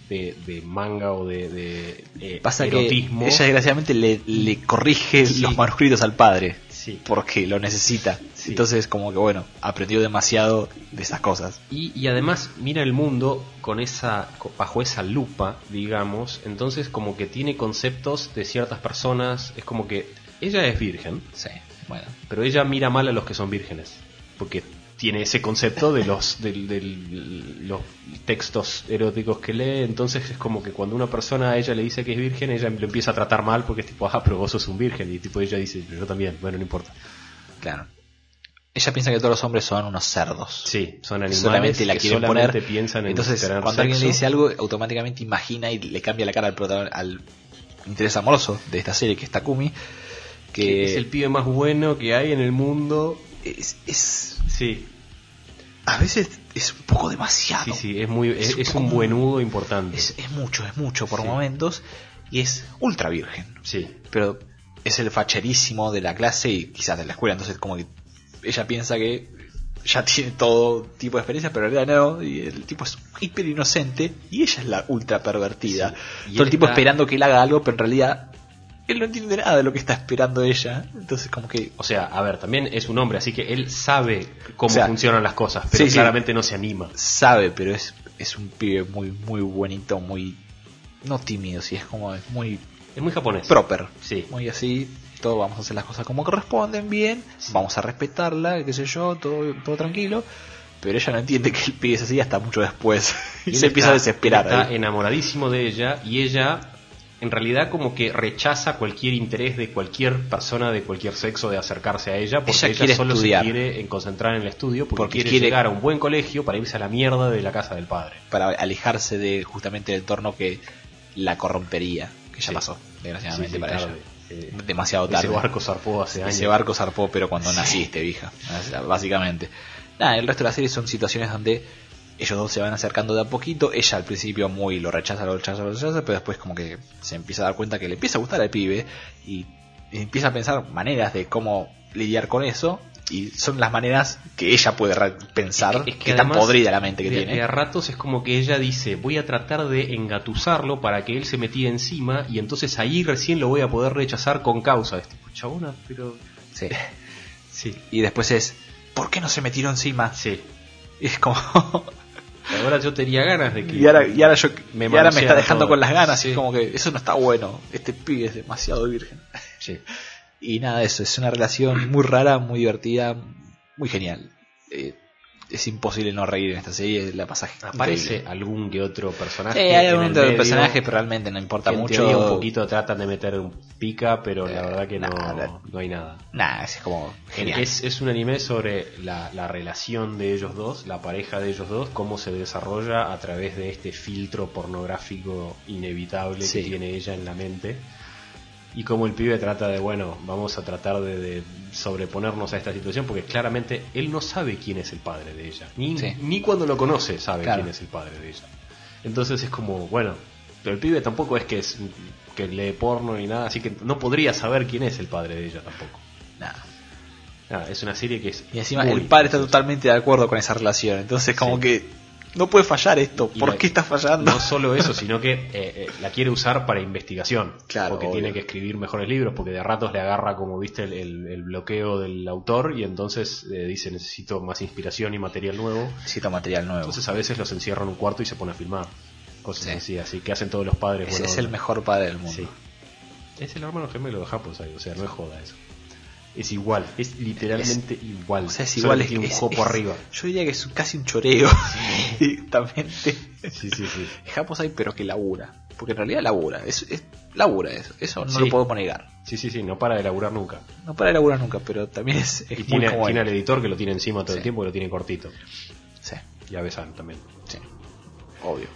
Speaker 1: de, de manga o de, de, eh,
Speaker 2: Pasa
Speaker 1: erotismo. Mm.
Speaker 2: que ella desgraciadamente le, le corrige
Speaker 1: Sí.
Speaker 2: los manuscritos al padre.
Speaker 1: Sí.
Speaker 2: Porque lo necesita.
Speaker 1: Sí.
Speaker 2: Entonces, como que bueno, aprendió demasiado de esas cosas.
Speaker 1: Y, y además mira el mundo con esa co- bajo esa lupa, digamos, entonces como que tiene conceptos de ciertas personas, es como que ella es virgen,
Speaker 2: Sí, bueno.
Speaker 1: pero ella mira mal a los que son vírgenes, porque tiene ese concepto de los del- del- los textos eróticos que lee, entonces es como que cuando una persona a ella le dice que es virgen, ella lo empieza a tratar mal porque es tipo, ah, pero vos sos un virgen, y tipo ella dice, pero yo también, bueno, no importa.
Speaker 2: Claro. Ella piensa que todos los hombres son unos cerdos.
Speaker 1: Sí, son
Speaker 2: Que
Speaker 1: animales
Speaker 2: solamente la
Speaker 1: que
Speaker 2: quieren
Speaker 1: solamente
Speaker 2: poner.
Speaker 1: piensan en
Speaker 2: Entonces,
Speaker 1: tener
Speaker 2: cuando alguien le
Speaker 1: sexo.
Speaker 2: dice algo, automáticamente imagina y le cambia la cara al, protagon- al interés amoroso de esta serie, que es Takumi. Que
Speaker 1: es el pibe más bueno que hay en el mundo.
Speaker 2: es- es-
Speaker 1: Sí,
Speaker 2: a veces es un poco demasiado.
Speaker 1: sí, sí, es muy es,
Speaker 2: Ah, Es
Speaker 1: es un
Speaker 2: como-
Speaker 1: buenudo importante.
Speaker 2: Es, es mucho, es mucho por
Speaker 1: Sí.
Speaker 2: momentos. Y es ultra virgen.
Speaker 1: Sí,
Speaker 2: pero es el facherísimo de la clase y quizás de la escuela, entonces como que ella piensa que ya tiene todo tipo de experiencia, pero en realidad no, y el tipo es hiper inocente y ella es la ultra pervertida.
Speaker 1: Sí, y
Speaker 2: todo
Speaker 1: él
Speaker 2: el tipo
Speaker 1: está-
Speaker 2: esperando que él haga algo, pero en realidad él no entiende nada de lo que está esperando ella. Entonces, como que.
Speaker 1: O sea, a ver, también es un hombre, así que él sabe cómo
Speaker 2: O sea,
Speaker 1: funcionan las cosas, pero
Speaker 2: sí, sí.
Speaker 1: claramente no se anima.
Speaker 2: Sabe, pero es, es un pibe muy, muy buenito, muy. No tímido, sí, es como. Es muy
Speaker 1: Es muy japonés.
Speaker 2: proper.
Speaker 1: Sí.
Speaker 2: Muy así, todo vamos a hacer las cosas como corresponden, bien, vamos a respetarla, qué sé yo, todo, todo tranquilo. Pero ella no entiende que el pibe es así hasta mucho después. y
Speaker 1: Él
Speaker 2: se empieza a
Speaker 1: está-
Speaker 2: desesperar.
Speaker 1: él Está
Speaker 2: ahí.
Speaker 1: enamoradísimo de ella y ella en realidad como que rechaza cualquier interés de cualquier persona de cualquier sexo de acercarse a ella porque
Speaker 2: Ella
Speaker 1: ella,
Speaker 2: quiere
Speaker 1: solo
Speaker 2: estudiar.
Speaker 1: se quiere en concentrar en el estudio porque,
Speaker 2: Porque
Speaker 1: quiere,
Speaker 2: quiere-
Speaker 1: llegar a un buen colegio para irse a la mierda de la casa del padre.
Speaker 2: Para alejarse de justamente del entorno que la corrompería. Que ya
Speaker 1: Sí.
Speaker 2: pasó, desgraciadamente
Speaker 1: Sí, sí,
Speaker 2: para
Speaker 1: tarde.
Speaker 2: ella.
Speaker 1: Eh,
Speaker 2: Demasiado tarde.
Speaker 1: Ese barco zarpó hace años.
Speaker 2: Ese barco zarpó, pero cuando naciste, vieja. O sea, Básicamente. Nada, el resto de la serie son situaciones donde ellos dos se van acercando de a poquito. Ella al principio muy lo rechaza, lo rechaza, lo rechaza, pero después como que se empieza a dar cuenta que le empieza a gustar al pibe y empieza a pensar maneras de cómo lidiar con eso. Y son las maneras que ella puede re- pensar, que, tan
Speaker 1: además,
Speaker 2: podrida la mente que
Speaker 1: de-
Speaker 2: tiene. ¿eh?
Speaker 1: de a ratos es como que ella dice, voy a tratar de engatusarlo para que él se metía encima y entonces ahí recién lo voy a poder rechazar con causa. Es tipo, chabona, pero...
Speaker 2: Sí.
Speaker 1: Sí,
Speaker 2: Y después es, ¿por qué no se metieron encima?
Speaker 1: sí.
Speaker 2: Y es como,
Speaker 1: Ahora yo tenía ganas de que...
Speaker 2: Y ahora, y ahora yo,
Speaker 1: Me
Speaker 2: y ahora me
Speaker 1: manosean
Speaker 2: está dejando
Speaker 1: todo.
Speaker 2: con las ganas. y
Speaker 1: Sí.
Speaker 2: Es como que eso no está bueno. Este pibe es demasiado virgen.
Speaker 1: Sí.
Speaker 2: Y nada, eso. Es una relación muy rara, muy divertida, muy genial. Eh, es imposible no reír en esta serie. La pasaje
Speaker 1: Aparece
Speaker 2: increíble.
Speaker 1: algún que otro personaje.
Speaker 2: Sí, hay
Speaker 1: en
Speaker 2: algún
Speaker 1: el
Speaker 2: otro
Speaker 1: medio
Speaker 2: personaje, pero realmente no importa
Speaker 1: que en
Speaker 2: mucho.
Speaker 1: teoría un poquito tratan de meter un pica, pero la
Speaker 2: Eh,
Speaker 1: verdad que no,
Speaker 2: nada.
Speaker 1: no hay nada.
Speaker 2: Nah, es como genial.
Speaker 1: Es, es un anime sobre la, la relación de ellos dos, la pareja de ellos dos, cómo se desarrolla a través de este filtro pornográfico inevitable
Speaker 2: Sí.
Speaker 1: que tiene ella en la mente. Y cómo el pibe trata de, bueno, vamos a tratar de, de sobreponernos a esta situación, porque claramente él no sabe quién es el padre de ella. Ni,
Speaker 2: Sí.
Speaker 1: ni cuando lo conoce sabe
Speaker 2: Claro.
Speaker 1: quién es el padre de ella. Entonces es como, bueno, pero el pibe tampoco es que, es, que lee porno ni nada, así que no podría saber quién es el padre de ella tampoco.
Speaker 2: Nah.
Speaker 1: Nada, es una serie que es.
Speaker 2: Y encima
Speaker 1: muy
Speaker 2: el padre está
Speaker 1: graciosa.
Speaker 2: totalmente de acuerdo con esa relación. Entonces, como
Speaker 1: Sí.
Speaker 2: que no puede fallar esto.
Speaker 1: Y
Speaker 2: ¿Por
Speaker 1: la-
Speaker 2: qué está fallando?
Speaker 1: No solo eso, sino que eh, eh, la quiere usar para investigación.
Speaker 2: Claro,
Speaker 1: Porque
Speaker 2: obvio.
Speaker 1: tiene que escribir mejores libros, porque de ratos le agarra, como viste, el, el- el bloqueo del autor y entonces eh, dice necesito más inspiración y material nuevo.
Speaker 2: Necesito material nuevo.
Speaker 1: Entonces a veces los encierra en un cuarto y se pone a filmar. Cosas
Speaker 2: Sí.
Speaker 1: así, así que hacen todos los padres.
Speaker 2: Ese
Speaker 1: buena
Speaker 2: es el
Speaker 1: onda.
Speaker 2: mejor padre del mundo.
Speaker 1: Sí. Es el hermano gemelo de Japón, o sea, no es joda eso. Es igual, es literalmente igual.
Speaker 2: O sea, es igual
Speaker 1: Solo
Speaker 2: es,
Speaker 1: tiene un
Speaker 2: es-
Speaker 1: copo
Speaker 2: es-
Speaker 1: arriba.
Speaker 2: Yo diría que es casi un choreo. Directamente.
Speaker 1: Sí, sí, sí.
Speaker 2: Japos hay, pero que labura. Porque en realidad labura. Es, es- labura eso. Eso no
Speaker 1: Sí.
Speaker 2: lo podemos negar.
Speaker 1: Sí, sí, sí, no para de laburar nunca.
Speaker 2: No para de laburar nunca, pero también es, es
Speaker 1: Y
Speaker 2: muy
Speaker 1: tiene,
Speaker 2: como
Speaker 1: tiene
Speaker 2: él.
Speaker 1: al editor que lo tiene encima todo
Speaker 2: Sí.
Speaker 1: el tiempo, que lo tiene cortito.
Speaker 2: Sí,
Speaker 1: Y a Besan también.
Speaker 2: sí. Obvio.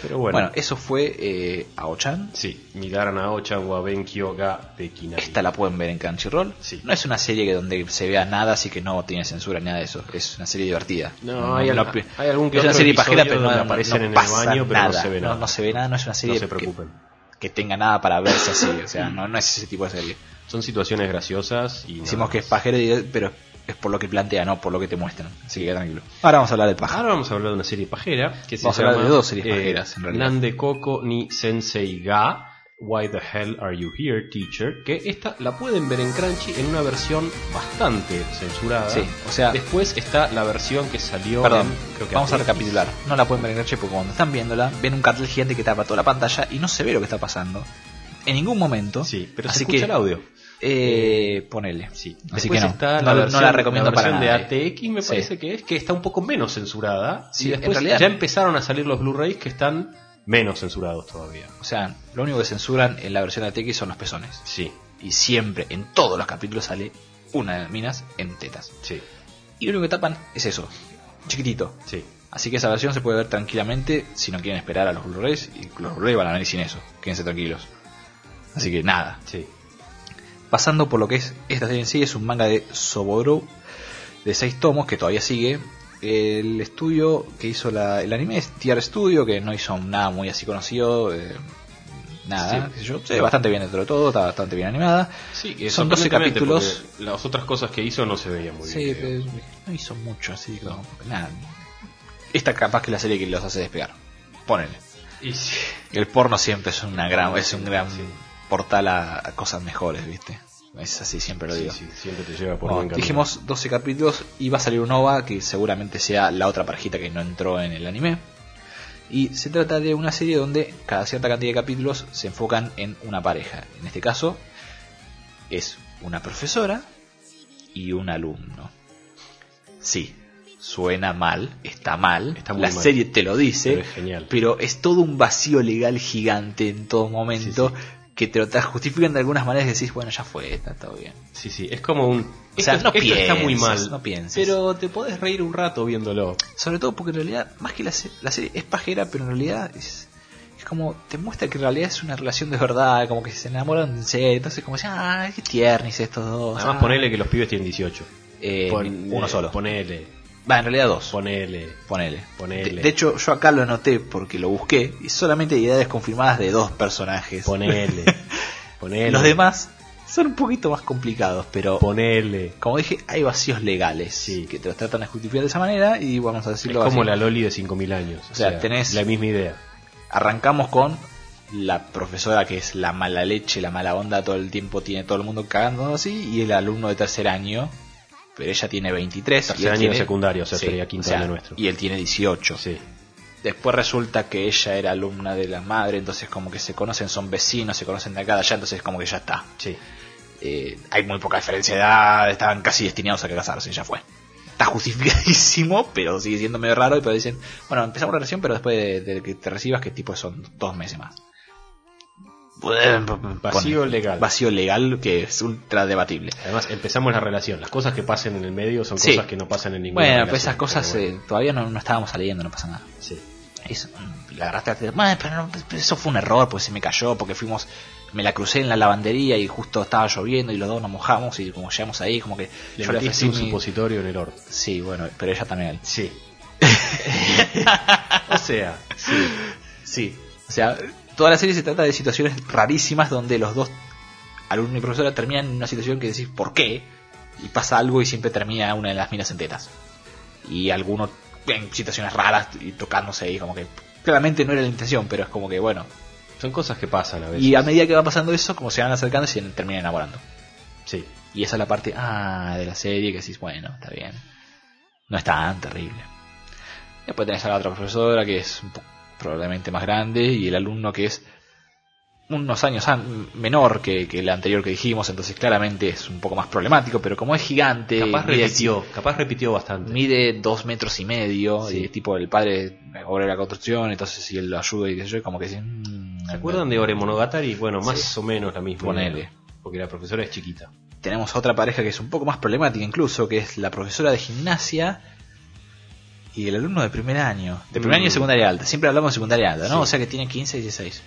Speaker 1: Pero bueno.
Speaker 2: Bueno, eso fue eh, Aochan.
Speaker 1: sí, Midaran Aocha Wabenkyo Ga de Kinari.
Speaker 2: Esta la pueden ver en Crunchyroll.
Speaker 1: Sí.
Speaker 2: No es una serie que donde se vea nada, así que no tiene censura ni nada de eso. Es una serie divertida.
Speaker 1: No, hay al-
Speaker 2: pi-
Speaker 1: hay algún que
Speaker 2: Es una
Speaker 1: otro
Speaker 2: serie pajera,
Speaker 1: episodio
Speaker 2: pero no,
Speaker 1: donde
Speaker 2: no-
Speaker 1: aparecen
Speaker 2: no
Speaker 1: en el
Speaker 2: pasa
Speaker 1: baño, pero no
Speaker 2: nada.
Speaker 1: se ve nada.
Speaker 2: No, se ve nada, no es una serie
Speaker 1: no se
Speaker 2: que-
Speaker 1: preocupen.
Speaker 2: que tenga nada para verse así. O sea, no, no es ese tipo de serie.
Speaker 1: Son situaciones graciosas y.
Speaker 2: Decimos
Speaker 1: nada
Speaker 2: que es
Speaker 1: más.
Speaker 2: pajero, y- pero es por lo que plantea, no por lo que te muestran. Así que queda tranquilo. Ahora vamos a hablar de paja.
Speaker 1: Ahora vamos a hablar de una serie pajera. Que se
Speaker 2: Vamos a
Speaker 1: llama, eh,
Speaker 2: hablar de dos series pajeras, en realidad.
Speaker 1: Nande Coco ni Sensei Ga. Why the hell are you here, teacher? Que esta la pueden ver en Crunchy en una versión bastante censurada.
Speaker 2: Sí, o sea-
Speaker 1: Después está la versión que salió.
Speaker 2: Ah, Perdón,
Speaker 1: en- creo que
Speaker 2: vamos a
Speaker 1: ATX.
Speaker 2: recapitular. No la pueden ver en noche porque cuando están viéndola, ven un cartel gigante que tapa toda la pantalla y no se ve lo que está pasando. En ningún momento.
Speaker 1: Sí, pero
Speaker 2: Así
Speaker 1: se escucha
Speaker 2: que,
Speaker 1: el audio.
Speaker 2: Eh, ponele.
Speaker 1: Sí. Después
Speaker 2: Así que no.
Speaker 1: está
Speaker 2: no,
Speaker 1: la
Speaker 2: no
Speaker 1: versión,
Speaker 2: la recomiendo
Speaker 1: la versión
Speaker 2: para nada. eh.
Speaker 1: de ATX, me
Speaker 2: Sí.
Speaker 1: parece que es, que está un poco menos censurada.
Speaker 2: Sí,
Speaker 1: y
Speaker 2: en
Speaker 1: después
Speaker 2: realidad-
Speaker 1: ya empezaron a salir los Blu-rays que están menos censurados todavía.
Speaker 2: O sea, lo único que censuran en la versión de TX son los pezones.
Speaker 1: Sí,
Speaker 2: Y siempre, en todos los capítulos, sale una de las minas en tetas.
Speaker 1: sí,
Speaker 2: Y lo único que tapan es eso, chiquitito.
Speaker 1: sí.
Speaker 2: Así que esa versión se puede ver tranquilamente si no quieren esperar a los Blu-rays. Y los Blu-rays van a venir sin eso, quédense tranquilos. Así que nada.
Speaker 1: Sí.
Speaker 2: Pasando por lo que es esta serie en sí, es un manga de Soboru de 6 tomos que todavía sigue. El estudio que hizo la- el anime es TR Studio, que no hizo nada muy así conocido. eh, nada,
Speaker 1: Sí.
Speaker 2: qué sé yo. Se ve bastante bien dentro de todo, está bastante bien animada.
Speaker 1: Sí, que
Speaker 2: Son 12
Speaker 1: sorprendentemente,
Speaker 2: capítulos.
Speaker 1: porque Las otras cosas que hizo no se veían muy
Speaker 2: Sí,
Speaker 1: bien. creo.
Speaker 2: pero no hizo mucho, así que no, nada. Esta capaz que es la serie que los hace despegar. Ponele.
Speaker 1: Y sí.
Speaker 2: El porno siempre es una gran, es un gran
Speaker 1: Sí.
Speaker 2: portal a, a cosas mejores, ¿viste? Es así, siempre lo
Speaker 1: Sí,
Speaker 2: digo.
Speaker 1: sí, siempre te lleva por
Speaker 2: Bueno,
Speaker 1: buen camino.
Speaker 2: Oh, dijimos 12 capítulos y va a salir un OVA que seguramente sea la otra parejita que no entró en el anime. Y se trata de una serie donde cada cierta cantidad de capítulos se enfocan en una pareja. En este caso es una profesora y un alumno. Sí, suena mal, está mal,
Speaker 1: Está muy
Speaker 2: la
Speaker 1: mal.
Speaker 2: serie te lo dice,
Speaker 1: Pero es genial.
Speaker 2: pero es todo un vacío legal gigante en todo momento que te lo tra- justifican de algunas maneras y decís, bueno, ya fue, está todo bien.
Speaker 1: Sí, sí, es como un...
Speaker 2: O sea,
Speaker 1: esto,
Speaker 2: no
Speaker 1: esto está muy
Speaker 2: pienses,
Speaker 1: mal,
Speaker 2: no pienses.
Speaker 1: pero te podés reír un rato viéndolo.
Speaker 2: Sobre todo porque en realidad, más que la, se- la serie es pajera, pero en realidad es, es como te muestra que en realidad es una relación de verdad, como que se enamoran en serio, entonces como, ah, qué tiernis estos dos.
Speaker 1: Además
Speaker 2: ah".
Speaker 1: ponele que los pibes tienen 18.
Speaker 2: Eh,
Speaker 1: Pon-
Speaker 2: uno
Speaker 1: eh,
Speaker 2: solo.
Speaker 1: Ponele,
Speaker 2: Va, en realidad dos.
Speaker 1: ponele.
Speaker 2: Ponele.
Speaker 1: Ponele.
Speaker 2: De, de hecho, yo acá lo anoté porque lo busqué y solamente hay edades confirmadas de dos personajes.
Speaker 1: Ponele. Ponele.
Speaker 2: Los demás son un poquito más complicados, pero
Speaker 1: Ponele.
Speaker 2: como dije, hay vacíos legales
Speaker 1: Sí.
Speaker 2: que te los tratan de justificar de esa manera y vamos a
Speaker 1: Es
Speaker 2: decirlo así.
Speaker 1: como la Loli de 5000 años.
Speaker 2: O sea, tenés-
Speaker 1: La misma idea.
Speaker 2: Arrancamos con la profesora que es la mala leche, la mala onda, todo el tiempo tiene todo el mundo cagando así, y el alumno de tercer año, pero ella tiene 23.
Speaker 1: Tercer
Speaker 2: y él
Speaker 1: año de
Speaker 2: tiene-
Speaker 1: secundario, o sea, sería quinto año nuestro.
Speaker 2: Y él tiene 18.
Speaker 1: Sí.
Speaker 2: Después resulta que ella era alumna de la madre, entonces como que se conocen, son vecinos, se conocen de acá, de allá, entonces como que ya está.
Speaker 1: Sí.
Speaker 2: Eh, hay muy poca diferencia de edad, estaban casi destinados a casarse, ya fue. Está justificadísimo, pero sigue siendo medio raro. Y pero dicen, bueno, empezamos la relación, pero después de, de que te recibas, que tipo son dos meses más.
Speaker 1: Vacío legal.
Speaker 2: Vacío legal que es ultra debatible.
Speaker 1: Además, empezamos la relación. Las cosas que pasen en el medio son
Speaker 2: Sí.
Speaker 1: cosas que no pasan en ninguna
Speaker 2: Bueno,
Speaker 1: relación,
Speaker 2: pero esas cosas
Speaker 1: pero bueno.
Speaker 2: eh, todavía no, no estábamos saliendo, no pasa nada.
Speaker 1: Sí.
Speaker 2: Eso, mm, la agarraste, "Bueno, pero no, pero eso fue un error, porque se me cayó, porque fuimos, me la crucé en la lavandería y justo estaba lloviendo y los dos nos mojamos y como llegamos ahí, como que
Speaker 1: Le
Speaker 2: yo le
Speaker 1: metiste
Speaker 2: ofrecí
Speaker 1: un
Speaker 2: mi-
Speaker 1: supositorio en el orto.
Speaker 2: Sí, bueno, pero ella también.
Speaker 1: Sí. o sea, sí.
Speaker 2: Sí. O sea, toda la serie se trata de situaciones rarísimas donde los dos, alumno y profesora, terminan en una situación que decís ¿por qué? Y pasa algo y siempre termina una de las minas en tetas. Y alguno en situaciones raras y tocándose ahí, como que claramente no era la intención, pero es como que bueno.
Speaker 1: Son cosas que pasan a veces.
Speaker 2: Y a medida que va pasando eso, como se van acercando, se terminan enamorando.
Speaker 1: Sí.
Speaker 2: Y esa es la parte ah, de la serie que decís, bueno, está bien. No es tan terrible. Después tenés a la otra profesora que es un po- probablemente más grande y el alumno que es unos años an- menor que, que el anterior que dijimos, entonces claramente es un poco más problemático, pero como es gigante,
Speaker 1: Capaz
Speaker 2: mide,
Speaker 1: repitió, capaz repitió bastante.
Speaker 2: mide dos metros y medio,
Speaker 1: Sí.
Speaker 2: y es tipo el padre obra de la construcción, entonces si él lo ayuda y qué sé yo, como que dicen... "Mm,
Speaker 1: ¿Se acuerdan de Ore Monogatari? Bueno, más
Speaker 2: Sí.
Speaker 1: o menos la misma.
Speaker 2: Ponele.
Speaker 1: idea, Porque la profesora es chiquita.
Speaker 2: tenemos otra pareja que es un poco más problemática incluso, que es la profesora de gimnasia y el alumno de primer año. De primer
Speaker 1: Mm.
Speaker 2: año de secundaria alta. Siempre hablamos de secundaria alta, ¿no?
Speaker 1: Sí.
Speaker 2: O sea que tiene 15 y 16.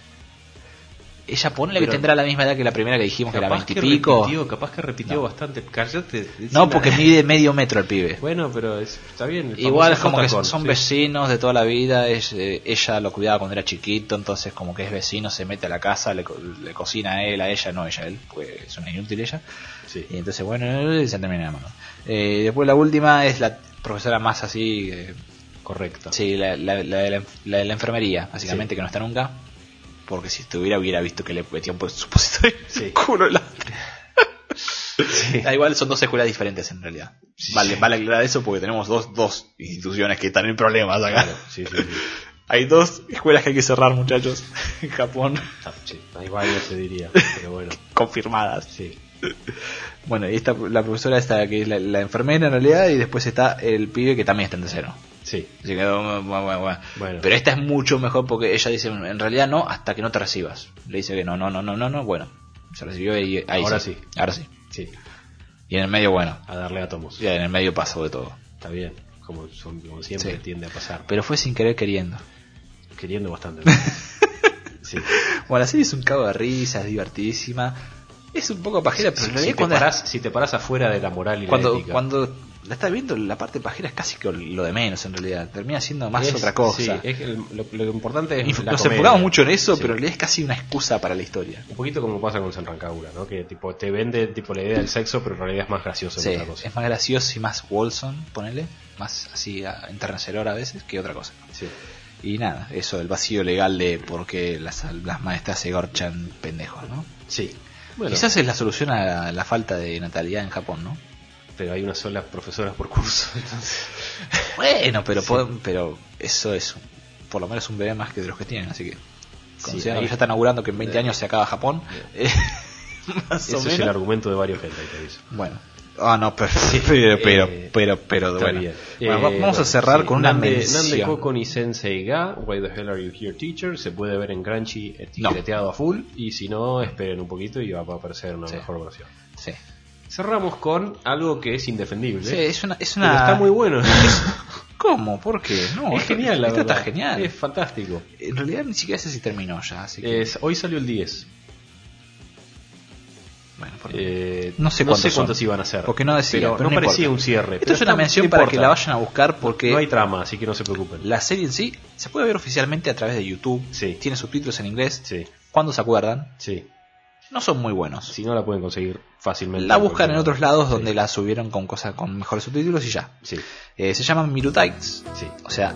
Speaker 2: Ella pone que
Speaker 1: Pero-
Speaker 2: tendrá la misma edad que la primera que dijimos que era
Speaker 1: Capaz
Speaker 2: 20
Speaker 1: que
Speaker 2: y pico.
Speaker 1: repitió, capaz que repitió
Speaker 2: No.
Speaker 1: bastante. Cállate. decí
Speaker 2: No,
Speaker 1: la-
Speaker 2: porque mide medio metro el pibe.
Speaker 1: Bueno, pero es- está bien. el
Speaker 2: Igual es
Speaker 1: famoso
Speaker 2: como que
Speaker 1: tacón,
Speaker 2: son
Speaker 1: sí.
Speaker 2: vecinos de toda la vida, es, eh, ella lo cuidaba cuando era chiquito, entonces como que es vecino, se mete a la casa, le, co- le cocina a él, a ella, no ella, a él, porque es una inútil ella.
Speaker 1: Sí.
Speaker 2: Y entonces, bueno, y se termina la mano. Eh, después la última es la profesora más así, eh,
Speaker 1: Correcta.
Speaker 2: sí, la, la- la de la, enf- la de la enfermería, básicamente, que no está nunca. Porque si estuviera hubiera visto que le metía un po- supositorio en
Speaker 1: Sí.
Speaker 2: el culo. La... Da igual, son dos escuelas diferentes en realidad. Vale, vale aclarar eso porque tenemos dos, dos instituciones que están en problemas acá.
Speaker 1: Sí, sí, sí.
Speaker 2: Hay dos escuelas que hay que cerrar, muchachos, en Japón,
Speaker 1: Ah, sí. Hay varios, se diría. Pero bueno,
Speaker 2: confirmadas.
Speaker 1: sí.
Speaker 2: Bueno, y esta, la profesora está que es la, la enfermera en realidad, y después está el pibe que también está en tercero.
Speaker 1: Sí.
Speaker 2: Así que, bueno, bueno, bueno.
Speaker 1: Bueno.
Speaker 2: Pero esta es mucho mejor porque ella dice, en realidad no, hasta que no te recibas. Le dice que no, no, no, no, no, no, bueno. Se recibió y ahí
Speaker 1: Ahora
Speaker 2: sí.
Speaker 1: sí.
Speaker 2: Ahora sí.
Speaker 1: Sí.
Speaker 2: Y en el medio, bueno.
Speaker 1: A darle átomos.
Speaker 2: Y en el medio pasó de todo.
Speaker 1: Está bien. Como, son- como siempre
Speaker 2: Sí.
Speaker 1: tiende a pasar.
Speaker 2: Pero fue sin querer queriendo.
Speaker 1: Queriendo bastante. sí.
Speaker 2: Bueno, la serie es un cabo de risa, es divertidísima. Es un poco pajera, pero en
Speaker 1: Si,
Speaker 2: realidad
Speaker 1: si te
Speaker 2: cuando,
Speaker 1: parás, si te parás afuera de la moral y la
Speaker 2: cuando,
Speaker 1: ética.
Speaker 2: cuando la estás viendo, la parte pajera es casi que lo de menos en realidad. Termina siendo más
Speaker 1: Es-
Speaker 2: otra cosa.
Speaker 1: sí, es el- lo, lo importante es.
Speaker 2: Inf-
Speaker 1: la
Speaker 2: Nos
Speaker 1: comedia.
Speaker 2: enfocamos mucho en eso,
Speaker 1: Sí.
Speaker 2: pero en realidad es casi una excusa para la historia.
Speaker 1: Un poquito como pasa con San Rancagura, ¿no? Que tipo te vende tipo la idea del sexo, pero en realidad es más gracioso
Speaker 2: Sí,
Speaker 1: que otra cosa.
Speaker 2: es más gracioso y más Wolson, ponele, más así a- enternecedor a veces que otra cosa.
Speaker 1: Sí.
Speaker 2: Y Y nada, eso, el vacío legal de por qué las, las maestras se gorchan pendejos, ¿no?
Speaker 1: Sí. Bueno,
Speaker 2: Quizás es la solución a la, la falta de natalidad en Japón, ¿no?
Speaker 1: pero hay una sola profesora por curso, entonces.
Speaker 2: Bueno, pero pueden- pero eso es por lo menos un bebé más que de los que tienen, así que considerando
Speaker 1: ahí-
Speaker 2: que ya están augurando que en 20 años se acaba Japón, eh, más
Speaker 1: Ese
Speaker 2: o
Speaker 1: es
Speaker 2: menos.
Speaker 1: el argumento de varios gente, ahí te aviso.
Speaker 2: Bueno. Ah, no, pero, pero, pero,
Speaker 1: eh,
Speaker 2: pero, pero,
Speaker 1: Está
Speaker 2: bueno.
Speaker 1: bien.
Speaker 2: Bueno,
Speaker 1: Eh,
Speaker 2: va- vamos
Speaker 1: bueno,
Speaker 2: a cerrar
Speaker 1: sí.
Speaker 2: con una
Speaker 1: Nande,
Speaker 2: mención.
Speaker 1: Nande Coco ni Sensei Ga, Why the Hell Are You Here Teacher, se puede ver en Crunchy etiqueteado a full, y si no, esperen un poquito y va a aparecer una
Speaker 2: Sí.
Speaker 1: mejor versión.
Speaker 2: Sí.
Speaker 1: Cerramos con algo que es indefendible.
Speaker 2: Sí, es una, es
Speaker 1: pero
Speaker 2: una...
Speaker 1: está muy bueno.
Speaker 2: ¿Cómo? ¿Por qué? No,
Speaker 1: es
Speaker 2: esto-
Speaker 1: genial, la
Speaker 2: esto
Speaker 1: verdad.
Speaker 2: está genial.
Speaker 1: Es Eh, fantástico.
Speaker 2: En realidad ni siquiera sé si terminó ya, así que...
Speaker 1: Es- hoy salió el 10.
Speaker 2: bueno, por-
Speaker 1: Eh,
Speaker 2: Ah. No sé cuántos son.
Speaker 1: iban a ser.
Speaker 2: Porque no decía,
Speaker 1: Pero,
Speaker 2: pero
Speaker 1: no,
Speaker 2: no
Speaker 1: parecía
Speaker 2: importa.
Speaker 1: un cierre.
Speaker 2: Esto es una mención para que la vayan a buscar porque...
Speaker 1: No hay trama, así que no se preocupen.
Speaker 2: La serie en sí se puede ver oficialmente a través de YouTube.
Speaker 1: Sí.
Speaker 2: Tiene subtítulos en inglés.
Speaker 1: Sí,
Speaker 2: Cuando se acuerdan,
Speaker 1: sí.
Speaker 2: no son muy buenos.
Speaker 1: Si no la pueden conseguir fácilmente.
Speaker 2: La buscan en
Speaker 1: Porque-
Speaker 2: otros lados donde
Speaker 1: Sí.
Speaker 2: la subieron con cosas con mejores subtítulos y ya.
Speaker 1: Sí,
Speaker 2: Eh, se llaman Mirutites.
Speaker 1: sí.
Speaker 2: O sea,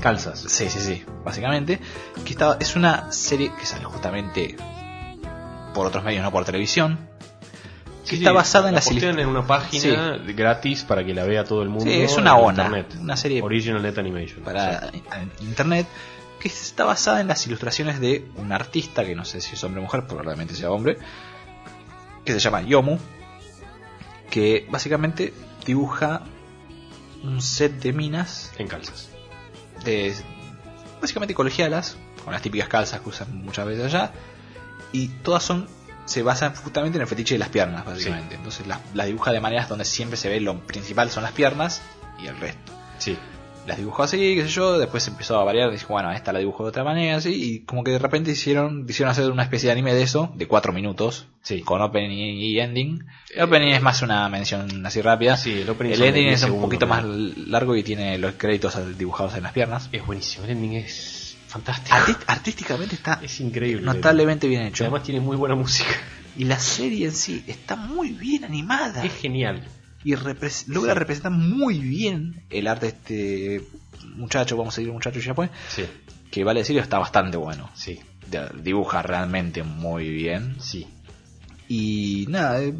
Speaker 1: Calzas.
Speaker 2: sí, sí, sí, básicamente. Que estaba, es una serie que sale justamente por otros medios, no por televisión. que está basada en
Speaker 1: la
Speaker 2: las ilu-
Speaker 1: postean en una página gratis para que la vea todo el mundo.
Speaker 2: Sí, es una
Speaker 1: en
Speaker 2: ONA,
Speaker 1: internet.
Speaker 2: una serie-
Speaker 1: Original Net Animation.
Speaker 2: para in- internet que está basada en las ilustraciones de un artista que no sé si es hombre o mujer, probablemente sea hombre, que se llama Yomu, que básicamente dibuja un set de minas
Speaker 1: En calzas.
Speaker 2: de básicamente colegialas, con las típicas calzas que usan muchas veces allá, y todas son se basan justamente en el fetiche de las piernas, básicamente. Entonces las las dibuja de maneras donde siempre se ve lo principal son las piernas y el resto
Speaker 1: Sí.
Speaker 2: las dibujó así, qué sé yo, después empezó a variar, dijo, bueno, esta la dibujo de otra manera, así, y como que de repente hicieron, hicieron hacer una especie de anime de eso, de cuatro minutos,
Speaker 1: Sí. Eh,
Speaker 2: con opening y ending. El opening es más una mención así rápida.
Speaker 1: Sí, el opening
Speaker 2: el
Speaker 1: son
Speaker 2: ending
Speaker 1: 10
Speaker 2: es un
Speaker 1: segundos,
Speaker 2: poquito
Speaker 1: ¿no?
Speaker 2: más largo y tiene los créditos dibujados en las piernas.
Speaker 1: Es buenísimo. El ending es fantástico.
Speaker 2: Arti- artísticamente está
Speaker 1: Es increíble.
Speaker 2: notablemente bien
Speaker 1: Y
Speaker 2: hecho.
Speaker 1: Además tiene muy buena música.
Speaker 2: y la serie en sí está muy bien animada.
Speaker 1: Es genial.
Speaker 2: y repres- logra representar muy bien el arte de este muchacho, vamos a decir muchacho japonés,
Speaker 1: Sí.
Speaker 2: que vale decirlo está bastante bueno.
Speaker 1: Sí.
Speaker 2: de- dibuja realmente muy bien.
Speaker 1: Sí.
Speaker 2: Y nada, eh,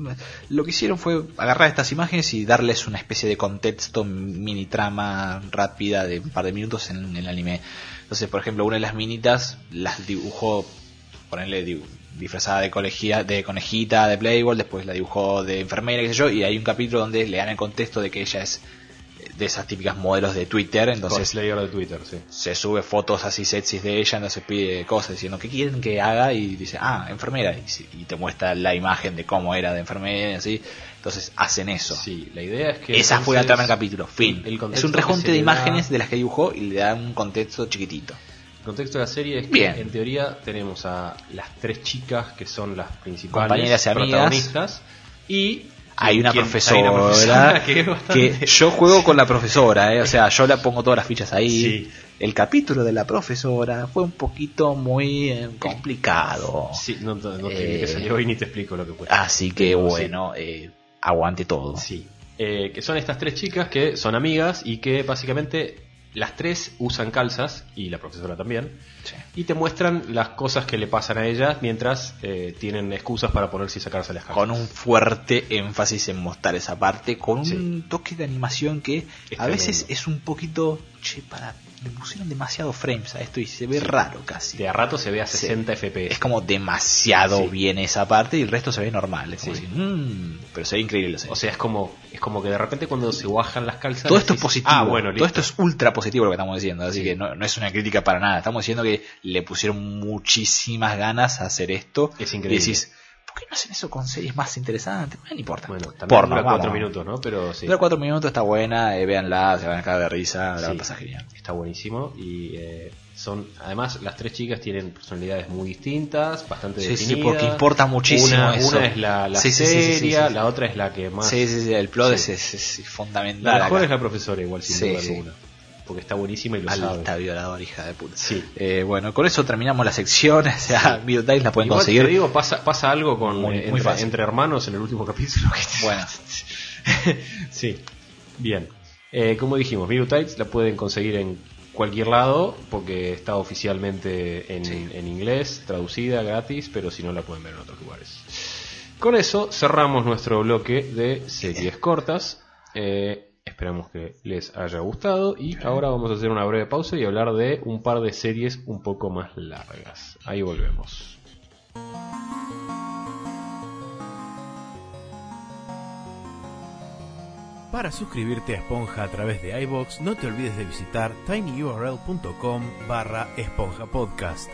Speaker 2: lo que hicieron fue agarrar estas imágenes y darles una especie de contexto, mini trama rápida de un par de minutos en el anime. Entonces, por ejemplo, una de las minitas las dibujó, ponerle disfrazada de, colegía, de conejita, de Playboy, después la dibujó de enfermera, qué sé yo, y hay un capítulo donde le dan el contexto de que ella es eh, de esas típicas modelos de Twitter, entonces
Speaker 1: Cosplayer de Twitter, sí.
Speaker 2: se sube fotos así sexys de ella, entonces pide cosas diciendo que quieren que haga y dice, ah, enfermera, y, se- y te muestra la imagen de cómo era de enfermera y así. Entonces hacen eso.
Speaker 1: Sí, la idea es que...
Speaker 2: Esa fue la
Speaker 1: entonces,
Speaker 2: trama del capítulo, fin.
Speaker 1: el contexto
Speaker 2: es un
Speaker 1: que se
Speaker 2: rejunte de
Speaker 1: le da-
Speaker 2: imágenes de las que dibujó y le da un contexto chiquitito.
Speaker 1: El contexto de la serie es que
Speaker 2: Bien.
Speaker 1: en teoría tenemos a las tres chicas que son las principales
Speaker 2: Compañeras y amigas.
Speaker 1: protagonistas y
Speaker 2: Hay una,
Speaker 1: quien-
Speaker 2: profesora
Speaker 1: hay una profesora que es bastante-
Speaker 2: que yo juego con la profesora, eh, o sea, yo la pongo todas las fichas ahí.
Speaker 1: Sí.
Speaker 2: El capítulo de la profesora fue un poquito muy eh, complicado.
Speaker 1: Sí, no, no- no te,
Speaker 2: Eh. ah,
Speaker 1: que salió hoy ni te explico lo que fue.
Speaker 2: Así que
Speaker 1: Pero sí.
Speaker 2: bueno, eh, aguante todo.
Speaker 1: Sí. Eh, que son estas tres chicas que son amigas y que básicamente las tres usan calzas y la profesora también.
Speaker 2: Sí.
Speaker 1: Y te muestran las cosas que le pasan a ellas mientras eh, tienen excusas para ponerse y sacarse las calzas.
Speaker 2: Con un fuerte énfasis en mostrar esa parte, con un
Speaker 1: Sí.
Speaker 2: toque de animación que
Speaker 1: Es
Speaker 2: a veces
Speaker 1: tremendo.
Speaker 2: es un poquito, che, para, le pusieron demasiado frames a esto y se ve raro casi.
Speaker 1: De a rato se ve a
Speaker 2: Sí.
Speaker 1: 60
Speaker 2: Es
Speaker 1: FPS.
Speaker 2: como demasiado
Speaker 1: Sí.
Speaker 2: bien esa parte y el resto se ve normal. Es como
Speaker 1: Sí.
Speaker 2: si, mm, pero se ve increíble. la serie.
Speaker 1: O sea, es como, es como que de repente cuando se bajan las calzas.
Speaker 2: todo esto es
Speaker 1: decís,
Speaker 2: positivo.
Speaker 1: Ah, bueno,
Speaker 2: todo
Speaker 1: listo.
Speaker 2: esto es ultra positivo lo que estamos diciendo. Así
Speaker 1: Sí.
Speaker 2: que no, no es una crítica para nada. Estamos diciendo que le pusieron muchísimas ganas a hacer esto.
Speaker 1: Es increíble.
Speaker 2: Y decís, ¿por qué no hacen eso con series más interesantes? Bueno, no importa.
Speaker 1: Bueno, también
Speaker 2: Porno,
Speaker 1: dura
Speaker 2: vamos.
Speaker 1: 4 minutos, ¿no? Pero sí.
Speaker 2: Dura cuatro minutos, está buena. eh, véanla, se van a caer de risa. La
Speaker 1: Sí.
Speaker 2: van a pasar genial.
Speaker 1: Está buenísimo. Y eh, son. Además, las tres chicas tienen personalidades muy distintas, bastante
Speaker 2: Sí, sí,
Speaker 1: definidas.
Speaker 2: porque importa muchísimo
Speaker 1: Una,
Speaker 2: eso.
Speaker 1: una es la, la
Speaker 2: Sí, sí, sí, sí, sí,
Speaker 1: seria,
Speaker 2: sí.
Speaker 1: la otra es la que más.
Speaker 2: Sí, sí, sí, el plot
Speaker 1: Sí.
Speaker 2: es, es- es
Speaker 1: La
Speaker 2: fundamental.
Speaker 1: mejor
Speaker 2: acá.
Speaker 1: es la profesora, igual, sin
Speaker 2: Sí,
Speaker 1: duda
Speaker 2: sí.
Speaker 1: alguna. Porque está buenísima y lo sabe.
Speaker 2: Alta violadora, hija de puta.
Speaker 1: Sí.
Speaker 2: Eh, bueno, con eso terminamos la sección. O sea, Videotiles la pueden
Speaker 1: Igual
Speaker 2: conseguir.
Speaker 1: te digo, pasa, pasa algo con
Speaker 2: Muy-
Speaker 1: eh,
Speaker 2: muy
Speaker 1: entre,
Speaker 2: fácil.
Speaker 1: entre hermanos en el último capítulo. que-
Speaker 2: Bueno,
Speaker 1: sí, bien. Eh, como dijimos, Tides la pueden conseguir en cualquier lado porque está oficialmente en,
Speaker 2: Sí.
Speaker 1: en inglés, traducida gratis, pero si no la pueden ver en otros lugares. Con eso cerramos nuestro bloque de series cortas. Eh, esperamos que les haya gustado y ahora vamos a hacer una breve pausa y hablar de un par de series un poco más largas. Ahí volvemos.
Speaker 3: Para suscribirte a Esponja a través de iBox, no te olvides de visitar tinyurl.com barra esponja podcast.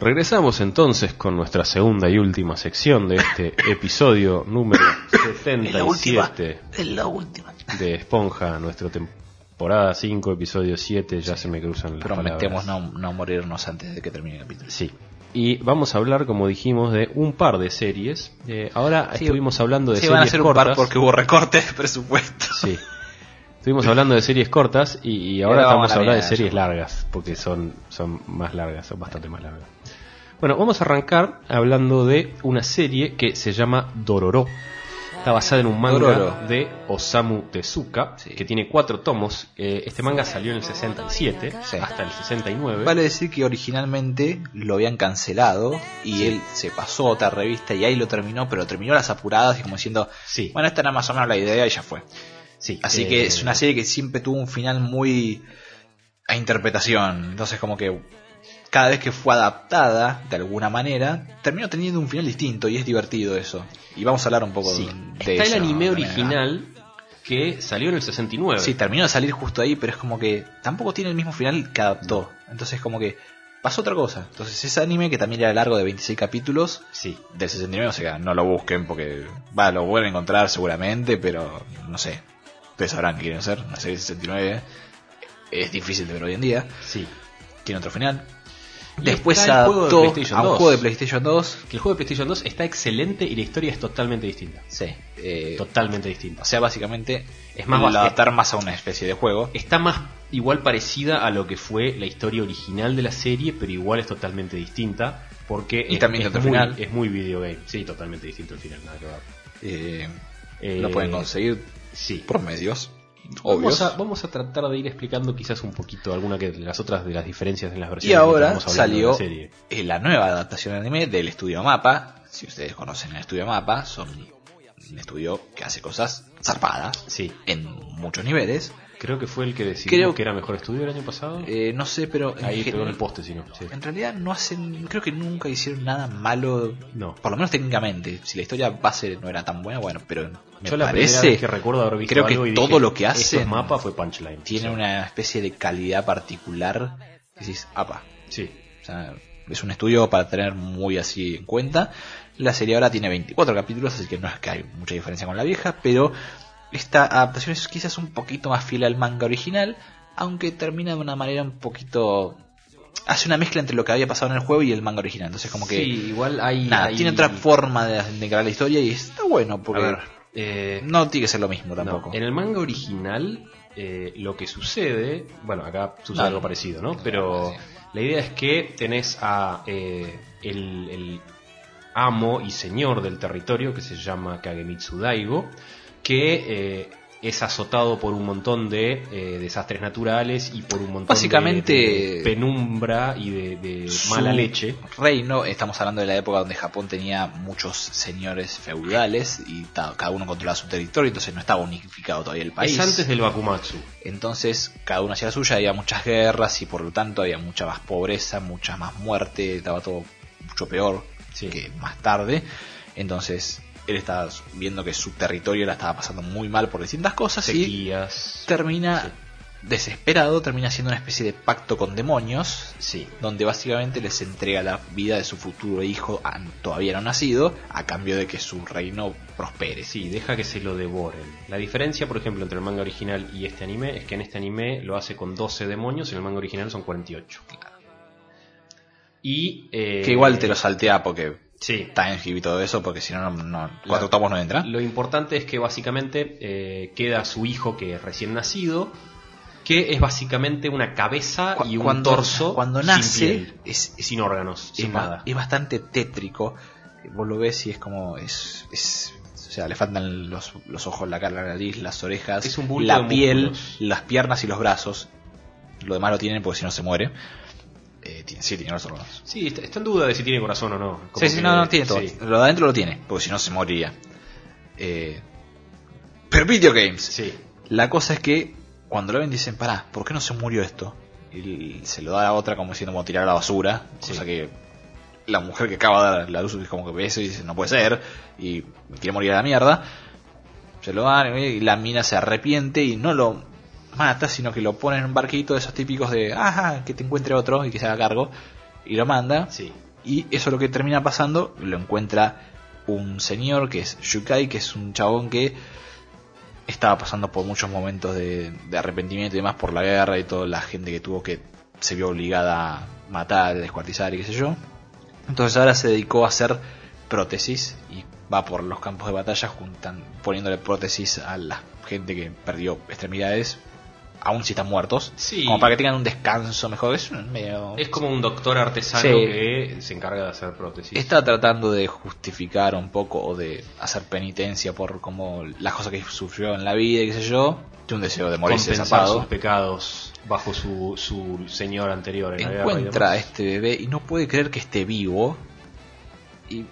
Speaker 1: Regresamos entonces con nuestra segunda y última sección de este episodio número 77
Speaker 2: Es la última.
Speaker 1: de Esponja, nuestra temporada 5, episodio 7, ya se me cruzan las
Speaker 2: Prometemos
Speaker 1: palabras.
Speaker 2: no, no morirnos antes de que termine el capítulo.
Speaker 1: Sí. Y vamos a hablar, como dijimos, de un par de series. Eh, ahora
Speaker 2: Sí,
Speaker 1: estuvimos hablando de
Speaker 2: Sí,
Speaker 1: series
Speaker 2: van a ser un
Speaker 1: cortas.
Speaker 2: par porque hubo recortes de presupuesto.
Speaker 1: Sí. Estuvimos hablando de series cortas y, y ahora
Speaker 2: Pero vamos
Speaker 1: estamos
Speaker 2: a la
Speaker 1: hablando de
Speaker 2: mierda,
Speaker 1: series
Speaker 2: yo.
Speaker 1: largas, porque son, son más largas, son bastante más largas. Bueno, vamos a arrancar hablando de una serie que se llama Dororo. Está basada en un manga
Speaker 2: Dororo.
Speaker 1: de Osamu Tezuka,
Speaker 2: Sí.
Speaker 1: que tiene cuatro tomos. Eh, este manga salió en el 67
Speaker 2: Sí.
Speaker 1: hasta el 69.
Speaker 2: Vale decir que originalmente lo habían cancelado y él se pasó a otra revista y ahí lo terminó, pero terminó a las apuradas y como diciendo,
Speaker 1: Sí,
Speaker 2: bueno, esta era más o menos la idea y ya fue.
Speaker 1: sí.
Speaker 2: Así
Speaker 1: Eh,
Speaker 2: que es una serie que siempre tuvo un final muy a interpretación. Entonces como que cada vez que fue adaptada de alguna manera, terminó teniendo un final distinto y es divertido eso. Y vamos a hablar un poco
Speaker 1: sí.
Speaker 2: de
Speaker 1: Está el
Speaker 2: eso
Speaker 1: anime
Speaker 2: también, ¿no?
Speaker 1: original que salió en el 69.
Speaker 2: Sí, terminó de salir justo ahí, pero es como que tampoco tiene el mismo final que adaptó. Entonces como que pasó otra cosa. Entonces ese anime que también era largo de 26 capítulos,
Speaker 1: sí.
Speaker 2: del 69, o sea, no lo busquen porque va, lo vuelven a encontrar seguramente, pero no sé. Ustedes sabrán que quieren hacer, una serie de 69 es difícil de ver hoy en día,
Speaker 1: sí.
Speaker 2: tiene otro final.
Speaker 1: Y
Speaker 2: Después se
Speaker 1: está el juego de
Speaker 2: adaptó
Speaker 1: PlayStation
Speaker 2: a un
Speaker 1: 2.
Speaker 2: juego de PlayStation 2.
Speaker 1: Que el juego de PlayStation 2 está excelente y la historia es totalmente distinta.
Speaker 2: Sí. eh,
Speaker 1: Totalmente distinta.
Speaker 2: o sea, básicamente
Speaker 1: Es
Speaker 2: es
Speaker 1: más
Speaker 2: más
Speaker 1: base-
Speaker 2: adaptar más a una especie de juego.
Speaker 1: Está más igual parecida a lo que fue la historia original de la serie, pero igual es totalmente distinta. Porque
Speaker 2: Y
Speaker 1: es,
Speaker 2: también
Speaker 1: es
Speaker 2: otro
Speaker 1: muy,
Speaker 2: final.
Speaker 1: es muy video game. Sí, totalmente distinto el final, nada que ver.
Speaker 2: eh,
Speaker 1: Eh,
Speaker 2: lo pueden conseguir
Speaker 1: Sí.
Speaker 2: por medios,
Speaker 1: Vamos
Speaker 2: obvios.
Speaker 1: a, vamos a tratar de ir explicando quizás un poquito alguna que de las otras de las diferencias Pues en las
Speaker 2: Y
Speaker 1: versiones.
Speaker 2: ahora
Speaker 1: mientras vamos hablando de
Speaker 2: salió
Speaker 1: la serie.
Speaker 2: eh, la nueva adaptación anime del estudio Mapa. Si ustedes conocen el estudio Mapa, son un estudio que hace cosas zarpadas
Speaker 1: Sí.
Speaker 2: en muchos niveles.
Speaker 1: Creo que fue el que decidió
Speaker 2: Creo-
Speaker 1: que era mejor estudio el año pasado.
Speaker 2: Eh, no sé, pero en,
Speaker 1: Ahí
Speaker 2: gen-
Speaker 1: pegó en el poste, si no. Sí.
Speaker 2: en realidad no hacen, creo que nunca hicieron nada malo,
Speaker 1: No.
Speaker 2: por lo menos técnicamente. Si la historia base no era tan buena, bueno, pero me
Speaker 1: Yo la primera
Speaker 2: parece
Speaker 1: vez que recuerdo haber visto
Speaker 2: creo que
Speaker 1: algo y
Speaker 2: todo
Speaker 1: dije,
Speaker 2: lo que
Speaker 1: "Esto es
Speaker 2: hacen
Speaker 1: mapa fue punchline.
Speaker 2: tiene
Speaker 1: Sí.
Speaker 2: una especie de calidad particular. Decís, apa,
Speaker 1: Sí,
Speaker 2: O sea, es un estudio para tener muy así en cuenta. La serie ahora tiene 24 capítulos, así que no es que hay mucha diferencia con la vieja, pero esta adaptación es quizás un poquito más fiel al manga original, aunque termina de una manera un poquito... Hace una mezcla entre lo que había pasado en el juego y el manga original, entonces como que...
Speaker 1: Sí, igual hay...
Speaker 2: nada,
Speaker 1: hay-
Speaker 2: tiene otra forma de, de encarar la historia y está bueno,
Speaker 1: A
Speaker 2: porque
Speaker 1: ver, eh,
Speaker 2: no tiene que ser lo mismo
Speaker 1: no,
Speaker 2: tampoco.
Speaker 1: en el manga original eh, lo que sucede, bueno, acá sucede
Speaker 2: No,
Speaker 1: algo
Speaker 2: no.
Speaker 1: parecido, ¿no?
Speaker 2: No,
Speaker 1: Pero
Speaker 2: sí.
Speaker 1: la idea es que tenés a eh, el, el amo y señor del territorio que se llama Kagemitsu Daigo, que... eh, es azotado por un montón de eh, desastres naturales y por un montón de-
Speaker 2: Básicamente-
Speaker 1: de, penumbra y de, de mala
Speaker 2: su
Speaker 1: leche.
Speaker 2: Reino, estamos hablando de la época donde Japón tenía muchos señores feudales y ta- cada uno controlaba su territorio, entonces no estaba unificado todavía el país.
Speaker 1: Es antes del Bakumatsu.
Speaker 2: Entonces cada uno hacía la suya, había muchas guerras y por lo tanto había mucha más pobreza, mucha más muerte, estaba todo mucho peor
Speaker 1: Sí.
Speaker 2: que más tarde. Entonces él estaba viendo que su territorio la estaba pasando muy mal por distintas cosas y
Speaker 1: Sequías.
Speaker 2: termina
Speaker 1: Sí.
Speaker 2: desesperado, termina haciendo una especie de pacto con demonios
Speaker 1: Sí.
Speaker 2: donde básicamente les entrega la vida de su futuro hijo a- todavía no nacido a cambio de que su reino prospere.
Speaker 1: Sí, deja que se lo devoren. La diferencia, por ejemplo, entre el manga original y este anime es que en este anime lo hace con 12 demonios, en el manga original son 48. Y. eh,
Speaker 2: Que igual te lo saltea porque
Speaker 1: Sí.
Speaker 2: Time Skip y todo eso, porque si no, no, no- cuatro
Speaker 1: La-
Speaker 2: tomos no entra.
Speaker 1: Lo importante es que básicamente eh, queda su hijo que es recién nacido, que es básicamente una cabeza
Speaker 2: Cu-
Speaker 1: y un
Speaker 2: cuando-
Speaker 1: torso.
Speaker 2: cuando
Speaker 1: sin
Speaker 2: nace,
Speaker 1: piel,
Speaker 2: es-
Speaker 1: sin órganos, sin
Speaker 2: es, ba-
Speaker 1: nada.
Speaker 2: es bastante tétrico. Vos lo ves y es como. Es, es- o sea, le faltan los, los ojos, la cara, la nariz, las orejas,
Speaker 1: Es un bulto
Speaker 2: la
Speaker 1: de
Speaker 2: piel,
Speaker 1: músculos.
Speaker 2: las piernas y los brazos. Lo demás lo tienen porque si no se muere. Eh, tiene, sí, tiene los órganos.
Speaker 1: Sí, está, está en duda de si tiene corazón o no. Como
Speaker 2: Sí, sí,
Speaker 1: que-
Speaker 2: no, no, tiene todo.
Speaker 1: sí,
Speaker 2: Lo de adentro lo tiene, porque si no se moriría. Eh, pero Video Games.
Speaker 1: sí.
Speaker 2: La cosa es que cuando lo ven dicen, pará, ¿por qué no se murió esto? Y se lo da a la otra como diciendo como tirar a la basura. Cosa que la mujer que acaba de dar la luz es como que ve eso y dice, no puede ser. Y me quiere morir a la mierda. Se lo dan y la mina se arrepiente y no lo mata, sino que lo pone en un barquito de esos típicos de, ajá, que te encuentre otro y que se haga cargo. Y lo manda.
Speaker 1: Sí.
Speaker 2: Y eso es lo que termina pasando. Lo encuentra un señor que es Yukai, que es un chabón que estaba pasando por muchos momentos de, de arrepentimiento y demás por la guerra y toda la gente que tuvo que se vio obligada a matar, descuartizar y qué sé yo. Entonces ahora se dedicó a hacer prótesis y va por los campos de batalla juntan, poniéndole prótesis a la gente que perdió extremidades, aun si están muertos,
Speaker 1: Sí.
Speaker 2: como para que tengan un descanso mejor. Es un medio...
Speaker 1: Es como un doctor artesano
Speaker 2: Sí.
Speaker 1: que se encarga de hacer prótesis.
Speaker 2: Está tratando de justificar un poco o de hacer penitencia por como las cosas que sufrió en la vida y qué sé yo. De un deseo de morirse
Speaker 1: compensar sus
Speaker 2: desapado.
Speaker 1: pecados bajo su, su señor anterior. En la guerra y
Speaker 2: Encuentra a
Speaker 1: demás.
Speaker 2: este bebé y no puede creer que esté vivo. Y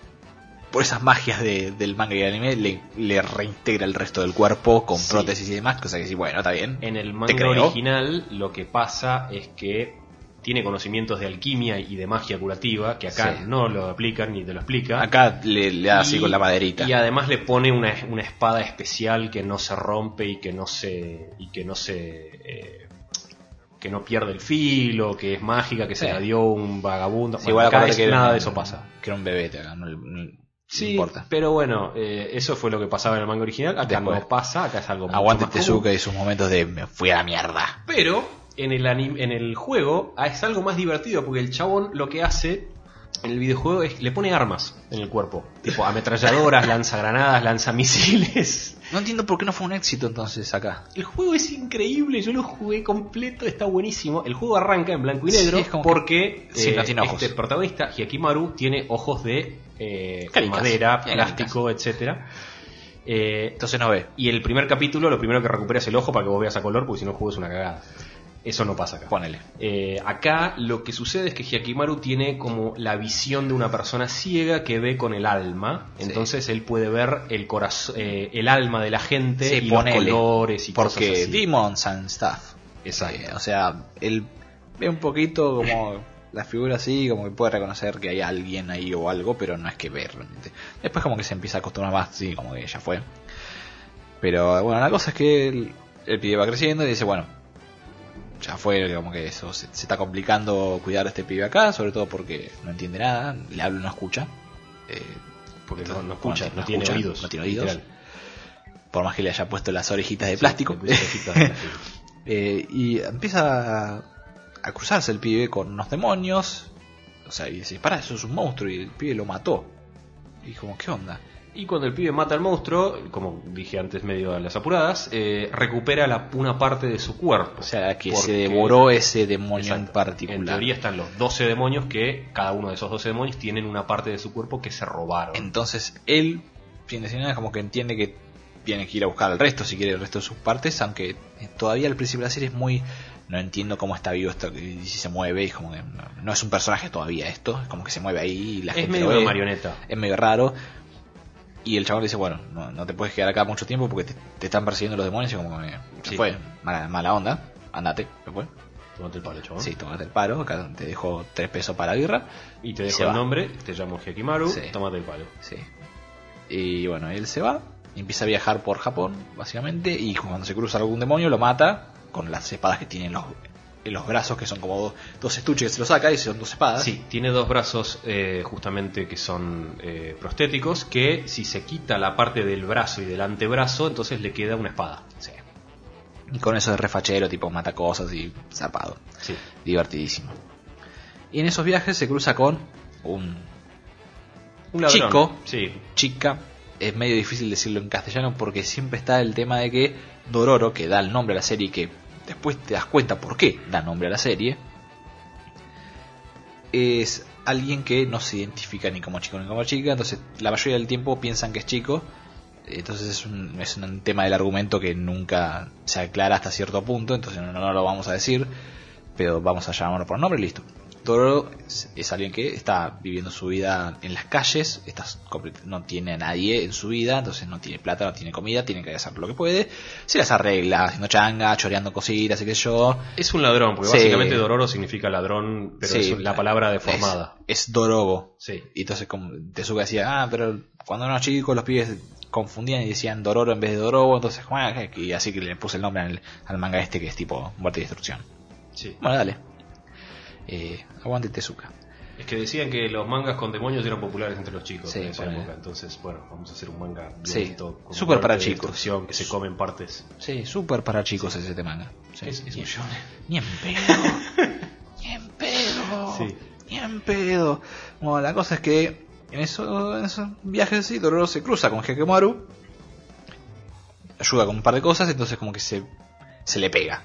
Speaker 2: por esas magias de- del manga y del anime le, le reintegra el resto del cuerpo con
Speaker 1: Sí.
Speaker 2: prótesis y demás. Cosa que sí, bueno, está bien.
Speaker 1: En el
Speaker 2: Te
Speaker 1: manga
Speaker 2: creo.
Speaker 1: original lo que pasa es que tiene conocimientos de alquimia y de magia curativa que acá
Speaker 2: Sí.
Speaker 1: no lo aplican ni te lo explica.
Speaker 2: Acá le, le da así
Speaker 1: Y-
Speaker 2: con la maderita.
Speaker 1: Y además le pone una, una espada especial que no se rompe y que no se. y que no se. eh, que no pierde el filo, que es mágica, que se
Speaker 2: Sí.
Speaker 1: la dio un vagabundo.
Speaker 2: Sí,
Speaker 1: Bueno,
Speaker 2: igual
Speaker 1: acá
Speaker 2: acuérdate
Speaker 1: es-
Speaker 2: que era
Speaker 1: nada
Speaker 2: un-
Speaker 1: de eso pasa.
Speaker 2: Que era un bebé, te haga, no, le- no le
Speaker 1: Sí,
Speaker 2: importa.
Speaker 1: pero bueno, eh, eso fue lo que pasaba en el manga original. Acá
Speaker 2: Después.
Speaker 1: no pasa, acá es algo mucho
Speaker 2: Aguante este
Speaker 1: más común.
Speaker 2: Tezuka y sus momentos de me fui a la mierda.
Speaker 1: Pero en el, anim- en el juego ah, es algo más divertido porque el chabón lo que hace en el videojuego es le pone armas en el cuerpo. Tipo ametralladoras, lanzagranadas, lanzamisiles.
Speaker 2: No entiendo por qué no fue un éxito entonces acá.
Speaker 1: El juego es increíble, yo lo jugué completo, está buenísimo. El juego arranca en blanco y
Speaker 2: Sí,
Speaker 1: negro
Speaker 2: es como
Speaker 1: porque
Speaker 2: que- sí, no tiene ojos.
Speaker 1: este protagonista, Hyakimaru, tiene ojos de eh,
Speaker 2: Caricas.
Speaker 1: madera,
Speaker 2: Tiene caricas.
Speaker 1: plástico, etcétera Eh,
Speaker 2: Entonces no ve.
Speaker 1: y el primer capítulo, lo primero que recupera es el ojo para que vos veas a color, porque si no, el juego es una cagada. Eso no pasa acá.
Speaker 2: Ponele.
Speaker 1: Eh, acá lo que sucede es que Hyakimaru tiene como la visión de una persona ciega que ve con el alma.
Speaker 2: Sí.
Speaker 1: Entonces él puede ver el corazón, el alma de la gente
Speaker 2: Sí,
Speaker 1: y los
Speaker 2: ponele.
Speaker 1: colores y cosas
Speaker 2: Porque
Speaker 1: así.
Speaker 2: Demons and Stuff.
Speaker 1: Exacto.
Speaker 2: Eh, o sea, él ve un poquito como la figura así, como que puede reconocer que hay alguien ahí o algo, pero no es que ver realmente. Después como que se empieza a acostumbrar más, sí, como que ya fue. Pero bueno, la cosa es que el, el pibe va creciendo y dice, bueno, ya fue, como que eso se, se está complicando cuidar a este pibe acá, sobre todo porque no entiende nada, le hablo y no escucha. Eh,
Speaker 1: Porque no,
Speaker 2: Entonces,
Speaker 1: no escucha,
Speaker 2: no
Speaker 1: no tiene
Speaker 2: escucha,
Speaker 1: oídos.
Speaker 2: no tiene oídos.
Speaker 1: literal.
Speaker 2: por más que le haya puesto las orejitas de
Speaker 1: Sí,
Speaker 2: plástico.
Speaker 1: le puse orejitas de plástico.
Speaker 2: Eh, y empieza a, a cruzarse el pibe con unos demonios. O sea, y decís, pará, eso es un monstruo. Y el pibe lo mató. Y como, ¿qué onda?
Speaker 1: Y cuando el pibe mata al monstruo, como dije antes, medio a las apuradas, eh, recupera la, una parte de su cuerpo.
Speaker 2: O sea, que se
Speaker 1: Porque-
Speaker 2: devoró ese demonio en
Speaker 1: Exacto.
Speaker 2: particular.
Speaker 1: En teoría están los 12 demonios que cada uno de esos 12 demonios tienen una parte de su cuerpo que se robaron.
Speaker 2: Entonces él, sin decir nada, como que entiende que tiene que ir a buscar al resto, si quiere el resto de sus partes, aunque eh, todavía al principio de la serie es muy... No entiendo cómo está vivo esto, y si se mueve, y es como que no, no es un personaje todavía esto, es como que se mueve ahí y la
Speaker 1: es
Speaker 2: gente
Speaker 1: medio
Speaker 2: lo ve.
Speaker 1: una marioneta.
Speaker 2: es medio raro. Y el chabón le dice, bueno, no, no te puedes quedar acá mucho tiempo porque te, te están persiguiendo los demonios y como que se
Speaker 1: Sí.
Speaker 2: fue, mala, mala onda, andate, se fue.
Speaker 1: Tomate el palo, chabón.
Speaker 2: Sí, tomate el paro, acá te dejo tres pesos para la birra.
Speaker 1: Y te
Speaker 2: Y
Speaker 1: dejo
Speaker 2: se
Speaker 1: el
Speaker 2: va.
Speaker 1: nombre, te llamo Hekimaru,
Speaker 2: Sí.
Speaker 1: tomate el palo.
Speaker 2: Sí. Y bueno, él se va, y empieza a viajar por Japón, básicamente, y cuando se cruza algún demonio lo mata con las espadas que tiene en los, en los brazos, que son como dos, dos estuches que se lo saca y son dos espadas.
Speaker 1: Sí, tiene dos brazos eh, justamente que son eh, prostéticos, que si se quita la parte del brazo y del antebrazo, entonces le queda una espada.
Speaker 2: Sí. Y con eso es refachero, tipo mata cosas y zapado.
Speaker 1: Sí.
Speaker 2: divertidísimo. Y en esos viajes se cruza con un
Speaker 1: Un ladrón.
Speaker 2: Chico.
Speaker 1: Sí.
Speaker 2: chica. Es medio difícil decirlo en castellano porque siempre está el tema de que Dororo, que da el nombre a la serie y que después te das cuenta por qué da nombre a la serie, es alguien que no se identifica ni como chico ni como chica, entonces la mayoría del tiempo piensan que es chico, entonces es un, es un tema del argumento que nunca se aclara hasta cierto punto, entonces no, no lo vamos a decir, pero vamos a llamarlo por nombre y listo. Dororo es, es alguien que está viviendo su vida en las calles, está comple- no tiene a nadie en su vida, entonces no tiene plata, no tiene comida, tiene que hacer lo que puede, se las arregla, haciendo changa, choreando cositas y qué sé yo,
Speaker 1: Es un ladrón, porque
Speaker 2: Sí.
Speaker 1: básicamente Dororo significa ladrón, pero
Speaker 2: Sí,
Speaker 1: es la palabra deformada.
Speaker 2: Es, es Dorogo.
Speaker 1: Sí.
Speaker 2: Y entonces como Tezuka decía, ah, pero cuando eran chicos los pibes confundían y decían Dororo en vez de Dorobo, entonces, como, ah, que- y así que le puse el nombre al, al manga este que es tipo muerte y destrucción.
Speaker 1: Sí.
Speaker 2: Bueno, dale. Eh, aguante Tezuka.
Speaker 1: Es que decían que los mangas con demonios eran populares entre los chicos
Speaker 2: Sí,
Speaker 1: en esa
Speaker 2: ponele.
Speaker 1: época. Entonces, bueno, vamos a hacer un manga
Speaker 2: Sí.
Speaker 1: violento, con
Speaker 2: Súper para
Speaker 1: muerte,
Speaker 2: chicos.
Speaker 1: destrucción, que se comen partes.
Speaker 2: Sí, súper para chicos ese este manga. Sí,
Speaker 1: Es- es
Speaker 2: ni,
Speaker 1: un shonen.
Speaker 2: ni en pedo. ni en pedo.
Speaker 1: Sí.
Speaker 2: Ni en pedo. Bueno, la cosa es que en, eso, en esos viajes sí, Dororo se cruza con Hekemoru. Ayuda con un par de cosas, entonces como que se, se le pega.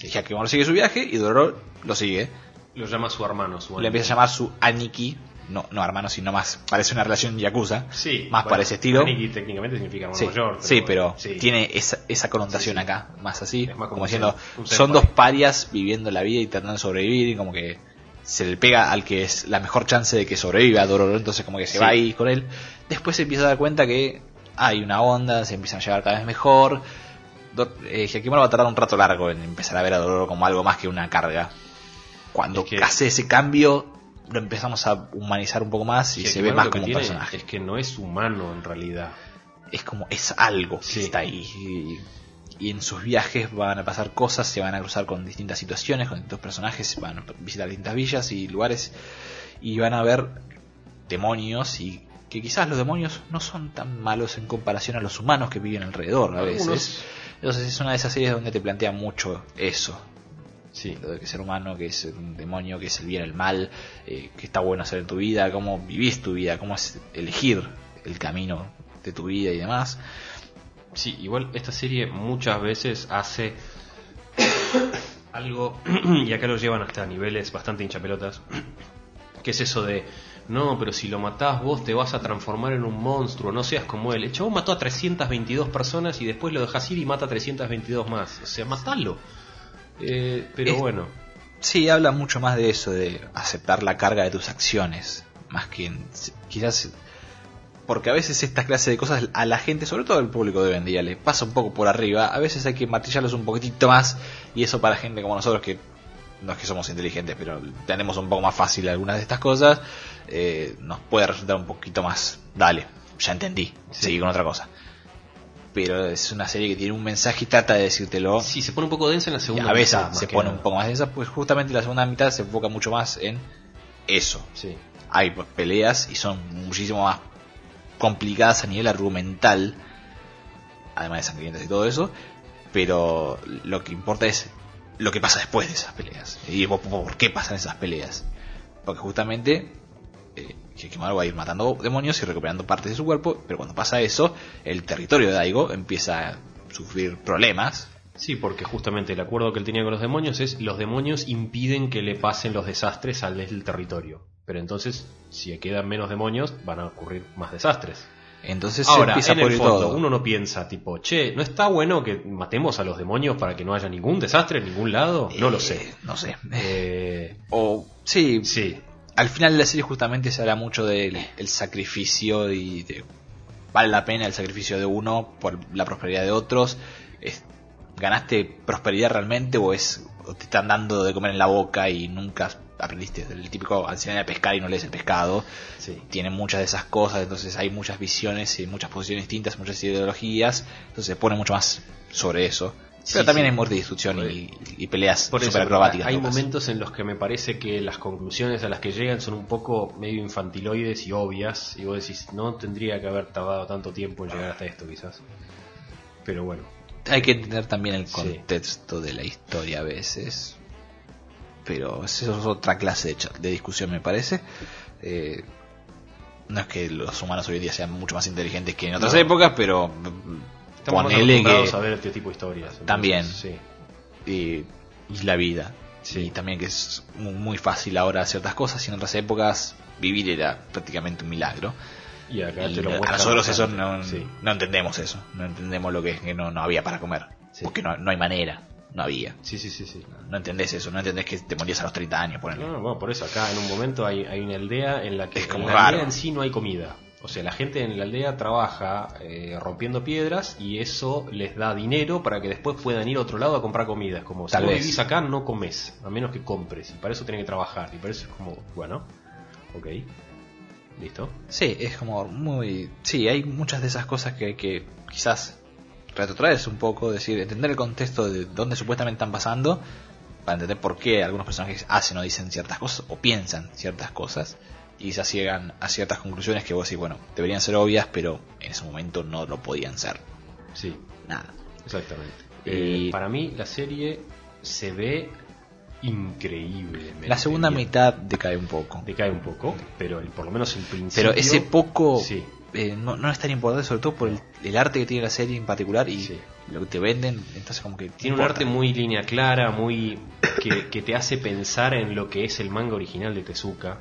Speaker 2: Hekemoru sigue su viaje y Dororo lo sigue.
Speaker 1: Lo llama su hermano, su
Speaker 2: Le
Speaker 1: amigo.
Speaker 2: empieza a llamar su Aniki. No, no hermano, sino más. Parece una relación yakuza.
Speaker 1: Sí,
Speaker 2: Más
Speaker 1: bueno,
Speaker 2: para ese estilo.
Speaker 1: Aniki técnicamente significa hermano
Speaker 2: Sí,
Speaker 1: mayor.
Speaker 2: sí, pero
Speaker 1: sí.
Speaker 2: tiene esa, esa connotación
Speaker 1: Sí, sí.
Speaker 2: acá, más así,
Speaker 1: Es más
Speaker 2: como,
Speaker 1: como un
Speaker 2: diciendo,
Speaker 1: sen- un
Speaker 2: son
Speaker 1: senpai.
Speaker 2: dos parias viviendo la vida y tratando de sobrevivir y como que se le pega al que es la mejor chance de que sobreviva Dororo, entonces como que
Speaker 1: Sí.
Speaker 2: se va ahí con él. Después se empieza a dar cuenta que hay una onda, se empiezan a llevar cada vez mejor. Do- eh, Hyakimoto va a tardar un rato largo en empezar a ver a Dororo como algo más que una carga. Cuando
Speaker 1: Es que-
Speaker 2: hace ese cambio, lo empezamos a humanizar un poco más y
Speaker 1: Sí,
Speaker 2: se
Speaker 1: el
Speaker 2: ve
Speaker 1: hermano
Speaker 2: más
Speaker 1: lo que
Speaker 2: como un
Speaker 1: tiene
Speaker 2: personaje
Speaker 1: Es que no es humano en realidad.
Speaker 2: es como es algo que
Speaker 1: Sí.
Speaker 2: está ahí y, y en sus viajes van a pasar cosas se van a cruzar con distintas situaciones con distintos personajes van a visitar distintas villas y lugares y van a ver demonios y que quizás los demonios no son tan malos en comparación a los humanos que viven alrededor a veces
Speaker 1: Algunos-
Speaker 2: entonces es una de esas series donde te plantea mucho eso
Speaker 1: Sí.
Speaker 2: lo de que ser humano, que es un demonio, que es el bien, el mal, eh, que está bueno hacer en tu vida, cómo vivís tu vida, cómo es elegir el camino de tu vida y demás.
Speaker 1: Sí, igual esta serie muchas veces hace algo, y acá lo llevan hasta niveles bastante hinchapelotas, que es eso de, no, pero si lo matás vos te vas a transformar en un monstruo, no seas como él. El chabón mató a 322 personas y después lo dejas ir y mata a 322 más. O sea, matalo. Eh, pero
Speaker 2: Es-
Speaker 1: bueno,
Speaker 2: Sí, habla mucho más de eso, de aceptar la carga de tus acciones, más que en- quizás... Porque a veces esta clase de cosas a la gente, sobre todo al público de hoy en día, le pasa un poco por arriba. A veces hay que martillarlos un poquitito más. Y eso para gente como nosotros que no es que somos inteligentes, pero tenemos un poco más fácil algunas de estas cosas, eh, nos puede resultar un poquito más, dale, ya entendí, seguí con otra cosa. Pero es una serie que tiene un mensaje y trata de decírtelo.
Speaker 1: sí, se pone un poco densa en la
Speaker 2: Y
Speaker 1: segunda
Speaker 2: a veces
Speaker 1: mitad, más
Speaker 2: se
Speaker 1: que
Speaker 2: pone
Speaker 1: nada.
Speaker 2: un poco más densa, pues justamente la segunda mitad se enfoca mucho más en eso.
Speaker 1: Sí.
Speaker 2: Hay pues, peleas y son muchísimo más complicadas a nivel argumental, además de sangrientas y todo eso, pero lo que importa es lo que pasa después de esas peleas y vos- por qué pasan esas peleas. Porque justamente eh, Hikimaru va a ir matando demonios y recuperando partes de su cuerpo, pero cuando pasa eso, el territorio de Daigo empieza a sufrir problemas
Speaker 1: Sí, porque justamente el acuerdo que él tenía con los demonios es los demonios impiden que le pasen los desastres al del territorio. Pero entonces, si quedan menos demonios, van a ocurrir más desastres.
Speaker 2: Entonces
Speaker 1: Ahora,
Speaker 2: se empieza
Speaker 1: en
Speaker 2: a
Speaker 1: el
Speaker 2: poner
Speaker 1: fondo,
Speaker 2: todo.
Speaker 1: uno no piensa tipo, che, ¿no está bueno que matemos a los demonios para que no haya ningún desastre en ningún lado? No lo
Speaker 2: Eh,
Speaker 1: sé.
Speaker 2: no sé.
Speaker 1: Eh,
Speaker 2: O sí,
Speaker 1: sí,
Speaker 2: al final de la serie justamente se habla mucho del el sacrificio y de vale la pena el sacrificio de uno por la prosperidad de otros. Es- ¿Ganaste prosperidad realmente o es o te están dando de comer en la boca y nunca aprendiste el típico anciano de pescar y no lees el pescado?
Speaker 1: sí.
Speaker 2: tiene muchas de esas cosas, entonces hay muchas visiones y muchas posiciones distintas, muchas ideologías, entonces se pone mucho más sobre eso.
Speaker 1: Sí,
Speaker 2: Pero también
Speaker 1: sí.
Speaker 2: hay muerte y destrucción y, y peleas
Speaker 1: Por eso,
Speaker 2: super acrobáticas.
Speaker 1: hay momentos en los que me parece que las conclusiones a las que llegan son un poco medio infantiloides y obvias. Y vos decís, no tendría que haber tardado tanto tiempo en llegar hasta esto, quizás. Pero bueno,
Speaker 2: Hay que entender también el
Speaker 1: Sí.
Speaker 2: contexto de la historia a veces. pero eso es otra clase de, cha- de discusión, me parece. Eh, no es que los humanos hoy en día sean mucho más inteligentes que en otras
Speaker 1: No.
Speaker 2: épocas, pero
Speaker 1: Estamos más
Speaker 2: ponele
Speaker 1: acostumbrados
Speaker 2: que.
Speaker 1: a ver este tipo de historias. entonces,
Speaker 2: También.
Speaker 1: Sí.
Speaker 2: eh, y la vida.
Speaker 1: Sí.
Speaker 2: Y también que es mu- muy fácil ahora ciertas cosas y en otras épocas vivir era prácticamente un milagro.
Speaker 1: Y acá
Speaker 2: Y
Speaker 1: te lo
Speaker 2: a
Speaker 1: muestran
Speaker 2: nosotros eso
Speaker 1: bastante.
Speaker 2: no,
Speaker 1: Sí.
Speaker 2: no entendemos eso. No entendemos lo que es que no, no había para comer.
Speaker 1: Sí.
Speaker 2: Porque no, no hay manera. No había.
Speaker 1: sí, sí, sí. sí.
Speaker 2: No entendés eso. No entendés que te morías a los 30 años, ponele.
Speaker 1: No, bueno, por eso acá en un momento hay, hay una aldea en la que
Speaker 2: Es como
Speaker 1: en la
Speaker 2: raro.
Speaker 1: aldea en sí no hay comida. O sea, la gente en la aldea trabaja eh, rompiendo piedras y eso les da dinero para que después puedan ir a otro lado a comprar comida. Es como,
Speaker 2: Tal
Speaker 1: si vos
Speaker 2: vez.
Speaker 1: vivís acá no comes, a menos que compres. Y para eso tienen que trabajar. Y para eso es como, bueno, ok, listo.
Speaker 2: Sí, es como muy... Sí, hay muchas de esas cosas que, que quizás retrotraerse un poco, decir, entender el contexto de dónde supuestamente están pasando, para entender por qué algunos personajes hacen o dicen ciertas cosas, o piensan ciertas cosas, y quizás llegan a ciertas conclusiones que vos decís, bueno, deberían ser obvias, pero en ese momento no lo podían ser.
Speaker 1: Sí,
Speaker 2: Nada.
Speaker 1: exactamente. Eh,
Speaker 2: Y-
Speaker 1: para mí la serie se ve increíble.
Speaker 2: La segunda mitad decae un poco.
Speaker 1: Decae un poco, pero el- por lo menos el principio...
Speaker 2: Pero ese poco
Speaker 1: Sí.
Speaker 2: eh, no, no es tan importante, sobre todo por el, el arte que tiene la serie en particular y
Speaker 1: Sí.
Speaker 2: lo que te venden. Entonces, como que.
Speaker 1: Tiene un
Speaker 2: importa.
Speaker 1: arte muy línea clara, muy que, que te hace pensar en lo que es el manga original de Tezuka.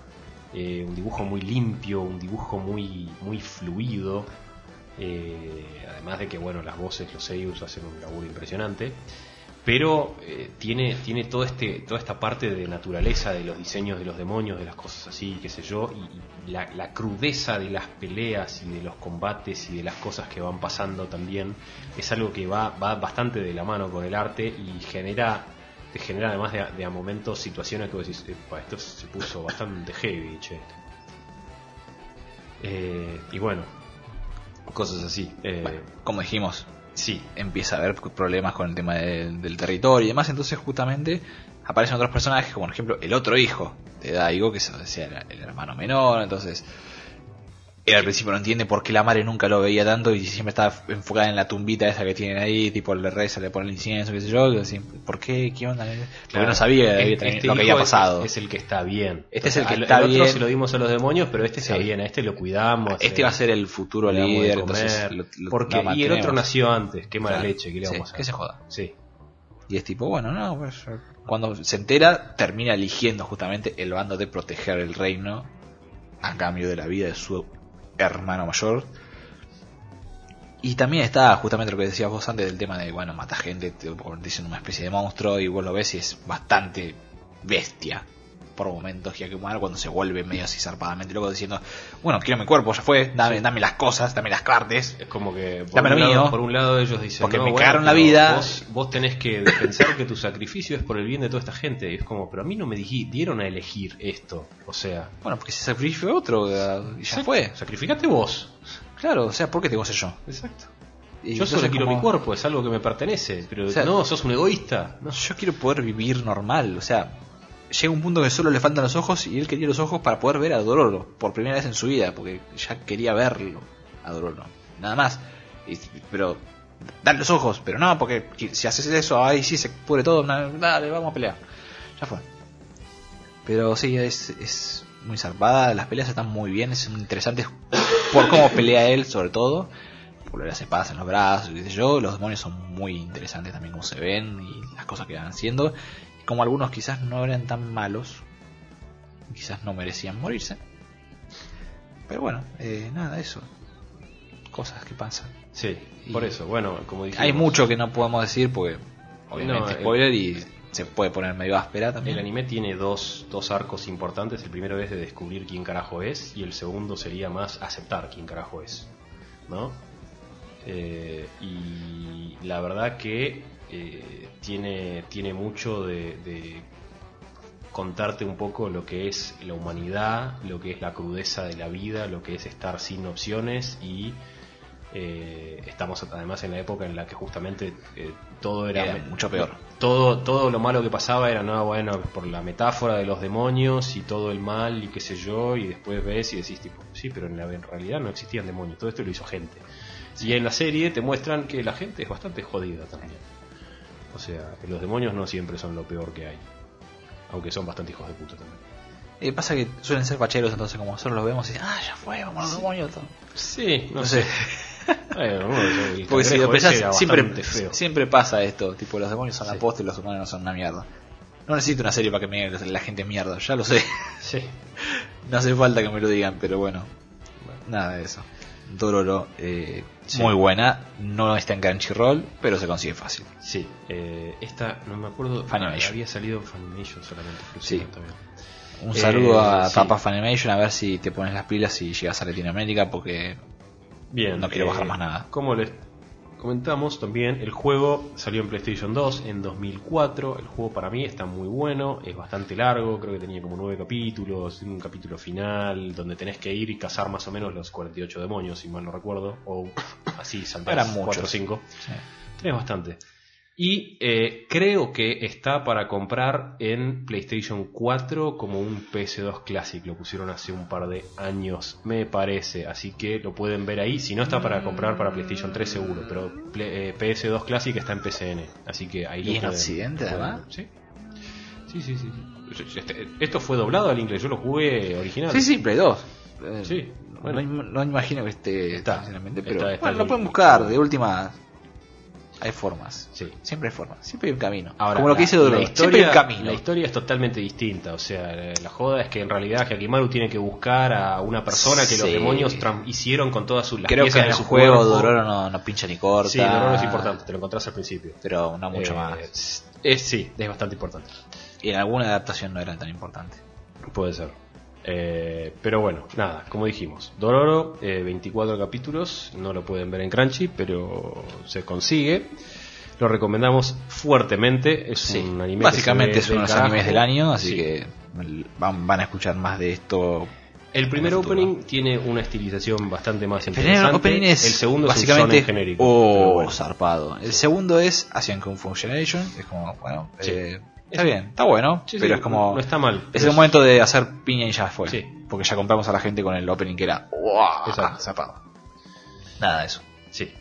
Speaker 1: Eh, un dibujo muy limpio, un dibujo muy, muy fluido. Eh, además de que bueno, las voces, los seiyus hacen un laburo impresionante. Pero eh, tiene, tiene todo este, toda esta parte de naturaleza, de los diseños de los demonios, de las cosas así, qué sé yo, y, y la, la crudeza de las peleas y de los combates y de las cosas que van pasando también, es algo que va, va bastante de la mano con el arte y genera, te genera además de, a- de a momentos situaciones que vos decís, "Epa, esto se puso bastante heavy, che. Eh, y bueno, cosas así. eh,
Speaker 2: Bueno, como dijimos,
Speaker 1: sí,
Speaker 2: empieza a haber problemas con el tema de- del territorio y demás. Entonces, justamente aparecen otros personajes, como por ejemplo el otro hijo de Daigo, que se decía era el hermano menor. Entonces, él al principio no entiende por qué la madre nunca lo veía tanto y siempre estaba enfocada en la tumbita esa que tienen ahí, tipo le reza, le pone el incienso, qué sé yo. y así, ¿Por qué? ¿Qué onda? Porque no sabía
Speaker 1: Claro.
Speaker 2: que había
Speaker 1: Este
Speaker 2: tenido- lo que
Speaker 1: hijo
Speaker 2: había
Speaker 1: es-
Speaker 2: pasado.
Speaker 1: Es, el que está bien.
Speaker 2: Este es el que
Speaker 1: Al-
Speaker 2: está
Speaker 1: otro
Speaker 2: bien.
Speaker 1: se lo dimos a los demonios, pero este está
Speaker 2: Sí.
Speaker 1: bien. A este lo cuidamos.
Speaker 2: este
Speaker 1: eh,
Speaker 2: va a ser el futuro
Speaker 1: le damos de
Speaker 2: líder,
Speaker 1: comer,
Speaker 2: entonces lo- lo-
Speaker 1: porque,
Speaker 2: lo
Speaker 1: y el otro
Speaker 2: mantenemos.
Speaker 1: nació antes. Qué mala
Speaker 2: Claro.
Speaker 1: leche, ¿qué le
Speaker 2: Sí,
Speaker 1: vamos a hacer?
Speaker 2: que se joda.
Speaker 1: Sí.
Speaker 2: Y es tipo, bueno, no, pues, eh, cuando se entera, termina eligiendo justamente el bando de proteger el reino a cambio de la vida de su hermano mayor. Y también está justamente lo que decías vos antes del tema de, bueno, mata gente, te convertís en una especie de monstruo y vos lo ves y es bastante bestia por momentos Giacomo cuando se vuelve medio así zarpadamente loco diciendo, bueno, quiero mi cuerpo, ya fue, dame, dame las cosas, dame las partes.
Speaker 1: Es como que por
Speaker 2: Dame
Speaker 1: un,
Speaker 2: lo mío.
Speaker 1: lado, por un lado ellos dicen
Speaker 2: Porque
Speaker 1: "No,
Speaker 2: me
Speaker 1: bueno,
Speaker 2: cagaron la
Speaker 1: pero
Speaker 2: vida".
Speaker 1: Vos, vos tenés que pensar que tu sacrificio es por el bien de toda esta gente. Y es como, pero a mí no me dij- dieron a elegir esto. O sea,
Speaker 2: Bueno, porque se sacrificó otro, eh, y ya
Speaker 1: exacto,
Speaker 2: fue.
Speaker 1: Sacrificate vos.
Speaker 2: Claro, o sea, ¿por qué tengo que ser yo?
Speaker 1: Exacto.
Speaker 2: Y
Speaker 1: Yo
Speaker 2: entonces
Speaker 1: solo quiero
Speaker 2: como,
Speaker 1: mi cuerpo, es algo que me pertenece. Pero
Speaker 2: O sea,
Speaker 1: no, sos un egoísta. No.
Speaker 2: Yo quiero poder vivir normal, o sea, llega un punto que solo le faltan los ojos y él quería los ojos para poder ver a Dororo por primera vez en su vida, porque ya quería verlo a Dororo, nada más. Y- pero dan los ojos, pero no, porque qui- si haces eso, ahí sí se pudre todo, na- dale, vamos a pelear. Ya fue. Pero sí, es, es muy zarpada, las peleas están muy bien, es muy interesante por cómo pelea él sobre todo, por las espadas en los brazos, y qué sé yo, los demonios son muy interesantes también como se ven y las cosas que van haciendo, y como algunos quizás no eran tan malos, quizás no merecían morirse. Pero bueno, eh, nada, eso. Cosas que pasan.
Speaker 1: Sí, por eso. Bueno, como dijimos,
Speaker 2: Hay mucho que no podemos decir porque obviamente
Speaker 1: No,
Speaker 2: spoiler y se puede poner medio áspera también.
Speaker 1: El anime tiene dos, dos arcos importantes. El primero es de descubrir quién carajo es y el segundo sería más aceptar quién carajo es. ¿No? Eh, y la verdad que eh, tiene, tiene mucho de, de contarte un poco lo que es la humanidad, lo que es la crudeza de la vida, lo que es estar sin opciones y... eh, estamos además en la época en la que justamente eh, todo era,
Speaker 2: Era mucho peor.
Speaker 1: todo, todo lo malo que pasaba era, no, bueno, por la metáfora de los demonios y todo el mal y qué sé yo, y después ves y decís, tipo, sí, pero en la en realidad no existían demonios, todo esto lo hizo gente. Y en la serie te muestran que la gente es bastante jodida también. O sea, que los demonios no siempre son lo peor que hay. Aunque son bastante hijos de puta también.
Speaker 2: Eh, pasa que suelen ser facheros, entonces como solo los vemos y dicen, ah, ya fue, vamos a los demonios. todo.
Speaker 1: Sí, no,
Speaker 2: No
Speaker 1: sé.
Speaker 2: sé.
Speaker 1: Bueno, bueno, el
Speaker 2: Porque si lo
Speaker 1: cangrejo ese
Speaker 2: pensás,
Speaker 1: era bastante
Speaker 2: siempre,
Speaker 1: feo.
Speaker 2: siempre pasa esto. Tipo, los demonios son
Speaker 1: Sí.
Speaker 2: apóstoles, los humanos no son una mierda. No necesito una serie para que me digan la gente mierda, ya lo sé.
Speaker 1: Sí.
Speaker 2: No hace falta que me lo digan, pero bueno. Nada de eso. Dororo, eh,
Speaker 1: Sí.
Speaker 2: muy buena. No está en Crunchyroll, pero se consigue fácil.
Speaker 1: Sí, eh, esta no me acuerdo.
Speaker 2: Funimation.
Speaker 1: Había salido en Funimation solamente.
Speaker 2: Sí.
Speaker 1: exclusiva también.
Speaker 2: Un
Speaker 1: Eh,
Speaker 2: saludo a
Speaker 1: sí.
Speaker 2: Papa Funimation, a ver si te pones las pilas y llegas a Latinoamérica, porque
Speaker 1: Bien. eh,
Speaker 2: No quiero bajar más nada.
Speaker 1: Como les comentamos también, el juego salió en PlayStation 2 en 2004. El juego para mí está muy bueno, es bastante largo, creo que tenía como nueve capítulos, un capítulo final donde tenés que ir y cazar más o menos los 48 demonios, si mal no recuerdo, o así, saltar
Speaker 2: Eran muchos.
Speaker 1: 4 o 5.
Speaker 2: sí,
Speaker 1: Tenés bastante. Y eh, creo que está para comprar en PlayStation 4 como un PS2 Classic. Lo pusieron hace un par de años, me parece. Así que lo pueden ver ahí. Si no está para comprar para PlayStation 3 seguro, pero Play- eh, PS2 Classic está en PCN. Así que ahí
Speaker 2: ¿Y
Speaker 1: lo
Speaker 2: en
Speaker 1: pueden-
Speaker 2: Occidente,
Speaker 1: lo pueden-
Speaker 2: además?
Speaker 1: Sí. Sí, sí, sí. sí. Yo- yo- este- esto fue doblado al inglés. Yo lo jugué original.
Speaker 2: sí, sí, Play 2. Eh,
Speaker 1: Sí, bueno.
Speaker 2: no, im- no imagino que esté,
Speaker 1: Está,
Speaker 2: sinceramente,
Speaker 1: está,
Speaker 2: pero
Speaker 1: está
Speaker 2: bueno, lo
Speaker 1: el-
Speaker 2: pueden buscar. De última, hay formas.
Speaker 1: Sí.
Speaker 2: Siempre hay formas, siempre hay un camino.
Speaker 1: Ahora,
Speaker 2: Como lo que
Speaker 1: la-
Speaker 2: dice Dororo,
Speaker 1: la
Speaker 2: siempre
Speaker 1: historia,
Speaker 2: hay un
Speaker 1: la
Speaker 2: camino.
Speaker 1: historia es totalmente distinta. O sea, la, la joda es que en realidad Hakimaru tiene que buscar a una persona que los
Speaker 2: Sí.
Speaker 1: demonios tram- hicieron con todas sus las
Speaker 2: Creo que
Speaker 1: piezas
Speaker 2: en
Speaker 1: de
Speaker 2: el
Speaker 1: su
Speaker 2: juego
Speaker 1: cuerpo.
Speaker 2: Dororo no, no pincha ni corta.
Speaker 1: Sí, Dororo es importante, te lo encontrás al principio.
Speaker 2: Pero no Ah, mucho
Speaker 1: Eh,
Speaker 2: más.
Speaker 1: Es, sí, es bastante importante.
Speaker 2: Y en alguna adaptación no era tan importante.
Speaker 1: Puede ser. Eh, pero bueno, nada, como dijimos, Dororo, eh, 24 capítulos, no lo pueden ver en Crunchy, pero se consigue. Lo recomendamos fuertemente, es
Speaker 2: Sí,
Speaker 1: un anime que
Speaker 2: básicamente
Speaker 1: se ve
Speaker 2: es uno de los
Speaker 1: carajo.
Speaker 2: animes del año, así
Speaker 1: Sí.
Speaker 2: que van, van a escuchar más de esto.
Speaker 1: El primer
Speaker 2: en el futuro.
Speaker 1: opening tiene una estilización bastante más
Speaker 2: El
Speaker 1: interesante.
Speaker 2: primer opening es
Speaker 1: el segundo
Speaker 2: básicamente
Speaker 1: es un shonen genérico.
Speaker 2: oh,
Speaker 1: pero bueno.
Speaker 2: zarpado. El segundo es Asian Kung Fu Generation, es como bueno,
Speaker 1: Sí.
Speaker 2: eh, está bien, está bueno,
Speaker 1: Sí, sí,
Speaker 2: pero es como
Speaker 1: no está mal.
Speaker 2: es
Speaker 1: pero
Speaker 2: el momento de hacer piña y ya fue,
Speaker 1: Sí.
Speaker 2: porque ya compramos a la gente con el opening que era wow,
Speaker 1: Exacto.
Speaker 2: zarpado. Nada de eso.
Speaker 1: Sí.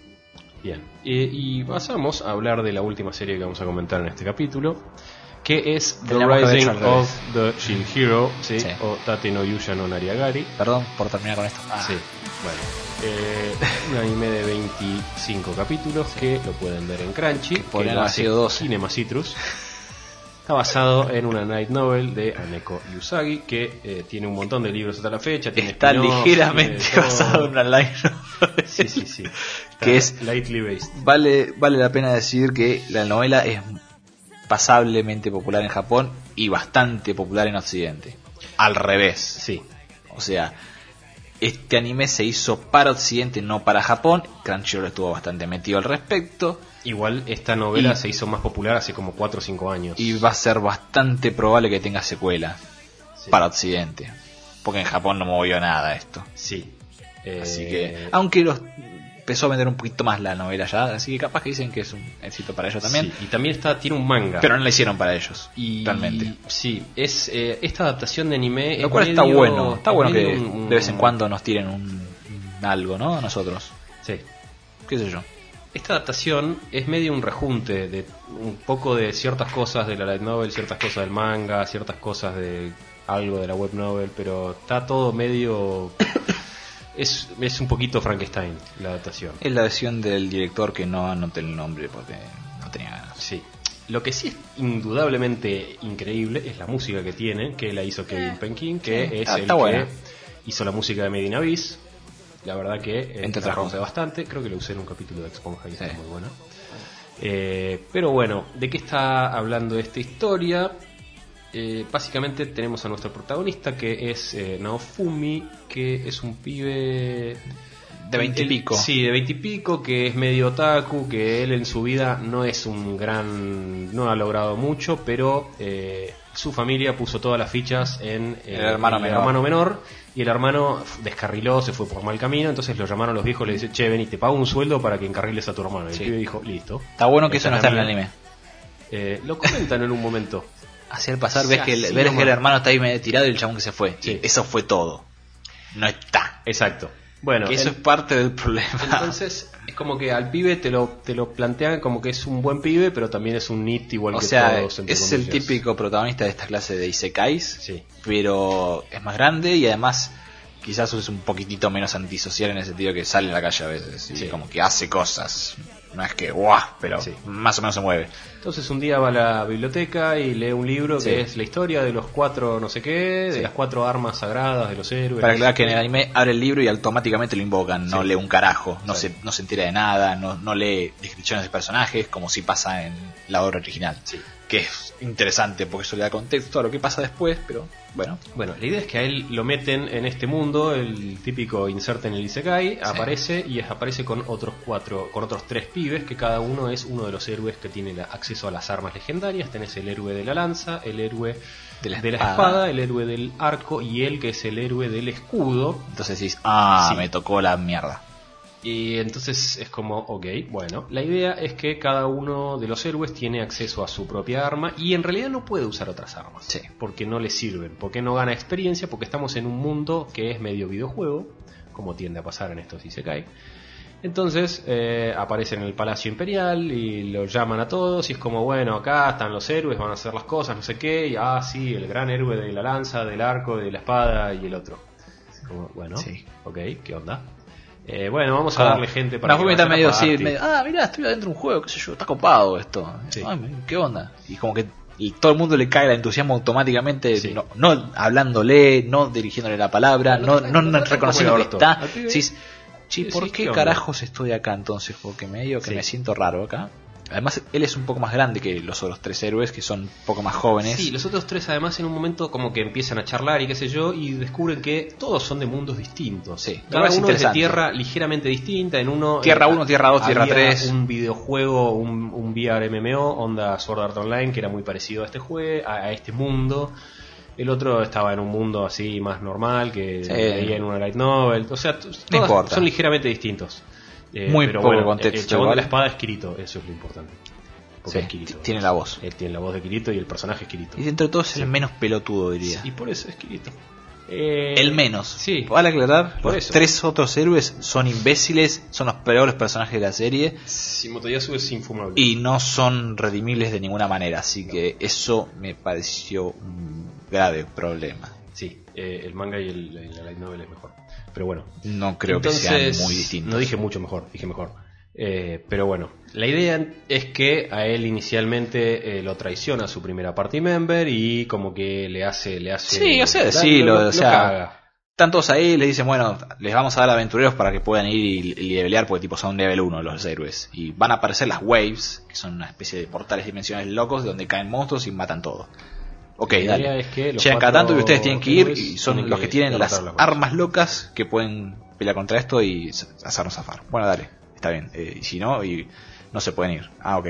Speaker 1: Bien. Eh, y pasamos a hablar de la última serie que vamos a comentar en este capítulo, que es The
Speaker 2: Teníamos que haber
Speaker 1: Rising
Speaker 2: hecho al
Speaker 1: of the Shin-Hero, ¿sí?
Speaker 2: Sí.
Speaker 1: o Tate no Yuya no Nariagari.
Speaker 2: Perdón por terminar con esto. Ah,
Speaker 1: Sí, bueno. Eh, un anime de 25 capítulos que lo pueden ver en Crunchy. Que
Speaker 2: podrían
Speaker 1: lo
Speaker 2: haber
Speaker 1: hace
Speaker 2: sido 12.
Speaker 1: Kinema Citrus. Está basado en una night novel de Aneko Yusagi que eh, tiene un montón de libros hasta la fecha. Tiene
Speaker 2: Está
Speaker 1: spin-offs,
Speaker 2: ligeramente
Speaker 1: tiene todo.
Speaker 2: basado en una line novel.
Speaker 1: Sí, sí, sí. Está
Speaker 2: Que es-
Speaker 1: Lightly based.
Speaker 2: Vale, vale la pena decir que la novela es pasablemente popular en Japón y bastante popular en Occidente. Al revés.
Speaker 1: Sí.
Speaker 2: O sea, este anime se hizo para Occidente, no para Japón. Crunchyroll estuvo bastante metido al respecto.
Speaker 1: Igual esta novela
Speaker 2: Y-
Speaker 1: se hizo más popular hace como 4 o 5 años.
Speaker 2: Y va a ser bastante probable que tenga secuela
Speaker 1: Sí.
Speaker 2: para Occidente. Porque en Japón no movió nada esto.
Speaker 1: Sí. Eh,
Speaker 2: Así que, Ah, aunque los empezó a vender un poquito más la novela ya, así que capaz que dicen que es un éxito para ellos también.
Speaker 1: sí. Y también está, tiene un manga.
Speaker 2: Pero no la hicieron para ellos,
Speaker 1: Y
Speaker 2: realmente.
Speaker 1: sí, es eh, esta adaptación de anime.
Speaker 2: Lo
Speaker 1: es
Speaker 2: cual está
Speaker 1: medio-
Speaker 2: bueno, está
Speaker 1: es
Speaker 2: bueno
Speaker 1: medio
Speaker 2: que
Speaker 1: un-
Speaker 2: de vez en cuando nos tiren un, un algo, ¿no? A nosotros,
Speaker 1: Sí.
Speaker 2: qué sé yo.
Speaker 1: Esta adaptación es medio un rejunte de un poco de ciertas cosas de la light novel, ciertas cosas del manga, ciertas cosas de algo de la web novel, pero está todo medio. es, es un poquito Frankenstein la adaptación.
Speaker 2: Es la versión del director que no anoté el nombre porque no tenía ganas.
Speaker 1: Sí. Lo que sí es indudablemente increíble es la música que tiene, que la hizo Kevin Penkin, que es
Speaker 2: está-
Speaker 1: el
Speaker 2: Ah, está buena.
Speaker 1: que hizo la música de Medina Beast. La verdad que eh,
Speaker 2: Entre
Speaker 1: la
Speaker 2: otras
Speaker 1: rompe
Speaker 2: cosas.
Speaker 1: bastante. Creo que lo usé en un capítulo de Exponja y
Speaker 2: Sí.
Speaker 1: está muy bueno. Eh, pero bueno, ¿de qué está hablando esta historia? Eh, básicamente tenemos a nuestro protagonista que es eh, Naofumi, que es un pibe
Speaker 2: De 20 y
Speaker 1: el-
Speaker 2: pico.
Speaker 1: Sí, de 20 y pico, que es medio otaku, que él en su vida no es un gran. no ha logrado mucho, pero eh, su familia puso todas las fichas en eh,
Speaker 2: El hermano menor.
Speaker 1: hermano menor, Y el hermano f- descarriló, se fue por mal camino, entonces lo llamaron los viejos, le dicen, che, vení, te pago un sueldo para que encarriles a tu hermano. Y
Speaker 2: Sí.
Speaker 1: el pibe dijo, listo.
Speaker 2: Está bueno que eso no está en el
Speaker 1: Exactamente.
Speaker 2: anime.
Speaker 1: Eh, lo comentan en un momento.
Speaker 2: Hacer pasar,
Speaker 1: Sí,
Speaker 2: ves que
Speaker 1: así
Speaker 2: el, ves que
Speaker 1: nomás.
Speaker 2: el hermano está ahí medio tirado y el chabón que se fue.
Speaker 1: Sí.
Speaker 2: Y eso fue todo. No está.
Speaker 1: Exacto. Bueno,
Speaker 2: que eso
Speaker 1: en-
Speaker 2: es parte del problema.
Speaker 1: entonces es como que al pibe te lo, te lo plantean como que es un buen pibe, pero también es un nit igual
Speaker 2: o
Speaker 1: que
Speaker 2: sea,
Speaker 1: todos. entre
Speaker 2: es el
Speaker 1: comillas.
Speaker 2: típico protagonista de esta clase de Isekais,
Speaker 1: Sí.
Speaker 2: pero es más grande y además quizás es un poquitito menos antisocial en el sentido que sale a la calle a veces y
Speaker 1: Sí.
Speaker 2: como que hace cosas. No es que guau, pero
Speaker 1: Sí.
Speaker 2: más o menos se mueve.
Speaker 1: Entonces un día va a la biblioteca y lee un libro
Speaker 2: Sí.
Speaker 1: que es la historia de los cuatro no sé qué,
Speaker 2: Sí.
Speaker 1: de las cuatro armas sagradas de los héroes.
Speaker 2: Para aclarar que en el anime abre el libro y automáticamente lo invocan, no
Speaker 1: Sí.
Speaker 2: lee un carajo, no,
Speaker 1: Sí.
Speaker 2: se, no se entera de nada, no, no lee descripciones de personajes como si pasa en la obra original.
Speaker 1: Sí.
Speaker 2: Que es interesante porque eso le da contexto a lo que pasa después, pero bueno.
Speaker 1: Bueno, la idea es que a él lo meten en este mundo, el típico inserta en el Isekai, aparece y es- aparece con otros cuatro, con otros tres pibes, que cada uno es uno de los héroes que tiene la- acceso a las armas legendarias. Tenés el héroe de la lanza, el héroe de
Speaker 2: De la
Speaker 1: la,
Speaker 2: espada.
Speaker 1: espada. el héroe del arco y él que es el héroe del escudo.
Speaker 2: Entonces decís, ah,
Speaker 1: Sí.
Speaker 2: me tocó la mierda.
Speaker 1: Y entonces es como, ok, bueno. La idea es que cada uno de los héroes tiene acceso a su propia arma y en realidad no puede usar otras armas.
Speaker 2: Sí.
Speaker 1: Porque no le sirven, porque no gana experiencia, porque estamos en un mundo que es medio videojuego, como tiende a pasar en estos Isekai. Entonces eh, aparece en el Palacio Imperial y lo llaman a todos y es como, bueno, acá están los héroes, van a hacer las cosas, no sé qué, y ah, sí, el gran héroe de la lanza, del arco, de la espada y el otro. Como, bueno,
Speaker 2: Sí.
Speaker 1: ok, ¿qué onda? Eh, bueno, vamos a darle gente para
Speaker 2: Una
Speaker 1: que
Speaker 2: fumita
Speaker 1: vayan a
Speaker 2: Ah, medio así,
Speaker 1: party.
Speaker 2: medio, ah, mirá, estoy adentro de un juego, qué sé yo, está copado esto.
Speaker 1: Sí.
Speaker 2: Ay, men, ¿Qué onda? Y como que y todo el mundo le cae el entusiasmo automáticamente,
Speaker 1: Sí.
Speaker 2: no, no hablándole, no dirigiéndole la palabra, no,
Speaker 1: No, no,
Speaker 2: no, no
Speaker 1: no,
Speaker 2: reconociendo
Speaker 1: no,
Speaker 2: que
Speaker 1: no, no,
Speaker 2: está.
Speaker 1: no, no, no,
Speaker 2: Decís,
Speaker 1: sí,
Speaker 2: "Che, ¿por
Speaker 1: ¿qué
Speaker 2: qué
Speaker 1: onda?
Speaker 2: carajos estoy acá entonces? Porque medio que
Speaker 1: Sí.
Speaker 2: me siento raro acá. Además, él es un poco más grande que los otros tres héroes, que son un poco más jóvenes.
Speaker 1: Sí, los otros tres además en un momento como que empiezan a charlar y qué sé yo y descubren que todos son de mundos distintos.
Speaker 2: Sí, lo cual
Speaker 1: cada uno
Speaker 2: es
Speaker 1: es de
Speaker 2: interesante.
Speaker 1: tierra ligeramente distinta, en uno...
Speaker 2: Tierra uno, tierra dos, tierra
Speaker 1: había
Speaker 2: tres.
Speaker 1: Un videojuego, un, un VR MMO, onda Sword Art Online, que era muy parecido a este juego, a, a este mundo. El otro estaba en un mundo así más normal, que
Speaker 2: Sí.
Speaker 1: veía en una light novel. O sea, t-
Speaker 2: No
Speaker 1: todas
Speaker 2: importa.
Speaker 1: son ligeramente distintos. Eh,
Speaker 2: Muy
Speaker 1: pero
Speaker 2: poco
Speaker 1: bueno,
Speaker 2: contexto,
Speaker 1: El chabón de
Speaker 2: ¿vale?
Speaker 1: la espada es Kirito, eso es lo importante. Porque
Speaker 2: Sí,
Speaker 1: es Kirito.
Speaker 2: tiene la voz.
Speaker 1: Él tiene la voz de Kirito y el personaje es Kirito.
Speaker 2: Y dentro de todos es el menos pelotudo, diría.
Speaker 1: Y por eso es Kirito. Eh,
Speaker 2: El menos.
Speaker 1: Sí.
Speaker 2: Vale aclarar,
Speaker 1: Por
Speaker 2: los
Speaker 1: eso.
Speaker 2: tres otros héroes son imbéciles, son los peores personajes de la serie
Speaker 1: Shimotoyasu es infumable.
Speaker 2: y no son redimibles de ninguna manera. Así que eso me pareció un grave problema.
Speaker 1: Sí, eh, el manga y el, el- la light novel es mejor. Pero bueno.
Speaker 2: No creo que
Speaker 1: Entonces,
Speaker 2: sean muy distintos.
Speaker 1: No dije mucho mejor, dije mejor. Eh, pero bueno, la idea es que a él inicialmente eh, lo traiciona su primera party member y como que le hace... Le hace
Speaker 2: Sí, o sea,
Speaker 1: lo-
Speaker 2: decilo,
Speaker 1: lo- lo
Speaker 2: o sea,
Speaker 1: caga.
Speaker 2: Están todos ahí, les dicen, bueno, les vamos a dar aventureros para que puedan ir y, y levelear, porque tipo son level 1 los héroes. Y van a aparecer las waves, que son una especie de portales dimensionales locos de donde caen monstruos y matan todo. Ok,
Speaker 1: La idea
Speaker 2: dale.
Speaker 1: es que los
Speaker 2: Llegan cada
Speaker 1: cuatro
Speaker 2: tanto y ustedes tienen que ir
Speaker 1: héroes
Speaker 2: y son
Speaker 1: tienen
Speaker 2: los que
Speaker 1: que
Speaker 2: tienen
Speaker 1: derrotar
Speaker 2: las
Speaker 1: las waves.
Speaker 2: armas locas que pueden pelear contra esto y s- hacernos zafar. Bueno, dale, está bien. Eh, y si no, y no se pueden ir. Ah, ok.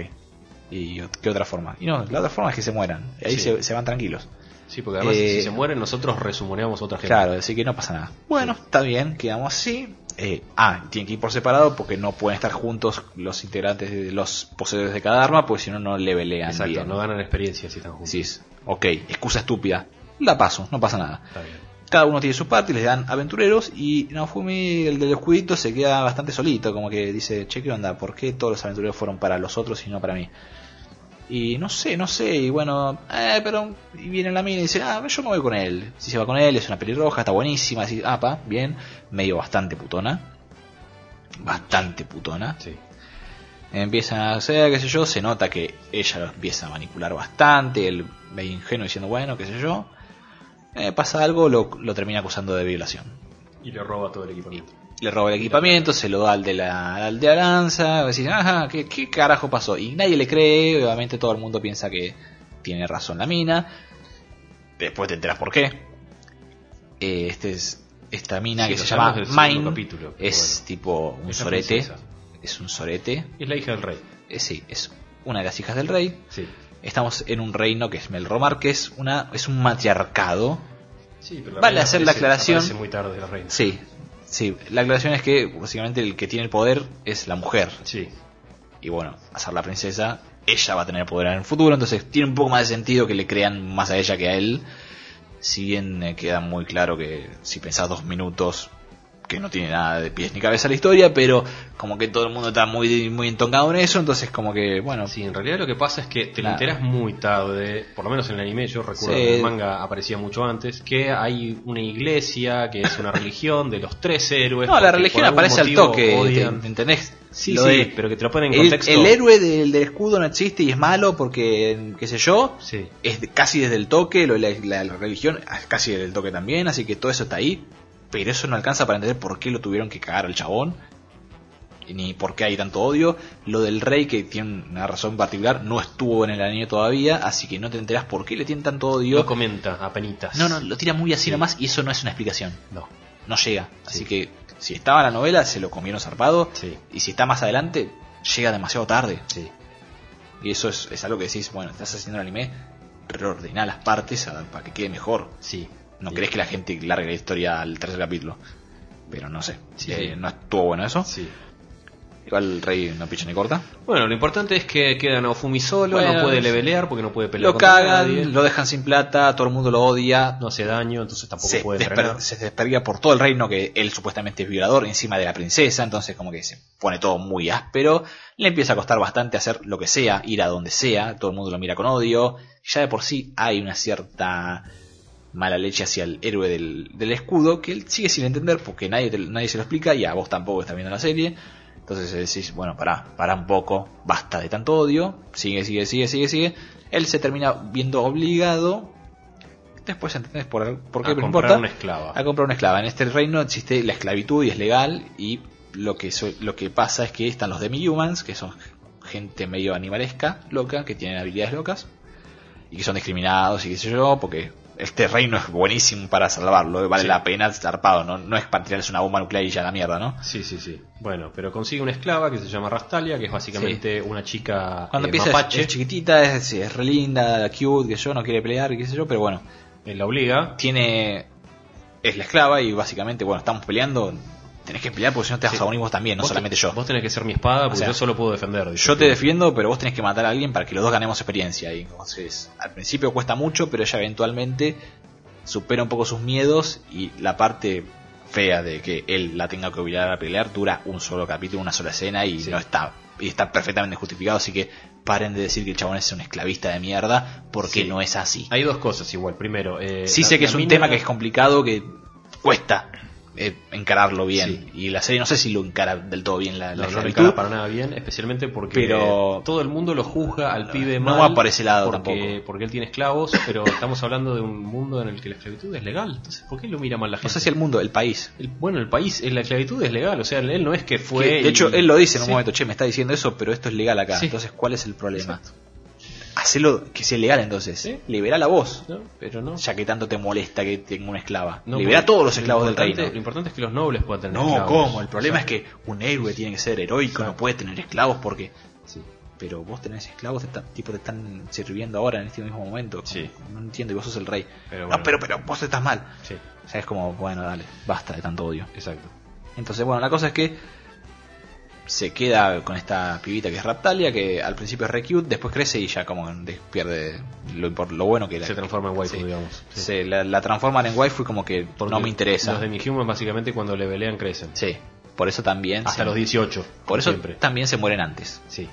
Speaker 2: ¿Y ot- qué otra forma? Y no, la otra forma es que se mueran. Y ahí
Speaker 1: Sí.
Speaker 2: se- se van tranquilos.
Speaker 1: Sí, porque además
Speaker 2: eh,
Speaker 1: si se mueren nosotros resumoneamos otra gente.
Speaker 2: Claro, así que no pasa nada. Bueno, está bien, quedamos así. Eh, ah, y tienen que ir por separado porque no pueden estar juntos los integrantes de los poseedores de cada arma, porque si no, no levelean
Speaker 1: Exacto,
Speaker 2: bien.
Speaker 1: no ganan experiencia si están juntos.
Speaker 2: Sí, es- ok, excusa estúpida. La paso, no pasa nada.
Speaker 1: Está bien.
Speaker 2: Cada uno tiene su parte, les dan aventureros y Naofumi, el del escudito, se queda bastante solito, como que dice, che, ¿qué onda? ¿Por qué todos los aventureros fueron para los otros y no para mí? Y no sé, no sé, y bueno, eh, pero y viene la mina y dice, ah, yo me voy con él. Si se va con él, es una pelirroja, está buenísima, así, ah, pa, bien, medio bastante putona. Bastante putona
Speaker 1: Sí.
Speaker 2: empiezan a hacer, qué sé yo, se nota que ella lo empieza a manipular bastante, él medio ingenuo diciendo, bueno, qué sé yo, Eh, pasa algo, lo, lo termina acusando de violación.
Speaker 1: Y le roba todo el equipamiento.
Speaker 2: Le roba el equipamiento, se lo da al de la, al de Aranza, decís, ajá, ¿qué, qué carajo pasó? Y nadie le cree, obviamente todo el mundo piensa que tiene razón la mina, después te enteras por qué. Eh, este es, esta mina
Speaker 1: Sí,
Speaker 2: que
Speaker 1: lo
Speaker 2: se llama
Speaker 1: hablamos del
Speaker 2: Mine,
Speaker 1: segundo capítulo, pero
Speaker 2: es
Speaker 1: bueno.
Speaker 2: tipo un
Speaker 1: Es la
Speaker 2: sorete,
Speaker 1: princesa.
Speaker 2: es un sorete,
Speaker 1: Es la hija del rey.
Speaker 2: eh, sí, es una de las hijas del rey.
Speaker 1: Sí.
Speaker 2: Estamos en un reino que es Melromar, que es, una, es un matriarcado.
Speaker 1: Sí, pero la
Speaker 2: Vale
Speaker 1: reina
Speaker 2: hacer la
Speaker 1: aparece-
Speaker 2: aclaración.
Speaker 1: aparece muy tarde la reina.
Speaker 2: Sí, sí. La aclaración es que básicamente el que tiene el poder es la mujer.
Speaker 1: Sí.
Speaker 2: Y bueno, a ser la princesa, ella va a tener poder en el futuro, entonces tiene un poco más de sentido que le crean más a ella que a él. Si bien eh, queda muy claro que si pensás dos minutos, que no tiene nada de pies ni cabeza la historia, pero como que todo el mundo está muy, muy entongado en eso, entonces como que, bueno,
Speaker 1: Sí, en realidad lo que pasa es que te lo
Speaker 2: Claro.
Speaker 1: enterás muy tarde, por lo menos en el anime, yo recuerdo
Speaker 2: Sí.
Speaker 1: que el manga aparecía mucho antes, que hay una iglesia, que es una religión de los tres héroes.
Speaker 2: No, la
Speaker 1: porque
Speaker 2: religión
Speaker 1: por algún
Speaker 2: aparece al
Speaker 1: motivo
Speaker 2: toque,
Speaker 1: odian-
Speaker 2: te- te ¿entendés?
Speaker 1: Sí,
Speaker 2: Lo
Speaker 1: sí,
Speaker 2: de-
Speaker 1: pero que te lo ponen en
Speaker 2: el,
Speaker 1: contexto.
Speaker 2: el héroe del, del escudo no existe y es malo porque, qué sé yo,
Speaker 1: Sí.
Speaker 2: es de- casi desde el toque, lo de la, la religión es casi desde el toque también, así que todo eso está ahí, pero eso no alcanza para entender por qué lo tuvieron que cagar al chabón, y ni por qué hay tanto odio. Lo del rey, que tiene una razón particular, no estuvo en el anime todavía, así que no te enterás por qué le tienen tanto odio.
Speaker 1: Lo comenta, apenitas.
Speaker 2: No, no, lo tira muy así
Speaker 1: Sí.
Speaker 2: nomás y eso no es una explicación
Speaker 1: No.
Speaker 2: no llega. Así
Speaker 1: Sí.
Speaker 2: que si estaba en la novela, se lo comieron zarpado.
Speaker 1: Sí.
Speaker 2: Y si está más adelante, llega demasiado tarde.
Speaker 1: Sí.
Speaker 2: Y eso es, es algo que decís, bueno, estás haciendo el anime, reordená las partes a- para que quede mejor.
Speaker 1: Sí.
Speaker 2: No
Speaker 1: Sí.
Speaker 2: crees que la gente largue la historia al tercer capítulo. Pero no sé.
Speaker 1: Sí.
Speaker 2: Eh, no estuvo bueno eso.
Speaker 1: Sí.
Speaker 2: Igual el rey no picha ni corta.
Speaker 1: Bueno, lo importante es que queda Naofumi solo,
Speaker 2: Bueno,
Speaker 1: no puede
Speaker 2: sí.
Speaker 1: levelear porque no puede pelear
Speaker 2: Lo
Speaker 1: contra
Speaker 2: cagan,
Speaker 1: nadie,
Speaker 2: lo dejan sin plata, todo el mundo lo odia.
Speaker 1: no hace daño, entonces tampoco
Speaker 2: se,
Speaker 1: puede
Speaker 2: desper-
Speaker 1: entrenar.
Speaker 2: se desperdiga por todo el reino que él supuestamente es violador encima de la princesa, entonces como que se pone todo muy áspero, le empieza a costar bastante hacer lo que sea, ir a donde sea, todo el mundo lo mira con odio, ya de por sí hay una cierta mala leche hacia el héroe del, del escudo que él sigue sin entender porque nadie, te- nadie se lo explica y a vos tampoco estás viendo la serie. Entonces decís, bueno, pará, pará un poco, basta de tanto odio, sigue, sigue, sigue, sigue, sigue. Él se termina viendo obligado. Después entendés por, por qué,
Speaker 1: a
Speaker 2: pero no
Speaker 1: comprar
Speaker 2: importa
Speaker 1: una esclava.
Speaker 2: a comprar una esclava. En este reino existe la esclavitud y es legal. Y lo que, so- lo que pasa es que están los demi-humans, que son gente medio animalesca, loca, que tienen habilidades locas. Y que son discriminados y qué sé yo, porque este reino es buenísimo para salvarlo. eh, Vale
Speaker 1: Sí.
Speaker 2: la pena zarpado, ¿no? No es para tirarles una bomba nuclear y ya la mierda, ¿no?
Speaker 1: Sí, sí, sí. Bueno, pero consigue una esclava que se llama Rastalia, que es básicamente una chica
Speaker 2: Cuando
Speaker 1: eh,
Speaker 2: empieza es-
Speaker 1: mapache.
Speaker 2: es chiquitita, es, es re linda, cute, que yo, no quiere pelear y qué sé yo, pero bueno.
Speaker 1: Él eh, la obliga.
Speaker 2: Tiene... Es la esclava y básicamente, bueno, estamos peleando... Tenés que pelear porque si no te vas
Speaker 1: Sí.
Speaker 2: a unir vos también, no
Speaker 1: Vos te-
Speaker 2: solamente yo.
Speaker 1: Vos tenés que ser mi espada porque
Speaker 2: sea,
Speaker 1: yo solo puedo defender. dice
Speaker 2: Yo te
Speaker 1: el
Speaker 2: defiendo, pero vos tenés que matar a alguien para que los dos ganemos experiencia. Y entonces, al principio cuesta mucho, pero ella eventualmente supera un poco sus miedos y la parte fea de que él la tenga que obligar a pelear dura un solo capítulo, una sola escena y
Speaker 1: Sí.
Speaker 2: no está y está perfectamente justificado, así que paren de decir que el chabón es un esclavista de mierda porque
Speaker 1: Sí.
Speaker 2: no es así.
Speaker 1: Hay dos cosas igual. Primero, eh,
Speaker 2: Sí
Speaker 1: la-
Speaker 2: sé que
Speaker 1: la
Speaker 2: es un
Speaker 1: mina-
Speaker 2: tema que es complicado, que cuesta eh, encararlo bien
Speaker 1: Sí.
Speaker 2: y la serie no sé si lo encara del todo bien
Speaker 1: No,
Speaker 2: la, la
Speaker 1: no le
Speaker 2: esclavitud.
Speaker 1: encara para nada bien, especialmente porque
Speaker 2: Pero-
Speaker 1: todo el mundo lo juzga al
Speaker 2: No,
Speaker 1: pibe
Speaker 2: no
Speaker 1: mal
Speaker 2: va por ese lado
Speaker 1: porque,
Speaker 2: tampoco.
Speaker 1: porque él tiene esclavos, pero estamos hablando de un mundo en el que la esclavitud es legal. Entonces, ¿por qué lo mira mal la gente?
Speaker 2: No sé si el mundo, el país.
Speaker 1: El- bueno, el país, eh, la esclavitud es legal, o sea, él no es que fue...
Speaker 2: Que,
Speaker 1: y-
Speaker 2: de hecho, él lo dice en un
Speaker 1: Sí.
Speaker 2: momento, che, me está diciendo eso, pero esto es legal acá.
Speaker 1: Sí.
Speaker 2: Entonces, ¿cuál es el problema? Hacelo que sea legal entonces.
Speaker 1: Sí.
Speaker 2: Libera la voz.
Speaker 1: No, Pero no.
Speaker 2: Ya que tanto te molesta que tenga una esclava.
Speaker 1: No,
Speaker 2: Libera
Speaker 1: porque
Speaker 2: a todos los
Speaker 1: lo
Speaker 2: esclavos del
Speaker 1: importante-
Speaker 2: reino.
Speaker 1: Lo importante es que los nobles puedan tener
Speaker 2: No,
Speaker 1: esclavos.
Speaker 2: ¿cómo? El problema
Speaker 1: O sea,
Speaker 2: es que un héroe tiene que ser heroico, no puede tener esclavos porque...
Speaker 1: sí.
Speaker 2: Pero vos tenés esclavos, te están- tipo, te están sirviendo ahora en este mismo momento. Como,
Speaker 1: Sí.
Speaker 2: No entiendo, y vos sos el rey.
Speaker 1: Pero
Speaker 2: no,
Speaker 1: bueno.
Speaker 2: pero, pero vos estás mal.
Speaker 1: Sí,
Speaker 2: O sea, es como, bueno, dale, basta de tanto odio.
Speaker 1: exacto.
Speaker 2: Entonces, bueno, la cosa es que se queda con esta pibita que es Raptalia, que al principio es re cute, después crece y ya como des- pierde lo, impor- lo bueno que la,
Speaker 1: Se transforma en waifu,
Speaker 2: Sí.
Speaker 1: digamos. Sí.
Speaker 2: se la, la transforman en waifu y como que
Speaker 1: Porque
Speaker 2: no me interesa.
Speaker 1: Los de mi humans básicamente cuando le pelean crecen.
Speaker 2: Sí, por eso también...
Speaker 1: Hasta
Speaker 2: se-
Speaker 1: los 18.
Speaker 2: por eso
Speaker 1: siempre.
Speaker 2: también se mueren antes,
Speaker 1: Sí.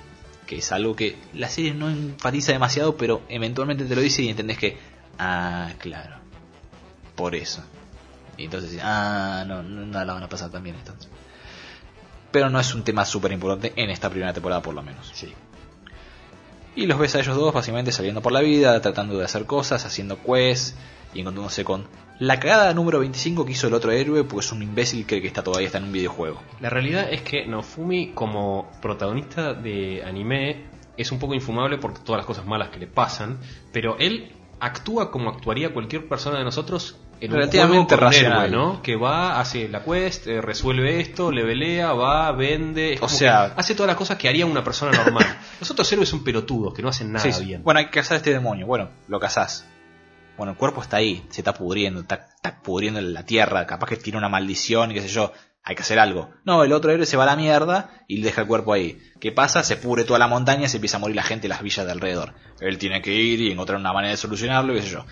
Speaker 2: que es algo que la serie no enfatiza demasiado, pero eventualmente te lo dice y entendés que... Ah, claro. Por eso. Y entonces, ah, no, no, no la van a pasar también entonces. Pero no es un tema súper importante en esta primera temporada por lo menos.
Speaker 1: Sí.
Speaker 2: Y los ves a ellos dos básicamente saliendo por la vida, tratando de hacer cosas, haciendo quests y encontrándose con la cagada número 25 que hizo el otro héroe porque es un imbécil que cree que está todavía está en un videojuego.
Speaker 1: La realidad es que Nofumi, como protagonista de anime, es un poco infumable por todas las cosas malas que le pasan, pero él actúa como actuaría cualquier persona de nosotros en un
Speaker 2: Relativamente
Speaker 1: juego con un
Speaker 2: racional.
Speaker 1: héroe, ¿no? Que va, hace la quest, eh, resuelve esto, levelea, va, vende, es
Speaker 2: O
Speaker 1: como
Speaker 2: sea-
Speaker 1: que hace todas las cosas que haría una persona normal. Los otros héroes son pelotudos, que no hacen nada
Speaker 2: Sí, sí.
Speaker 1: bien.
Speaker 2: Bueno, hay que cazar a este demonio. Bueno, lo cazás. Bueno, el cuerpo está ahí, se está pudriendo, está, está pudriendo en la tierra, capaz que tiene una maldición, qué sé yo. Hay que hacer algo. No, el otro héroe se va a la mierda y deja el cuerpo ahí. ¿Qué pasa? Se pudre toda la montaña, se empieza a morir la gente y las villas de alrededor. Él tiene que ir y encontrar una manera de solucionarlo, qué sé yo.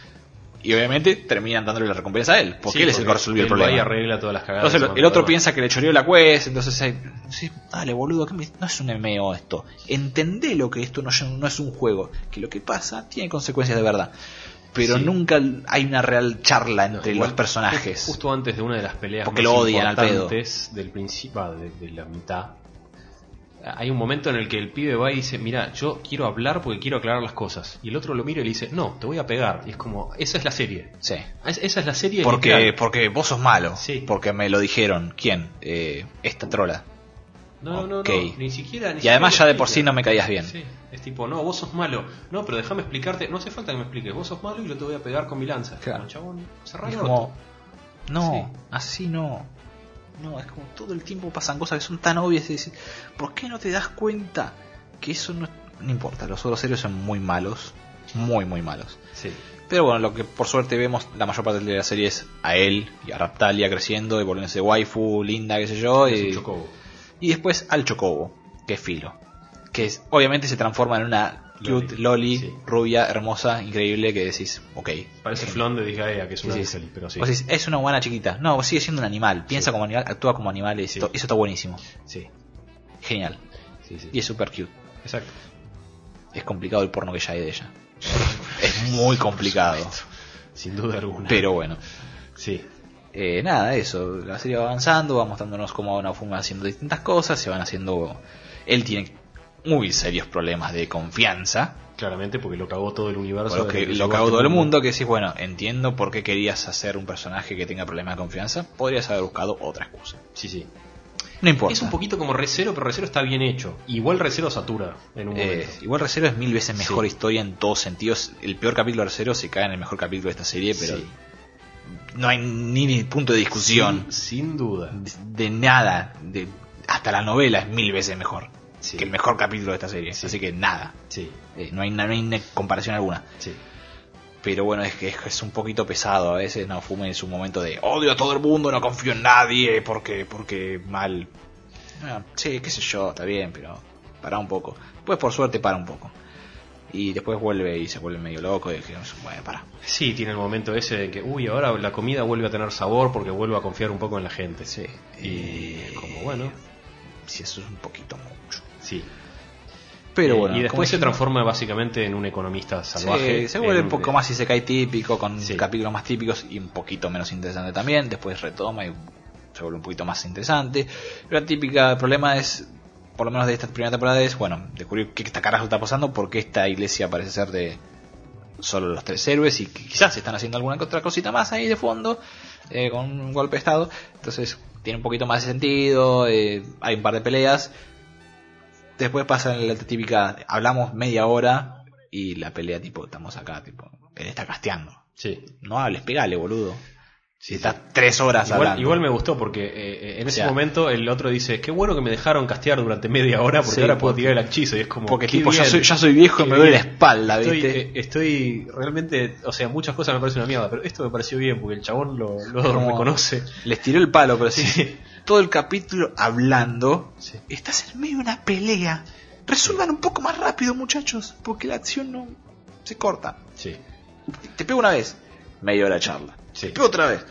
Speaker 2: Y obviamente terminan dándole la recompensa a él, porque
Speaker 1: Sí,
Speaker 2: él es el que
Speaker 1: porque
Speaker 2: resolvió el
Speaker 1: él va y
Speaker 2: problema.
Speaker 1: arregla todas las cagadas.
Speaker 2: Entonces
Speaker 1: de
Speaker 2: el,
Speaker 1: su
Speaker 2: el otro
Speaker 1: matador.
Speaker 2: piensa que le choreó la quest, entonces hay- sí, dale boludo, ¿qué me- no es un MMO esto. Entendé lo que esto no, es- no es un juego, que lo que pasa tiene consecuencias de verdad. Pero
Speaker 1: Sí.
Speaker 2: nunca hay una real charla
Speaker 1: No,
Speaker 2: entre
Speaker 1: igual,
Speaker 2: los personajes.
Speaker 1: ju- Justo antes de una de las peleas
Speaker 2: Porque
Speaker 1: más
Speaker 2: lo odian al pedo.
Speaker 1: importantes del principio, ah, de, de la mitad. Hay un momento en el que el pibe va y dice, mira, yo quiero hablar porque quiero aclarar las cosas. Y el otro lo mira y le dice, no, te voy a pegar. Y es como, esa es la serie.
Speaker 2: Sí.
Speaker 1: Es- esa es la serie.
Speaker 2: Porque,
Speaker 1: literal.
Speaker 2: porque vos sos malo.
Speaker 1: Sí.
Speaker 2: Porque me lo dijeron. ¿Quién? Eh, esta trola.
Speaker 1: No, no, no,
Speaker 2: ok.
Speaker 1: no, ni siquiera... ni
Speaker 2: Y además ya
Speaker 1: siquiera
Speaker 2: de por sí no me caías bien.
Speaker 1: Sí, es tipo, no, vos sos malo. No, pero déjame explicarte. No hace falta que me expliques. Vos sos malo y yo te voy a pegar con mi lanza.
Speaker 2: Claro.
Speaker 1: Como, chabón, cerrá
Speaker 2: Es
Speaker 1: el
Speaker 2: como,
Speaker 1: orto.
Speaker 2: no, así no. No, es como todo el tiempo pasan cosas que son tan obvias y decís, ¿por qué no te das cuenta que eso no, no importa? Los otros héroes son muy malos, muy, muy malos.
Speaker 1: Sí.
Speaker 2: Pero bueno, lo que por suerte vemos la mayor parte de la serie es a él y a Raptalia creciendo y volviéndose waifu, linda, qué sé yo.
Speaker 1: Es un
Speaker 2: y-
Speaker 1: chocobo.
Speaker 2: y después al Chocobo, que es Filo. Que es- obviamente se transforma en una
Speaker 1: Loli,
Speaker 2: cute loli,
Speaker 1: sí.
Speaker 2: rubia, hermosa, increíble, que decís, ok.
Speaker 1: Parece Flon de Disgaea, que es un
Speaker 2: Sí,
Speaker 1: ángel,
Speaker 2: sí.
Speaker 1: pero sí.
Speaker 2: Vos decís, es una buena chiquita. No, sigue siendo un animal. Piensa como animal, actúa como animal. y
Speaker 1: Sí.
Speaker 2: esto- Eso está buenísimo.
Speaker 1: Sí,
Speaker 2: Genial.
Speaker 1: sí, sí.
Speaker 2: Y es super cute.
Speaker 1: Exacto.
Speaker 2: Es complicado el porno que ya hay de ella. es muy complicado.
Speaker 1: Sin duda alguna.
Speaker 2: Pero bueno.
Speaker 1: Sí.
Speaker 2: Eh, nada, eso. La serie va avanzando, va mostrándonos cómo Naofumi va haciendo distintas cosas. Se van haciendo. Él tiene muy serios problemas de confianza.
Speaker 1: Claramente porque lo cagó todo el universo.
Speaker 2: Por lo
Speaker 1: desde
Speaker 2: que, lo
Speaker 1: llegó
Speaker 2: que
Speaker 1: a
Speaker 2: hago
Speaker 1: este
Speaker 2: todo el mundo, que decís, bueno, entiendo por qué querías hacer un personaje que tenga problemas de confianza, podrías haber buscado otra excusa.
Speaker 1: Sí, sí.
Speaker 2: No importa.
Speaker 1: Es un poquito como Recero, pero Recero está bien hecho. Igual Recero satura en un
Speaker 2: Eh,
Speaker 1: momento.
Speaker 2: igual Recero es mil veces mejor
Speaker 1: Sí.
Speaker 2: historia en todos sentidos. El peor capítulo de Recero se cae en el mejor capítulo de esta serie, pero
Speaker 1: Sí.
Speaker 2: no hay ni, ni punto de discusión.
Speaker 1: Sin, sin duda.
Speaker 2: De, de nada. De, hasta la novela es mil veces mejor
Speaker 1: Sí.
Speaker 2: que el mejor capítulo de esta serie. Así que nada.
Speaker 1: Sí,
Speaker 2: Eh, no, hay, no hay ni comparación alguna.
Speaker 1: sí.
Speaker 2: Pero bueno, es que es, es un poquito pesado. A veces Naofumi es un momento de odio a todo el mundo, no confío en nadie, porque, porque mal. Ah, sí, qué sé yo, está bien, pero para un poco. Pues por suerte para un poco. Y después vuelve y se vuelve medio loco y dije, bueno, para.
Speaker 1: Sí, tiene el momento ese de que, uy, ahora la comida vuelve a tener sabor porque vuelvo a confiar un poco en la gente.
Speaker 2: Sí.
Speaker 1: Y es como, bueno,
Speaker 2: Si eso es un poquito mucho.
Speaker 1: sí.
Speaker 2: Pero
Speaker 1: Eh,
Speaker 2: bueno.
Speaker 1: y
Speaker 2: como
Speaker 1: después se
Speaker 2: dijimos-
Speaker 1: transforma básicamente en un economista
Speaker 2: Sí,
Speaker 1: salvaje.
Speaker 2: se vuelve
Speaker 1: en-
Speaker 2: un poco más y se cae típico, con
Speaker 1: Sí.
Speaker 2: capítulos más típicos y un poquito menos interesante también. Después retoma y se vuelve un poquito más interesante. La típica problema es, por lo menos de esta primera temporada, es, bueno, descubrir qué esta carajo está pasando, porque esta iglesia parece ser de solo los tres héroes y que quizás están haciendo alguna que otra cosita más ahí de fondo, eh, con un golpe de estado. Entonces tiene un poquito más de sentido, eh, hay un par de peleas. Después pasa la típica, hablamos media hora y la pelea tipo, estamos acá, tipo, él está casteando.
Speaker 1: Sí.
Speaker 2: No hables, pegale, boludo.
Speaker 1: Sí,
Speaker 2: Si estás tres horas
Speaker 1: Igual,
Speaker 2: hablando.
Speaker 1: igual me gustó porque eh, eh, en ese
Speaker 2: O sea,
Speaker 1: momento el otro dice, qué bueno que me dejaron castear durante media hora porque
Speaker 2: Sí,
Speaker 1: ahora puedo
Speaker 2: porque-
Speaker 1: tirar el hechizo y es como...
Speaker 2: Porque
Speaker 1: "Qué
Speaker 2: tipo, ya
Speaker 1: bien".
Speaker 2: soy, ya soy viejo y
Speaker 1: Qué
Speaker 2: me duele la
Speaker 1: bien.
Speaker 2: espalda,
Speaker 1: Estoy,
Speaker 2: ¿viste?
Speaker 1: eh, estoy realmente, o sea, muchas cosas me parecen una mierda, pero esto me pareció bien porque el chabón lo, lo
Speaker 2: Como-
Speaker 1: reconoce.
Speaker 2: Les tiró el palo, pero sí.
Speaker 1: Sí.
Speaker 2: Todo el capítulo hablando.
Speaker 1: Sí.
Speaker 2: Estás en medio de una pelea. Resuelvan un poco más rápido, muchachos, porque la acción no se corta.
Speaker 1: Sí,
Speaker 2: Te pego una vez, media hora de charla.
Speaker 1: Sí.
Speaker 2: Te pego otra vez.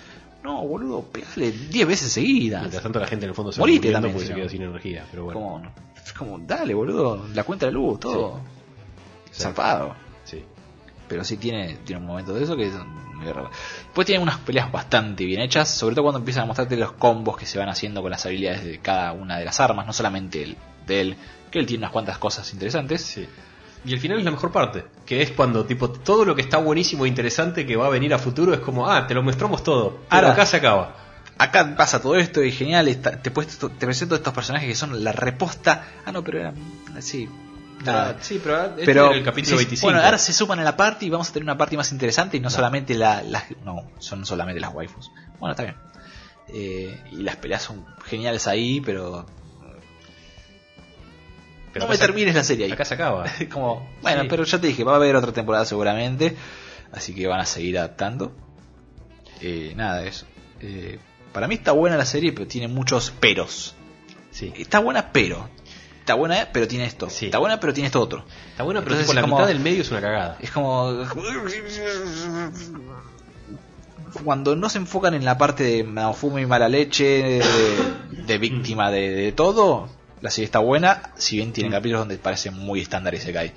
Speaker 2: No, boludo, pegale 10 veces seguidas.
Speaker 1: mientras tanto la gente en el fondo se
Speaker 2: Morite
Speaker 1: muriendo
Speaker 2: también,
Speaker 1: porque
Speaker 2: si
Speaker 1: se
Speaker 2: no.
Speaker 1: quedó sin energía, pero bueno.
Speaker 2: Como, es como, dale, boludo, la cuenta de la luz, todo.
Speaker 1: Sí.
Speaker 2: Zarpado.
Speaker 1: Sí.
Speaker 2: Pero sí tiene, tiene un momento de eso que es medio raro. Después tiene unas peleas bastante bien hechas, sobre todo cuando empiezan a mostrarte los combos que se van haciendo con las habilidades de cada una de las armas, no solamente el, de él, que él tiene unas cuantas cosas interesantes.
Speaker 1: Sí. Y el final es la mejor parte, que es cuando tipo todo lo que está buenísimo e interesante que va a venir a futuro es como, ah, te lo mostramos todo, pero
Speaker 2: Ahora-
Speaker 1: acá se acaba.
Speaker 2: Acá pasa todo esto y genial, está- te, puesto- te presento estos personajes que son la reposta. Ah, no, pero eran así. nada.
Speaker 1: Ah, sí, pero, este
Speaker 2: pero
Speaker 1: era el capítulo
Speaker 2: sí,
Speaker 1: 25.
Speaker 2: Bueno, ahora se suman a la party y vamos a tener una party más interesante y no, solamente la- las... No, son solamente las waifus. Bueno, está bien. Eh, y las peleas son geniales ahí, pero...
Speaker 1: Pero
Speaker 2: no me
Speaker 1: acá se-
Speaker 2: termines la serie ahí.
Speaker 1: Acá se acaba.
Speaker 2: Como, bueno,
Speaker 1: Sí.
Speaker 2: pero ya te dije, va a haber otra temporada seguramente. Así que van a seguir adaptando. Eh, nada, eso. Eh, para mí está buena la serie, pero tiene muchos peros.
Speaker 1: Sí.
Speaker 2: Está buena, pero... Está buena, pero tiene esto.
Speaker 1: Sí.
Speaker 2: Está buena, pero tiene esto otro.
Speaker 1: Está bueno, pero
Speaker 2: Entonces Eh.
Speaker 1: tipo, la
Speaker 2: es como-
Speaker 1: mitad del medio es una cagada.
Speaker 2: Es como. cuando no se enfocan en la parte de Naofumi mala leche, de, de víctima de, de todo, la serie está buena, si bien
Speaker 1: Mm.
Speaker 2: tiene capítulos donde parece muy estándar ese guy.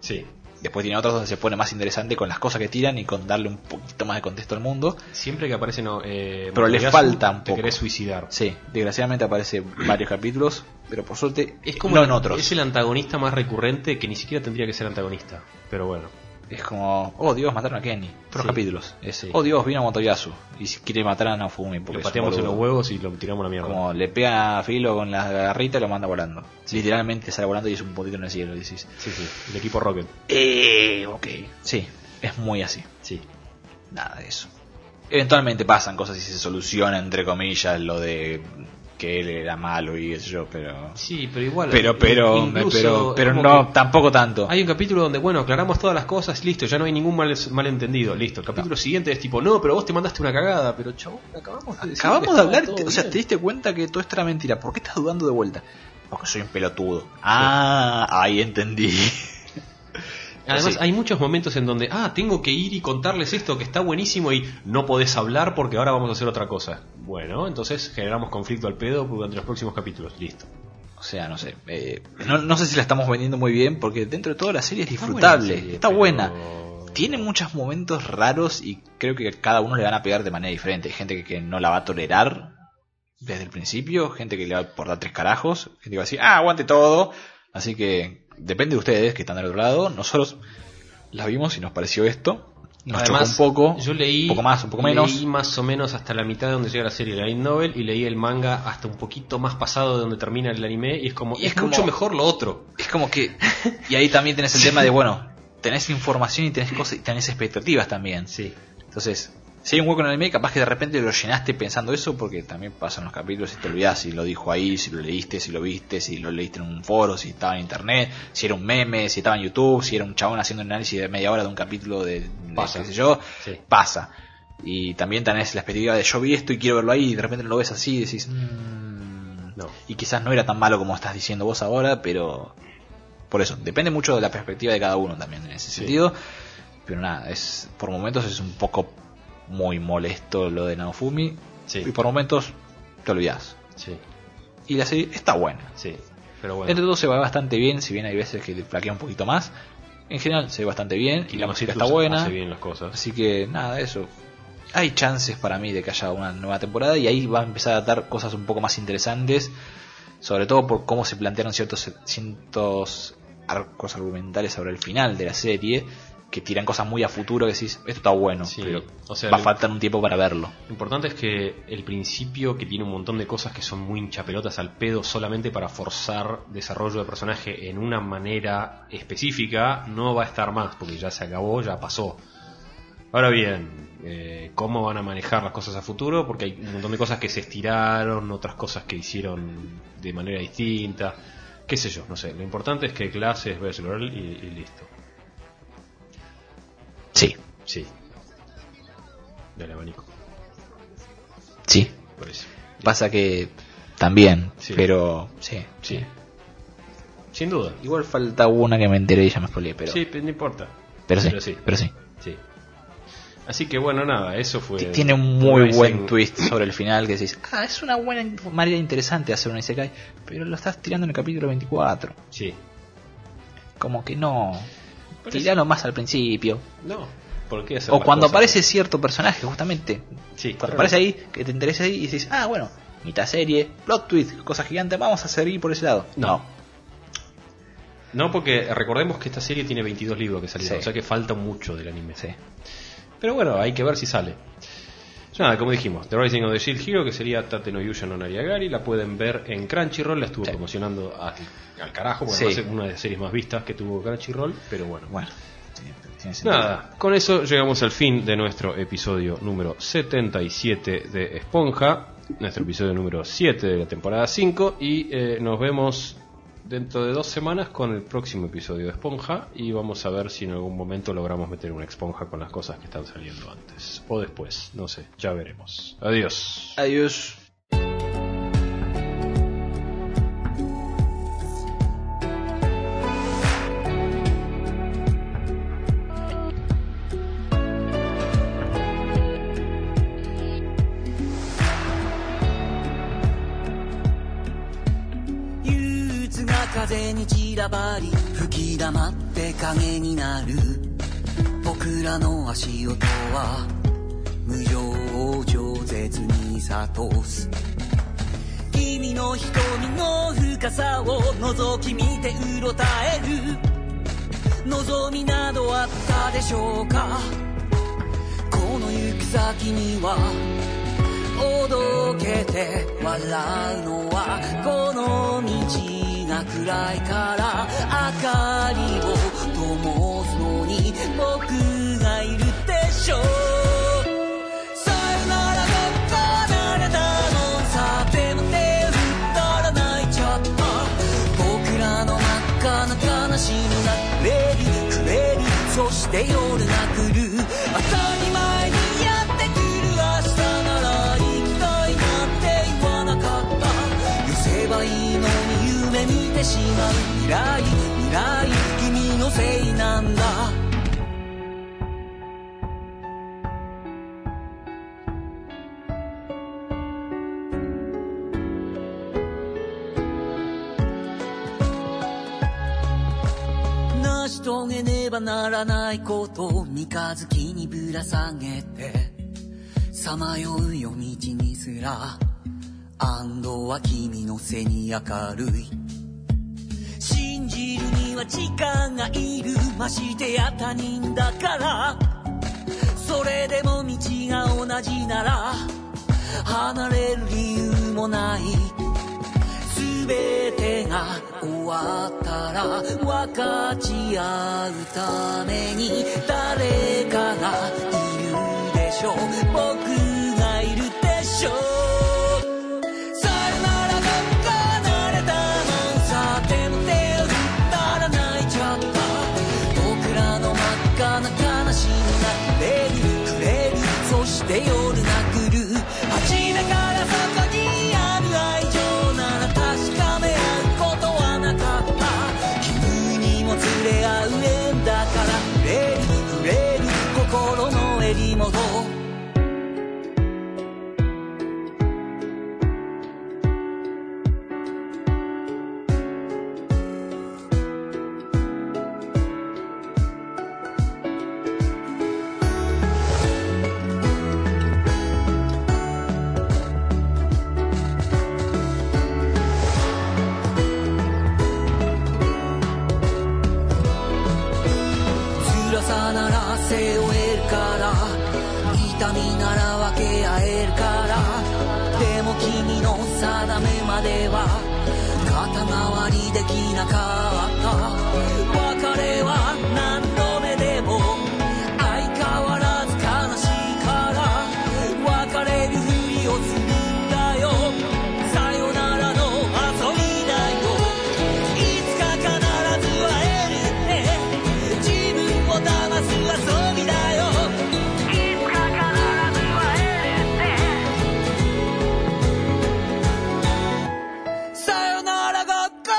Speaker 1: Sí.
Speaker 2: Después tiene otros donde se pone más interesante con las cosas que tiran y con darle un poquito más de contexto al mundo.
Speaker 1: Siempre que aparece no, eh,
Speaker 2: Pero le
Speaker 1: Motoyasu,
Speaker 2: falta un
Speaker 1: Te
Speaker 2: poco.
Speaker 1: querés suicidar.
Speaker 2: Sí, desgraciadamente aparece varios capítulos, pero por suerte
Speaker 1: Es como
Speaker 2: no
Speaker 1: el-
Speaker 2: en otros.
Speaker 1: Es el antagonista más recurrente que ni siquiera tendría que ser antagonista. Pero bueno.
Speaker 2: Es como, oh Dios, mataron a Kenny. Otros
Speaker 1: Sí.
Speaker 2: capítulos. Es,
Speaker 1: Sí.
Speaker 2: oh Dios, vino Motoyasu. Y si quiere matar a Naofumi porque
Speaker 1: Lo
Speaker 2: es un
Speaker 1: pateamos en
Speaker 2: boludo.
Speaker 1: los huevos y lo tiramos a la mierda.
Speaker 2: Como le pega a Filo con la garrita y lo manda volando. Literalmente sale volando y es un potito en el cielo. Y decís,
Speaker 1: Sí, sí. El equipo Rocket.
Speaker 2: eh, ok. Sí, es muy así.
Speaker 1: Sí.
Speaker 2: Nada de eso. Eventualmente pasan cosas y se soluciona, entre comillas, lo de que él era malo y eso yo, pero...
Speaker 1: Sí, pero igual. eh,
Speaker 2: Pero, pero,
Speaker 1: incluso
Speaker 2: pero, pero
Speaker 1: como
Speaker 2: no,
Speaker 1: que
Speaker 2: tampoco tanto.
Speaker 1: Hay un capítulo donde, bueno, aclaramos todas las cosas, listo, ya no hay ningún mal, malentendido, listo. El capítulo siguiente es tipo, no, pero vos te mandaste una cagada, pero chabón, acabamos de decir
Speaker 2: Acabamos
Speaker 1: que estaba
Speaker 2: de hablar, y
Speaker 1: todo
Speaker 2: te- o sea,
Speaker 1: bien.
Speaker 2: te diste cuenta que todo esto era mentira. ¿Por qué estás dudando de vuelta? Porque soy un pelotudo. Ah, ahí entendí.
Speaker 1: Además,
Speaker 2: Sí.
Speaker 1: hay muchos momentos en donde, ah, tengo que ir y contarles esto que está buenísimo y no podés hablar porque ahora vamos a hacer otra cosa. Bueno, entonces generamos conflicto al pedo durante los próximos capítulos, listo.
Speaker 2: O sea, no sé. eh, no, no sé si la estamos vendiendo muy bien porque dentro de toda la serie es
Speaker 1: Está
Speaker 2: disfrutable.
Speaker 1: buena la serie,
Speaker 2: está
Speaker 1: pero-
Speaker 2: buena. Tiene muchos momentos raros y creo que a cada uno le van a pegar de manera diferente. Hay gente que, que no la va a tolerar desde el principio, gente que le va a portar tres carajos, gente que va a decir, ah, aguante todo. Así que depende de ustedes que están del otro lado. Nosotros las vimos y nos pareció esto. Nos
Speaker 1: Además,
Speaker 2: chocó un poco.
Speaker 1: yo leí
Speaker 2: un poco más, un poco menos.
Speaker 1: Leí más o menos hasta la mitad de donde llega la serie de Light Novel y leí el manga hasta un poquito más pasado de donde termina el anime y es como
Speaker 2: Y
Speaker 1: es,
Speaker 2: es como-
Speaker 1: mucho mejor lo otro.
Speaker 2: Es como que. Y ahí también tenés el tema de, bueno, tenés información y tenés cosas y tenés expectativas también.
Speaker 1: Sí.
Speaker 2: Entonces, si hay un hueco en el anime, capaz que de repente lo llenaste pensando eso, porque también pasan los capítulos y te olvidás si lo dijo ahí, si lo leíste, si lo viste, si lo leíste en un foro, si estaba en internet, si era un meme, si estaba en YouTube, si era un chabón haciendo un análisis de media hora de un capítulo de, de
Speaker 1: Pasa.
Speaker 2: qué sé yo,
Speaker 1: Sí.
Speaker 2: pasa. Y también tenés la expectativa de yo vi esto y quiero verlo ahí, y de repente no lo ves así y decís, "Mm".
Speaker 1: No.
Speaker 2: y quizás no era tan malo como estás diciendo vos ahora, pero por eso, depende mucho de la perspectiva de cada uno también en ese
Speaker 1: Sí.
Speaker 2: sentido. Pero nada, es por momentos es un poco muy molesto lo de Naofumi.
Speaker 1: Sí.
Speaker 2: Y por momentos te olvidas.
Speaker 1: Sí.
Speaker 2: Y la serie está buena.
Speaker 1: Sí. Pero
Speaker 2: Entre
Speaker 1: bueno.
Speaker 2: todo se va bastante bien, si bien hay veces que flaquea un poquito más. En general se ve bastante bien y la música está
Speaker 1: Citrus
Speaker 2: buena.
Speaker 1: Hace bien las cosas.
Speaker 2: Así que nada, eso. Hay chances para mí de que haya una nueva temporada y ahí va a empezar a dar cosas un poco más interesantes, sobre todo por cómo se plantearon ciertos, ciertos arcos argumentales sobre el final de la serie, que tiran cosas muy a futuro que decís, esto está bueno,
Speaker 1: Sí,
Speaker 2: pero
Speaker 1: o sea,
Speaker 2: va a
Speaker 1: lo-
Speaker 2: faltar un tiempo para verlo.
Speaker 1: Lo importante es que el principio, que tiene un montón de cosas que son muy hinchapelotas al pedo solamente para forzar desarrollo de personaje en una manera específica, no va a estar más, porque ya se acabó, ya pasó. Ahora bien, eh, ¿cómo van a manejar las cosas a futuro? Porque hay un montón de cosas que se estiraron, otras cosas que hicieron de manera distinta, qué sé yo, no sé. Lo importante es que clases, Bachelor y, y listo.
Speaker 2: Sí,
Speaker 1: Sí. Del abanico,
Speaker 2: sí.
Speaker 1: por eso.
Speaker 2: Pasa que también,
Speaker 1: Sí.
Speaker 2: pero sí.
Speaker 1: Sí. Sin duda.
Speaker 2: Igual falta una que me enteré y ya me spoileé, pero,
Speaker 1: Sí, pero no importa.
Speaker 2: pero sí,
Speaker 1: pero sí.
Speaker 2: pero sí.
Speaker 1: Sí. Así que bueno, nada, eso fue.
Speaker 2: Ti- Tiene un muy
Speaker 1: Rising-
Speaker 2: buen twist sobre el final que decís, ah, es una buena in- manera interesante de hacer un Isekai, pero lo estás tirando en el capítulo 24.
Speaker 1: Sí.
Speaker 2: Como que no.
Speaker 1: Por eso-
Speaker 2: Tiralo más al principio.
Speaker 1: No. ¿Por qué hacer
Speaker 2: O
Speaker 1: las
Speaker 2: cuando
Speaker 1: cosas?
Speaker 2: aparece cierto personaje, justamente.
Speaker 1: Sí,
Speaker 2: Cuando
Speaker 1: claro.
Speaker 2: aparece ahí, que te interesa ahí y dices, ah, bueno, mitad serie, plot twist, cosa gigante, vamos a seguir por ese lado.
Speaker 1: No. No, porque recordemos que esta serie tiene 22 libros que salieron,
Speaker 2: Sí.
Speaker 1: o sea que falta mucho del anime.
Speaker 2: Sí.
Speaker 1: Pero bueno, hay que ver si sale. Nada, como dijimos, The Rising of the Shield Hero, que sería Tate no Yusha no Nariagari, la pueden ver en Crunchyroll, la estuvo
Speaker 2: Sí.
Speaker 1: promocionando al, al carajo, porque
Speaker 2: Sí.
Speaker 1: además es una de las series más vistas que tuvo Crunchyroll, pero bueno.
Speaker 2: Bueno. tiene- tiene sentido.
Speaker 1: Nada, con eso llegamos al fin de nuestro episodio número 77 de Esponja, nuestro episodio número 7 de la temporada 5 y eh, nos vemos dentro de dos semanas con el próximo episodio de Esponja y vamos a ver si en algún momento logramos meter una esponja con las cosas que están saliendo antes o después, no sé, ya veremos. Adiós.
Speaker 2: Adiós.
Speaker 4: 風に散らばり吹き溜まって影になる僕らの足音は無用を饒舌に諭す君の瞳の深さを覗き見てうろたえる望みなどあったでしょうかこの行く先にはおどけて笑うのはこの道が暗いから明かりを灯すのに僕がいるでしょうさよならが離れたのさでも手を振ったら泣いちゃった僕らの真っ赤な悲しみがレリくれりそして夜が来る当たり前にやってくる明日なら行きたいなんて言わなかった寄せばいいのに夢見てしまう未来未来君のせいなんだ成し遂げねばならないこと三日月にぶら下げてさまよう夜道にすら安堵は君の背に明るい信じるには時間がいるましてや他人だからそれでも道が同じなら離れる理由もないすべてが終わったら分かち合うために誰かがいるでしょう僕がいるでしょうさよならが離れたのさでも手を振ったら泣いちゃった僕らの真っ赤な悲しみがレリくれるそして夜が来る初めからそこにある愛情なら確かめ合うことはなかった君にも触れ合う縁だからレリくれる心の襟元辛さなら背負えるから痛みなら分け合えるからでも君の定めまでは肩回りできなかった別れは何度目でも相変わらず悲しいから別れるふりをするんだよさよならの遊びだよいつか必ず会えるって自分を騙すはそれだけ遊びだよいつか必ず会えるってさよならが離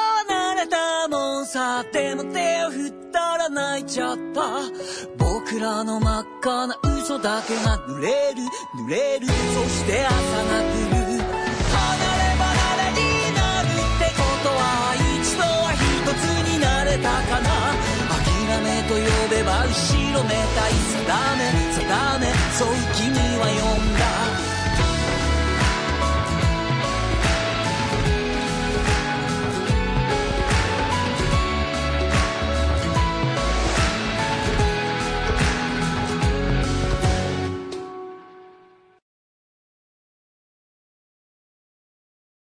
Speaker 4: れたもんさでも手を振ったら泣いちゃった僕らの真っ赤な嘘だけが濡れる濡れるそして朝が来る